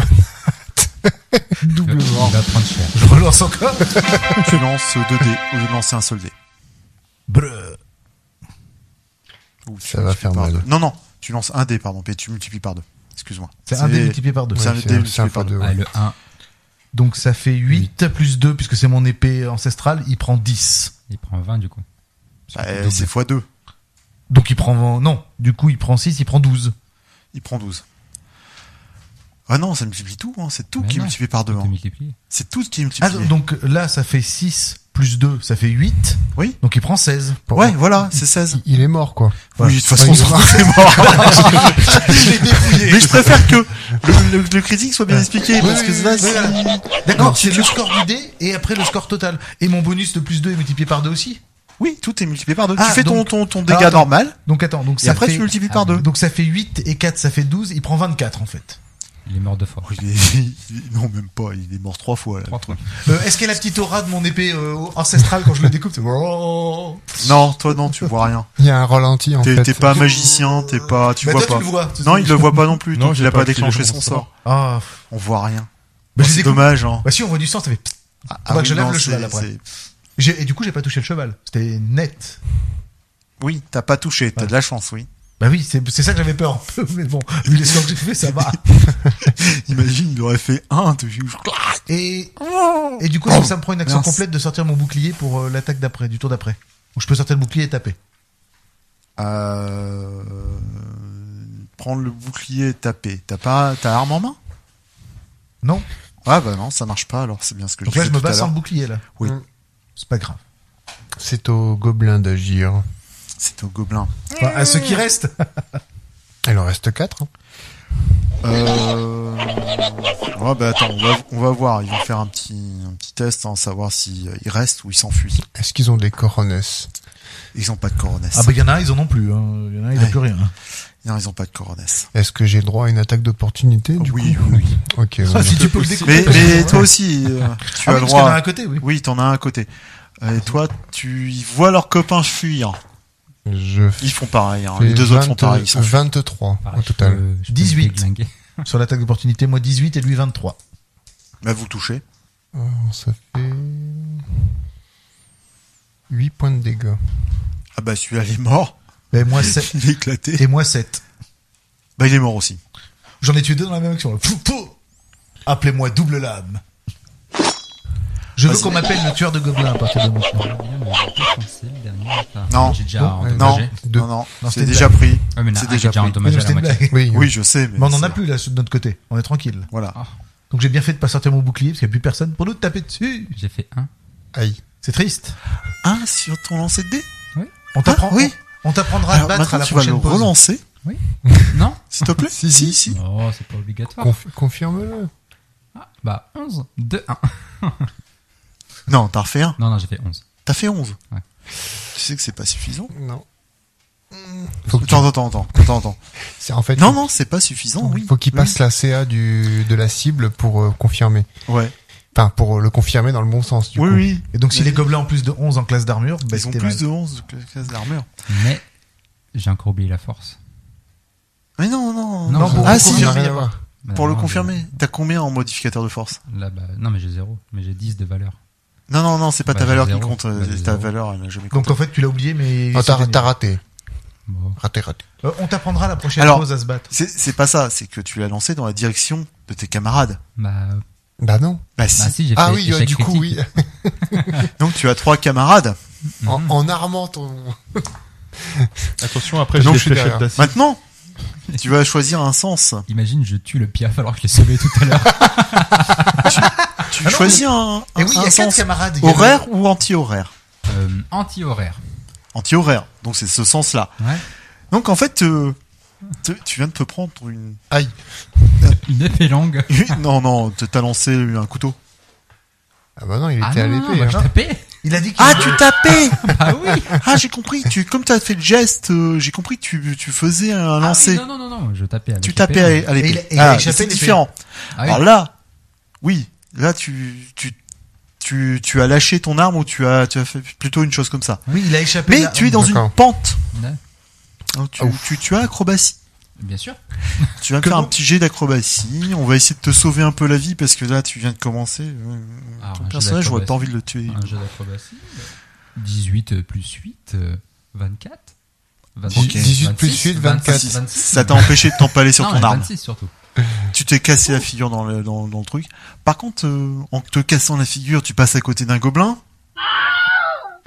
Speaker 1: Double Il va prendre cher.
Speaker 5: Je relance encore.
Speaker 2: tu lances 2 dés au lieu de lancer un seul dé.
Speaker 5: Brrr.
Speaker 2: Ou tu
Speaker 3: Ça va
Speaker 2: multiplies
Speaker 3: faire
Speaker 2: par
Speaker 3: mal.
Speaker 2: deux. Non, non, tu lances un dé, pardon, puis tu multiplies par deux. Excuse-moi.
Speaker 5: C'est un dé multiplié par 2.
Speaker 2: C'est un
Speaker 3: Ouais,
Speaker 2: dé multiplié
Speaker 3: c'est un
Speaker 2: par
Speaker 3: fois
Speaker 2: deux.
Speaker 3: deux, ouais.
Speaker 1: Ah, le 1,
Speaker 5: Donc ça fait 8 plus 2, puisque c'est mon épée ancestrale, il prend 10.
Speaker 1: il prend 20 du coup.
Speaker 2: Bah,
Speaker 1: Double.
Speaker 2: c'est x 2.
Speaker 5: Donc il prend... Non, du coup il prend 6, il prend 12.
Speaker 2: Il prend 12. Ah non, ça multiplie tout, hein. c'est tout
Speaker 1: Mais
Speaker 2: qui est
Speaker 1: non,
Speaker 2: multiplié par deux.
Speaker 1: Tout
Speaker 2: hein.
Speaker 1: est multiplié.
Speaker 2: C'est tout ce qui est
Speaker 5: Ah,
Speaker 2: multiplié.
Speaker 5: donc là ça fait 6 plus 2, ça fait 8.
Speaker 2: Oui.
Speaker 5: Donc il prend 16.
Speaker 3: Pour-
Speaker 2: ouais, voilà, c'est
Speaker 3: [laughs]
Speaker 2: 16.
Speaker 3: Il- Il est mort, quoi.
Speaker 2: Oui, de toute façon,
Speaker 3: Ouais,
Speaker 2: c'est
Speaker 3: il est
Speaker 2: mort.
Speaker 3: mort.
Speaker 5: [laughs]
Speaker 2: Mais je préfère que le, le- le critique soit bien expliqué, parce que là, c'est-
Speaker 5: D'accord, c'est le score du dé et après le score total. Et mon bonus de plus 2 est multiplié par 2 aussi.
Speaker 2: oui, tout est multiplié par deux.
Speaker 5: Ah,
Speaker 2: tu fais ton,
Speaker 5: donc-
Speaker 2: ton, ton
Speaker 5: Alors,
Speaker 2: dégât
Speaker 5: attends.
Speaker 2: normal,
Speaker 5: Donc attends, donc
Speaker 2: et
Speaker 5: ça
Speaker 2: après,
Speaker 5: fait...
Speaker 2: tu multiplies par deux.
Speaker 5: Donc ça fait 8 et 4, ça fait 12, il prend 24 en fait.
Speaker 1: Il est mort de fois.
Speaker 2: Oh, il est- Non, même pas, il est mort trois fois, là.
Speaker 1: Trois fois.
Speaker 5: Euh, Est-ce qu'il y a la petite aura de mon épée euh, ancestrale quand je le découpe c'est- Bah,
Speaker 2: Non, toi, non, tu vois rien.
Speaker 3: Il y a un ralenti, en
Speaker 2: T'es
Speaker 3: fait.
Speaker 2: t'es pas un magicien, t'es pas, tu vois
Speaker 5: Bah, toi,
Speaker 2: pas.
Speaker 5: tu le vois.
Speaker 2: Non, il le voit pas non plus,
Speaker 4: Non,
Speaker 2: donc il
Speaker 4: j'ai
Speaker 2: a
Speaker 4: pas
Speaker 2: pas
Speaker 4: activé
Speaker 2: déclenché son
Speaker 4: mon
Speaker 2: sort.
Speaker 5: Ah, pff.
Speaker 2: On voit rien.
Speaker 5: Bah,
Speaker 2: Oh,
Speaker 5: je les
Speaker 2: c'est
Speaker 5: découpe.
Speaker 2: dommage, hein.
Speaker 5: Bah si, on voit du sang, ça fait... pssst.
Speaker 2: Ah,
Speaker 5: Faudra que je lève le
Speaker 2: c'est-
Speaker 5: cheval après.
Speaker 2: c'est-
Speaker 5: J'ai- Et du coup, j'ai pas touché le cheval. C'était net.
Speaker 2: Oui, t'as pas touché, t'as
Speaker 5: Ouais.
Speaker 2: de la chance,
Speaker 5: [laughs]
Speaker 2: oui.
Speaker 5: Bah oui, c'est c'est ça que j'avais peur un peu, mais bon, vu les scores que j'ai fait,
Speaker 2: [laughs]
Speaker 5: ça va.
Speaker 2: Imagine, il aurait fait un, de
Speaker 5: Et, et du coup, est-ce que ça me prend une action
Speaker 2: Mince.
Speaker 5: complète de sortir mon bouclier pour euh, l'attaque d'après, du tour d'après Où je peux sortir le bouclier et taper
Speaker 2: Euh... Prendre le bouclier et taper. T'as pas, t'as arme en main?
Speaker 5: Non
Speaker 2: Ah bah non, ça marche pas, alors c'est bien ce que
Speaker 5: Donc
Speaker 2: je
Speaker 5: là, je
Speaker 2: disais
Speaker 5: me
Speaker 2: tout à
Speaker 5: bats sans le
Speaker 2: l'heure.
Speaker 5: bouclier, là.
Speaker 2: Oui.
Speaker 5: C'est pas grave.
Speaker 3: C'est au gobelin d'agir.
Speaker 2: C'est au gobelin.
Speaker 5: Enfin, à ceux qui restent
Speaker 3: Il en reste hein. 4.
Speaker 2: Euh... Ouais, bah attends, on va, on va voir. Ils vont faire un petit, un petit test, hein, savoir si euh, ils restent ou ils s'enfuient.
Speaker 3: Est-ce qu'ils ont des coronets
Speaker 2: Ils ont pas de coronesse.
Speaker 5: Ah bah, y en a un, ils en ont plus. Hein. Y en a un, il a
Speaker 2: Ouais. Ah,
Speaker 5: plus rien. hein.
Speaker 2: Non, ils ont pas de coronesse.
Speaker 3: Est-ce que j'ai droit à une attaque d'opportunité du
Speaker 2: oui,
Speaker 3: coup
Speaker 5: [laughs]
Speaker 2: oui.
Speaker 3: Ok.
Speaker 5: Ah,
Speaker 3: voilà.
Speaker 5: si tu peux le découper.
Speaker 2: Mais,
Speaker 5: parce que-
Speaker 2: mais toi aussi, euh, tu
Speaker 5: Ah
Speaker 2: as le
Speaker 5: oui, parce qu'il y en a un
Speaker 2: droit.
Speaker 5: à côté, oui.
Speaker 2: Oui, t'en as un à côté. Et toi, tu ils voient leurs copains fuir.
Speaker 3: Je fais
Speaker 2: Ils font pareil. hein. Les deux autres font
Speaker 3: 20
Speaker 2: pareil. Ils sont
Speaker 3: 23
Speaker 1: Pareil,
Speaker 3: au
Speaker 1: je peux-
Speaker 3: total.
Speaker 1: je peux
Speaker 5: 18.
Speaker 1: déglinguer.
Speaker 5: Sur l'attaque d'opportunité, moi 18 et lui 23.
Speaker 2: Bah, vous le touchez.
Speaker 3: Alors, ça fait 8 points de dégâts.
Speaker 2: Ah bah celui-là il est mort. [laughs]
Speaker 5: Et Ben, moi 7.
Speaker 2: Il est éclaté.
Speaker 5: et moi 7.
Speaker 2: Bah il est mort aussi.
Speaker 5: J'en ai tué deux dans la même action. là. Pou, pou Appelez-moi double lame. Je veux
Speaker 2: Vas-y.
Speaker 5: qu'on m'appelle le tueur de gobelins à partir de maintenant.
Speaker 2: Non.
Speaker 1: J'ai
Speaker 5: Ah,
Speaker 1: déjà
Speaker 3: Non,
Speaker 2: Non,
Speaker 1: endommagé.
Speaker 3: Deux.
Speaker 2: non, non,
Speaker 5: Non,
Speaker 2: c'est
Speaker 5: c'était
Speaker 2: déjà
Speaker 5: une
Speaker 2: pris.
Speaker 1: Ouais, mais il y en a
Speaker 2: C'est
Speaker 1: un qui est
Speaker 2: déjà
Speaker 1: déjà
Speaker 2: pris.
Speaker 1: endommagé
Speaker 5: Mais
Speaker 1: à la
Speaker 5: non, c'était une
Speaker 1: moitié.
Speaker 5: blague.
Speaker 3: Oui,
Speaker 2: Oui, je sais, mais.
Speaker 5: Mais on en
Speaker 2: c'est-
Speaker 5: a plus là de notre côté. On est tranquille.
Speaker 2: Voilà.
Speaker 1: Ah,
Speaker 5: Donc j'ai bien fait de pas sortir mon bouclier parce qu'il n'y a plus personne pour nous de taper dessus.
Speaker 1: J'ai fait un.
Speaker 3: aïe.
Speaker 5: C'est triste.
Speaker 2: Ah, sur ton lancer de dés
Speaker 5: On t'apprend.
Speaker 2: Ah, oui.
Speaker 5: On t'apprendra à
Speaker 2: Alors
Speaker 5: battre à
Speaker 2: maintenant,
Speaker 5: la
Speaker 2: tu vas le
Speaker 5: prochaine pause.
Speaker 2: relancer,
Speaker 1: Non
Speaker 2: s'il
Speaker 5: [laughs]
Speaker 2: te plaît Si, si.
Speaker 1: Oh, c'est pas obligatoire.
Speaker 3: Conf- Confirme-le.
Speaker 1: Ah, bah, 11, 2, 1.
Speaker 2: Non, t'as refait un.
Speaker 1: Non, non, j'ai fait 11.
Speaker 2: T'as fait 11.
Speaker 1: Ouais.
Speaker 2: Tu sais que c'est pas suffisant.
Speaker 3: Non. Faut que tu-
Speaker 2: Attends, attends, attends, attends, attends.
Speaker 3: c'est- en fait,
Speaker 2: Non,
Speaker 3: faut-
Speaker 2: non, c'est pas suffisant, oui.
Speaker 3: faut qu'il
Speaker 2: Oui.
Speaker 3: passe la CA du, de la cible pour euh, confirmer.
Speaker 2: Ouais.
Speaker 3: Enfin, pour euh, le confirmer dans le bon sens, du
Speaker 2: Oui,
Speaker 3: coup.
Speaker 2: oui.
Speaker 5: Et donc si
Speaker 2: Mais-
Speaker 5: les gobelins ont plus de 11 en classe d'armure, bah,
Speaker 2: Ils ont
Speaker 5: c'était
Speaker 2: plus
Speaker 5: mal.
Speaker 2: de 11 de classe d'armure.
Speaker 1: Mais j'ai encore oublié la force.
Speaker 2: Mais non, non.
Speaker 1: Non,
Speaker 5: pour
Speaker 2: ah,
Speaker 5: le
Speaker 2: si,
Speaker 3: Ça n'a
Speaker 5: confirmer.
Speaker 3: rien à voir.
Speaker 1: Bah,
Speaker 2: pour le
Speaker 1: non,
Speaker 2: confirmer. T'as combien en modificateur de force
Speaker 1: j'ai- Là, bah, non, mais j'ai 0. Mais j'ai 10 de valeur.
Speaker 2: Non, non, non, c'est pas
Speaker 1: Bah,
Speaker 2: ta
Speaker 1: j'ai
Speaker 2: valeur qui
Speaker 1: zéro.
Speaker 2: compte.
Speaker 1: Bah, j'ai
Speaker 2: c'est ta
Speaker 1: zéro.
Speaker 2: valeur, elle n'a jamais compté.
Speaker 5: Donc en fait tu l'as oublié mais.
Speaker 3: Ah,
Speaker 5: c'est
Speaker 3: t'as,
Speaker 5: gagné.
Speaker 3: t'as raté.
Speaker 1: Bon.
Speaker 3: Raté, raté.
Speaker 5: Euh, on t'apprendra à la prochaine
Speaker 2: Alors-
Speaker 5: pause à se battre.
Speaker 2: C'est c'est pas ça, c'est que tu l'as lancé dans la direction de tes camarades.
Speaker 1: Bah, bah,
Speaker 3: Bah non.
Speaker 2: Bah si.
Speaker 1: si, j'ai
Speaker 3: Ah
Speaker 1: fait
Speaker 3: oui, euh,
Speaker 1: échec
Speaker 3: du coup,
Speaker 1: critique.
Speaker 3: oui. [laughs]
Speaker 2: Donc tu as trois camarades.
Speaker 3: en,
Speaker 2: Mhm.
Speaker 3: en armant ton...
Speaker 4: Attention, après,
Speaker 3: Non,
Speaker 4: j'ai
Speaker 3: je suis
Speaker 4: les
Speaker 3: derrière.
Speaker 4: fléchettes d'acide.
Speaker 5: [laughs]
Speaker 2: Maintenant, tu vas choisir un sens.
Speaker 1: Imagine, je tue le piaf alors que je l'ai sauvé tout à l'heure. [laughs]
Speaker 2: Tu
Speaker 5: Ah non,
Speaker 2: choisis un,
Speaker 5: Et
Speaker 2: un-
Speaker 5: oui, il y
Speaker 2: un
Speaker 5: a quatre
Speaker 2: sens
Speaker 5: camarades. il y a-
Speaker 2: horaire ou anti-horaire.
Speaker 1: Euh, Anti-horaire.
Speaker 2: Anti-horaire. Donc c'est ce sens-là.
Speaker 1: Ouais.
Speaker 2: Donc en fait, euh, te- tu viens de te prendre une... [laughs]
Speaker 3: Aïe.
Speaker 1: Une épée longue.
Speaker 2: une- non, non, t- t'as lancé un couteau.
Speaker 3: Ah bah non, il était
Speaker 1: Ah
Speaker 3: à
Speaker 1: non, non,
Speaker 3: l'épée.
Speaker 1: bah, je
Speaker 3: hein.
Speaker 1: tapais.
Speaker 5: Il a dit qu'il.
Speaker 2: Ah, tu tapais
Speaker 1: Ah oui.
Speaker 2: Ah, j'ai compris. Tu, comme t'as fait le geste, euh, j'ai compris que tu, tu faisais un
Speaker 1: Ah oui,
Speaker 2: lancer.
Speaker 1: non, non, non, non, je tapais. avec
Speaker 2: tu
Speaker 1: l'épée,
Speaker 2: tapais à, à
Speaker 5: Et il
Speaker 2: l'épée.
Speaker 5: a- et il a
Speaker 2: Ah,
Speaker 5: échappé
Speaker 2: c'est
Speaker 5: l'épée.
Speaker 2: différent.
Speaker 1: Ah oui.
Speaker 2: Alors là, oui, là tu, tu, tu, tu as lâché ton arme ou tu as, tu as fait plutôt une chose comme ça.
Speaker 5: Oui, il a échappé.
Speaker 2: Mais
Speaker 5: là.
Speaker 2: tu es dans
Speaker 3: D'accord.
Speaker 2: une pente.
Speaker 1: Ouais.
Speaker 2: Donc, tu,
Speaker 3: Ouf.
Speaker 2: tu, tu as acrobatie.
Speaker 1: Bien sûr.
Speaker 2: Tu vas me
Speaker 5: Que
Speaker 2: faire un
Speaker 5: non.
Speaker 2: petit jet d'acrobatie. On va essayer de te sauver un peu la vie parce que là tu viens de commencer. Euh,
Speaker 1: Alors, un
Speaker 2: Ton
Speaker 1: jet
Speaker 2: personnage, j'aurais pas
Speaker 1: d'acrobatie.
Speaker 2: envie de le tuer.
Speaker 1: Un jeu d'acrobatie. 18 euh, plus 8, euh, 24.
Speaker 3: 18 plus 8, 24.
Speaker 1: 26, 26.
Speaker 2: Ça t'a empêché de t'empaler sur
Speaker 1: Non,
Speaker 2: ton
Speaker 1: mais
Speaker 2: arme.
Speaker 1: 26 surtout. Ah,
Speaker 2: Tu t'es cassé la figure dans le, dans, dans le truc. Par contre, euh, en te cassant la figure, tu passes à côté d'un gobelin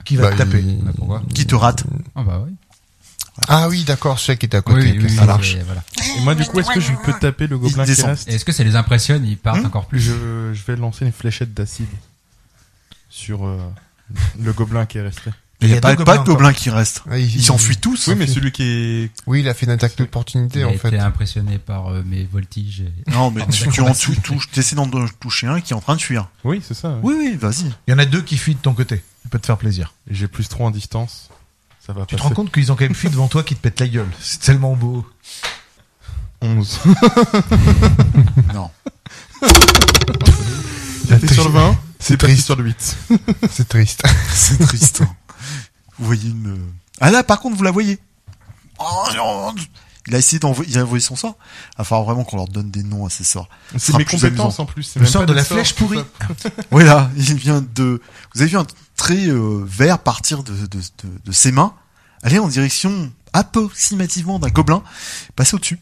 Speaker 5: Qui va
Speaker 3: Bah,
Speaker 5: te taper.
Speaker 3: il-
Speaker 1: Bah, pourquoi
Speaker 2: qui te rate.
Speaker 1: Ah bah oui.
Speaker 3: Ah oui, d'accord, je sais qu'il était à côté. ok, ça marche.
Speaker 1: c'est- voilà.
Speaker 4: Et moi, du coup, est-ce que je peux taper le gobelin qui
Speaker 2: descend.
Speaker 4: reste
Speaker 1: Et Est-ce que ça les impressionne Ils partent
Speaker 2: Hmm
Speaker 1: encore plus.
Speaker 4: je, je vais lancer une fléchette d'acide sur euh, le gobelin qui est resté.
Speaker 2: Il n'y a, pas,
Speaker 5: deux
Speaker 2: pas de
Speaker 5: gobelins
Speaker 2: gobelin qui reste.
Speaker 3: Ah, il-
Speaker 2: Ils s'enfuient tous.
Speaker 4: Oui, mais celui qui est.
Speaker 3: Oui, il a fait une attaque d'opportunité,
Speaker 1: J'ai
Speaker 3: en
Speaker 1: été
Speaker 3: fait.
Speaker 1: impressionné par euh, mes voltiges. et-
Speaker 2: Non, mais
Speaker 1: Par mes
Speaker 2: tu, tu en
Speaker 1: acrobaties.
Speaker 2: tou- touches- t'essaies d'en toucher un qui est en train de fuir.
Speaker 4: Oui, c'est ça. ouais.
Speaker 2: Oui, oui, vas-y.
Speaker 5: Il y en a deux qui fuient de ton côté. Ça peut te faire plaisir.
Speaker 4: Et J'ai plus 3 en distance. Ça va
Speaker 5: Tu te
Speaker 4: passer.
Speaker 5: rends compte qu'ils ont quand même fui devant toi qui te pète la gueule. C'est tellement beau. [laughs]
Speaker 4: 11.
Speaker 2: Non.
Speaker 4: J'étais sur le 20.
Speaker 3: C'est
Speaker 4: Parti
Speaker 3: triste,
Speaker 4: sur le 8.
Speaker 3: c'est triste.
Speaker 2: [laughs]
Speaker 3: [laughs]
Speaker 2: C'est triste. hein. vous voyez une. euh, Ah là, par contre, vous la voyez. Oh, non. Il a essayé d'envoyer il a envoyé son sort. Il va falloir vraiment qu'on leur donne des noms à ces sorts. Ce
Speaker 4: C'est
Speaker 2: sera
Speaker 4: mes
Speaker 2: plus
Speaker 4: compétences
Speaker 2: amusant.
Speaker 4: en plus. c'est
Speaker 5: Le
Speaker 4: même
Speaker 5: sort
Speaker 4: pas
Speaker 5: de
Speaker 4: des
Speaker 5: la
Speaker 4: sorts,
Speaker 5: flèche
Speaker 4: c'est ça.
Speaker 5: pourrie.
Speaker 2: Voilà, [laughs] il vient de. Vous avez vu un trait euh, vert partir de, de, de- de ses mains, aller en direction approximativement d'un gobelin, passer au-dessus,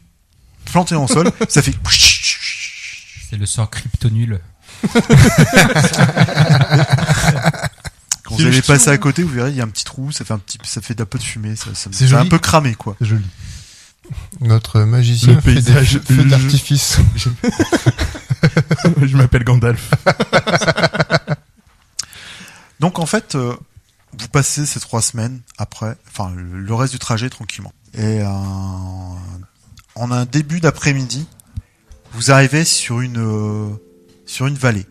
Speaker 2: planter en
Speaker 5: [laughs]
Speaker 2: sol, ça fait.
Speaker 1: C'est le sort crypto nul.
Speaker 2: Quand
Speaker 4: C'est
Speaker 2: vous allez
Speaker 4: juste
Speaker 2: passer
Speaker 4: tout.
Speaker 2: à côté, vous verrez, il y a un petit trou, ça fait un petit, ça fait d'un peu de fumée, ça, ça me
Speaker 5: C'est
Speaker 2: fait un
Speaker 5: joli.
Speaker 2: peu cramé, quoi.
Speaker 5: C'est joli.
Speaker 3: Notre magicien
Speaker 4: Le
Speaker 3: fait des
Speaker 4: paysage-
Speaker 3: feux feux
Speaker 4: le-
Speaker 3: d'artifice.
Speaker 4: [laughs] Je m'appelle Gandalf.
Speaker 2: Donc, en fait, euh, vous passez ces trois semaines après, enfin, le le reste du trajet tranquillement. Et, euh, en un début d'après-midi, vous arrivez sur une, euh, sur une vallée.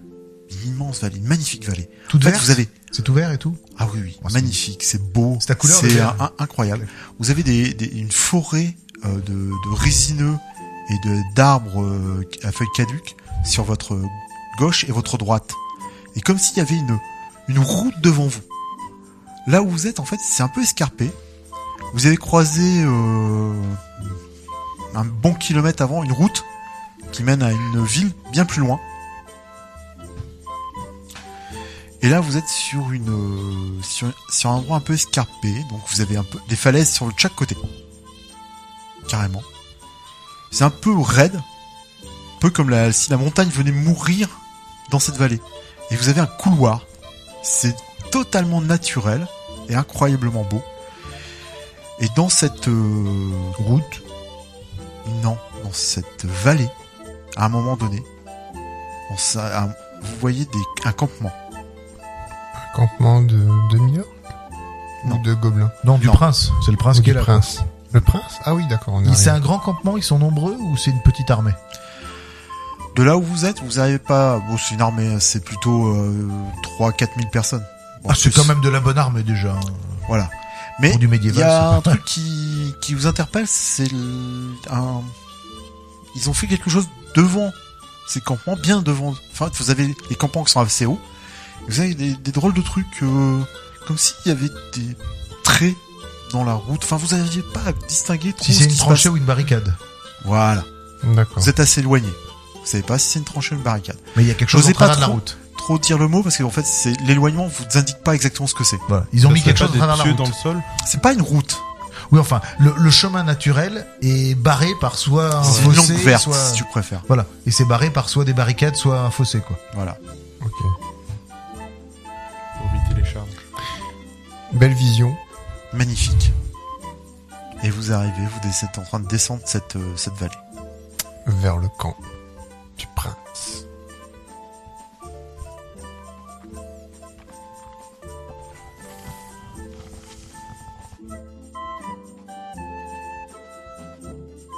Speaker 2: Une immense vallée, une magnifique vallée.
Speaker 5: Tout
Speaker 2: En fait,
Speaker 5: vert.
Speaker 2: vous avez
Speaker 5: C'est ouvert et tout.
Speaker 2: Ah oui, oui,
Speaker 5: Oh, c'est-
Speaker 2: magnifique, c'est beau,
Speaker 5: C'est ta couleur,
Speaker 2: c'est
Speaker 5: le
Speaker 2: un-
Speaker 5: vert.
Speaker 2: un- incroyable. Vous avez des, des- une forêt euh, de, de résineux et de d'arbres euh, à feuilles caduques sur votre gauche et votre droite, et comme s'il y avait une une route devant vous. Là où vous êtes, en fait, c'est un peu escarpé. Vous avez croisé euh, un bon kilomètre avant une route qui mène à une ville bien plus loin. Et là, vous êtes sur une euh, sur, sur un endroit un peu escarpé, donc vous avez un peu des falaises sur de chaque côté, carrément. C'est un peu raide, peu comme la, si la montagne venait mourir dans cette vallée. Et vous avez un couloir. C'est totalement naturel et incroyablement beau. Et dans cette euh, route, non, dans cette vallée, à un moment donné, dans sa- un- vous voyez des, un campement.
Speaker 3: Un campement de, de mineurs
Speaker 2: Non.
Speaker 3: Ou de gobelins
Speaker 5: Non, du
Speaker 2: Non. Oh,
Speaker 5: prince. C'est le prince
Speaker 3: Ou
Speaker 5: qui est
Speaker 3: du
Speaker 5: là.
Speaker 3: prince. Le prince Ah oui, d'accord. on
Speaker 5: Il- C'est
Speaker 3: arrive.
Speaker 5: un grand campement, ils sont nombreux ou c'est une petite armée
Speaker 2: De là où vous êtes, vous n'avez pas. Bon, c'est une armée, hein, c'est plutôt euh, 3-4 000 personnes. Bon,
Speaker 5: Ah, c'est
Speaker 2: plus.
Speaker 5: quand même de la bonne armée déjà. hein.
Speaker 2: Voilà. Mais
Speaker 5: Pour du
Speaker 2: il
Speaker 5: médiéval,
Speaker 2: y
Speaker 5: c'est
Speaker 2: a
Speaker 5: pas
Speaker 2: un
Speaker 5: mal.
Speaker 2: truc qui, qui vous interpelle, c'est le- un. Ils ont fait quelque chose devant ces campements, bien devant. Enfin, vous avez les campements qui sont assez hauts. Vous avez des, des drôles de trucs, euh, comme s'il y avait des traits dans la route. Enfin, vous n'arriviez pas à distinguer trop
Speaker 5: Si
Speaker 2: ce
Speaker 5: c'est
Speaker 2: qui
Speaker 5: une
Speaker 2: se
Speaker 5: tranchée
Speaker 2: passe.
Speaker 5: ou une barricade.
Speaker 2: Voilà.
Speaker 3: D'accord.
Speaker 2: Vous êtes assez éloigné. Vous savez pas si c'est une tranchée ou une barricade.
Speaker 5: Mais il y a quelque chose
Speaker 2: J'osais
Speaker 5: en
Speaker 2: pas
Speaker 5: travers de la
Speaker 2: trop.
Speaker 5: route.
Speaker 2: Trop dire le mot parce qu'en fait, c'est l'éloignement vous indique pas exactement ce que c'est.
Speaker 5: Voilà. Ils ont
Speaker 4: Ça
Speaker 5: mis
Speaker 4: serait
Speaker 5: quelque
Speaker 4: pas
Speaker 5: chose en
Speaker 4: des
Speaker 5: travers de la
Speaker 4: pieux
Speaker 5: route.
Speaker 4: dans le sol.
Speaker 2: C'est pas une route.
Speaker 5: Oui, enfin, le, le chemin naturel est barré par soit un
Speaker 2: C'est une
Speaker 5: fossé,
Speaker 2: langue verte,
Speaker 5: Ah, soit...
Speaker 2: si tu préfères.
Speaker 5: Voilà. Et c'est barré par soit des barricades, soit un fossé, quoi.
Speaker 2: Voilà.
Speaker 3: Ok.
Speaker 4: Pour éviter les charges.
Speaker 3: Belle vision.
Speaker 2: magnifique. Et vous arrivez, vous dé- êtes en train de descendre cette, euh, cette vallée.
Speaker 3: vers le camp.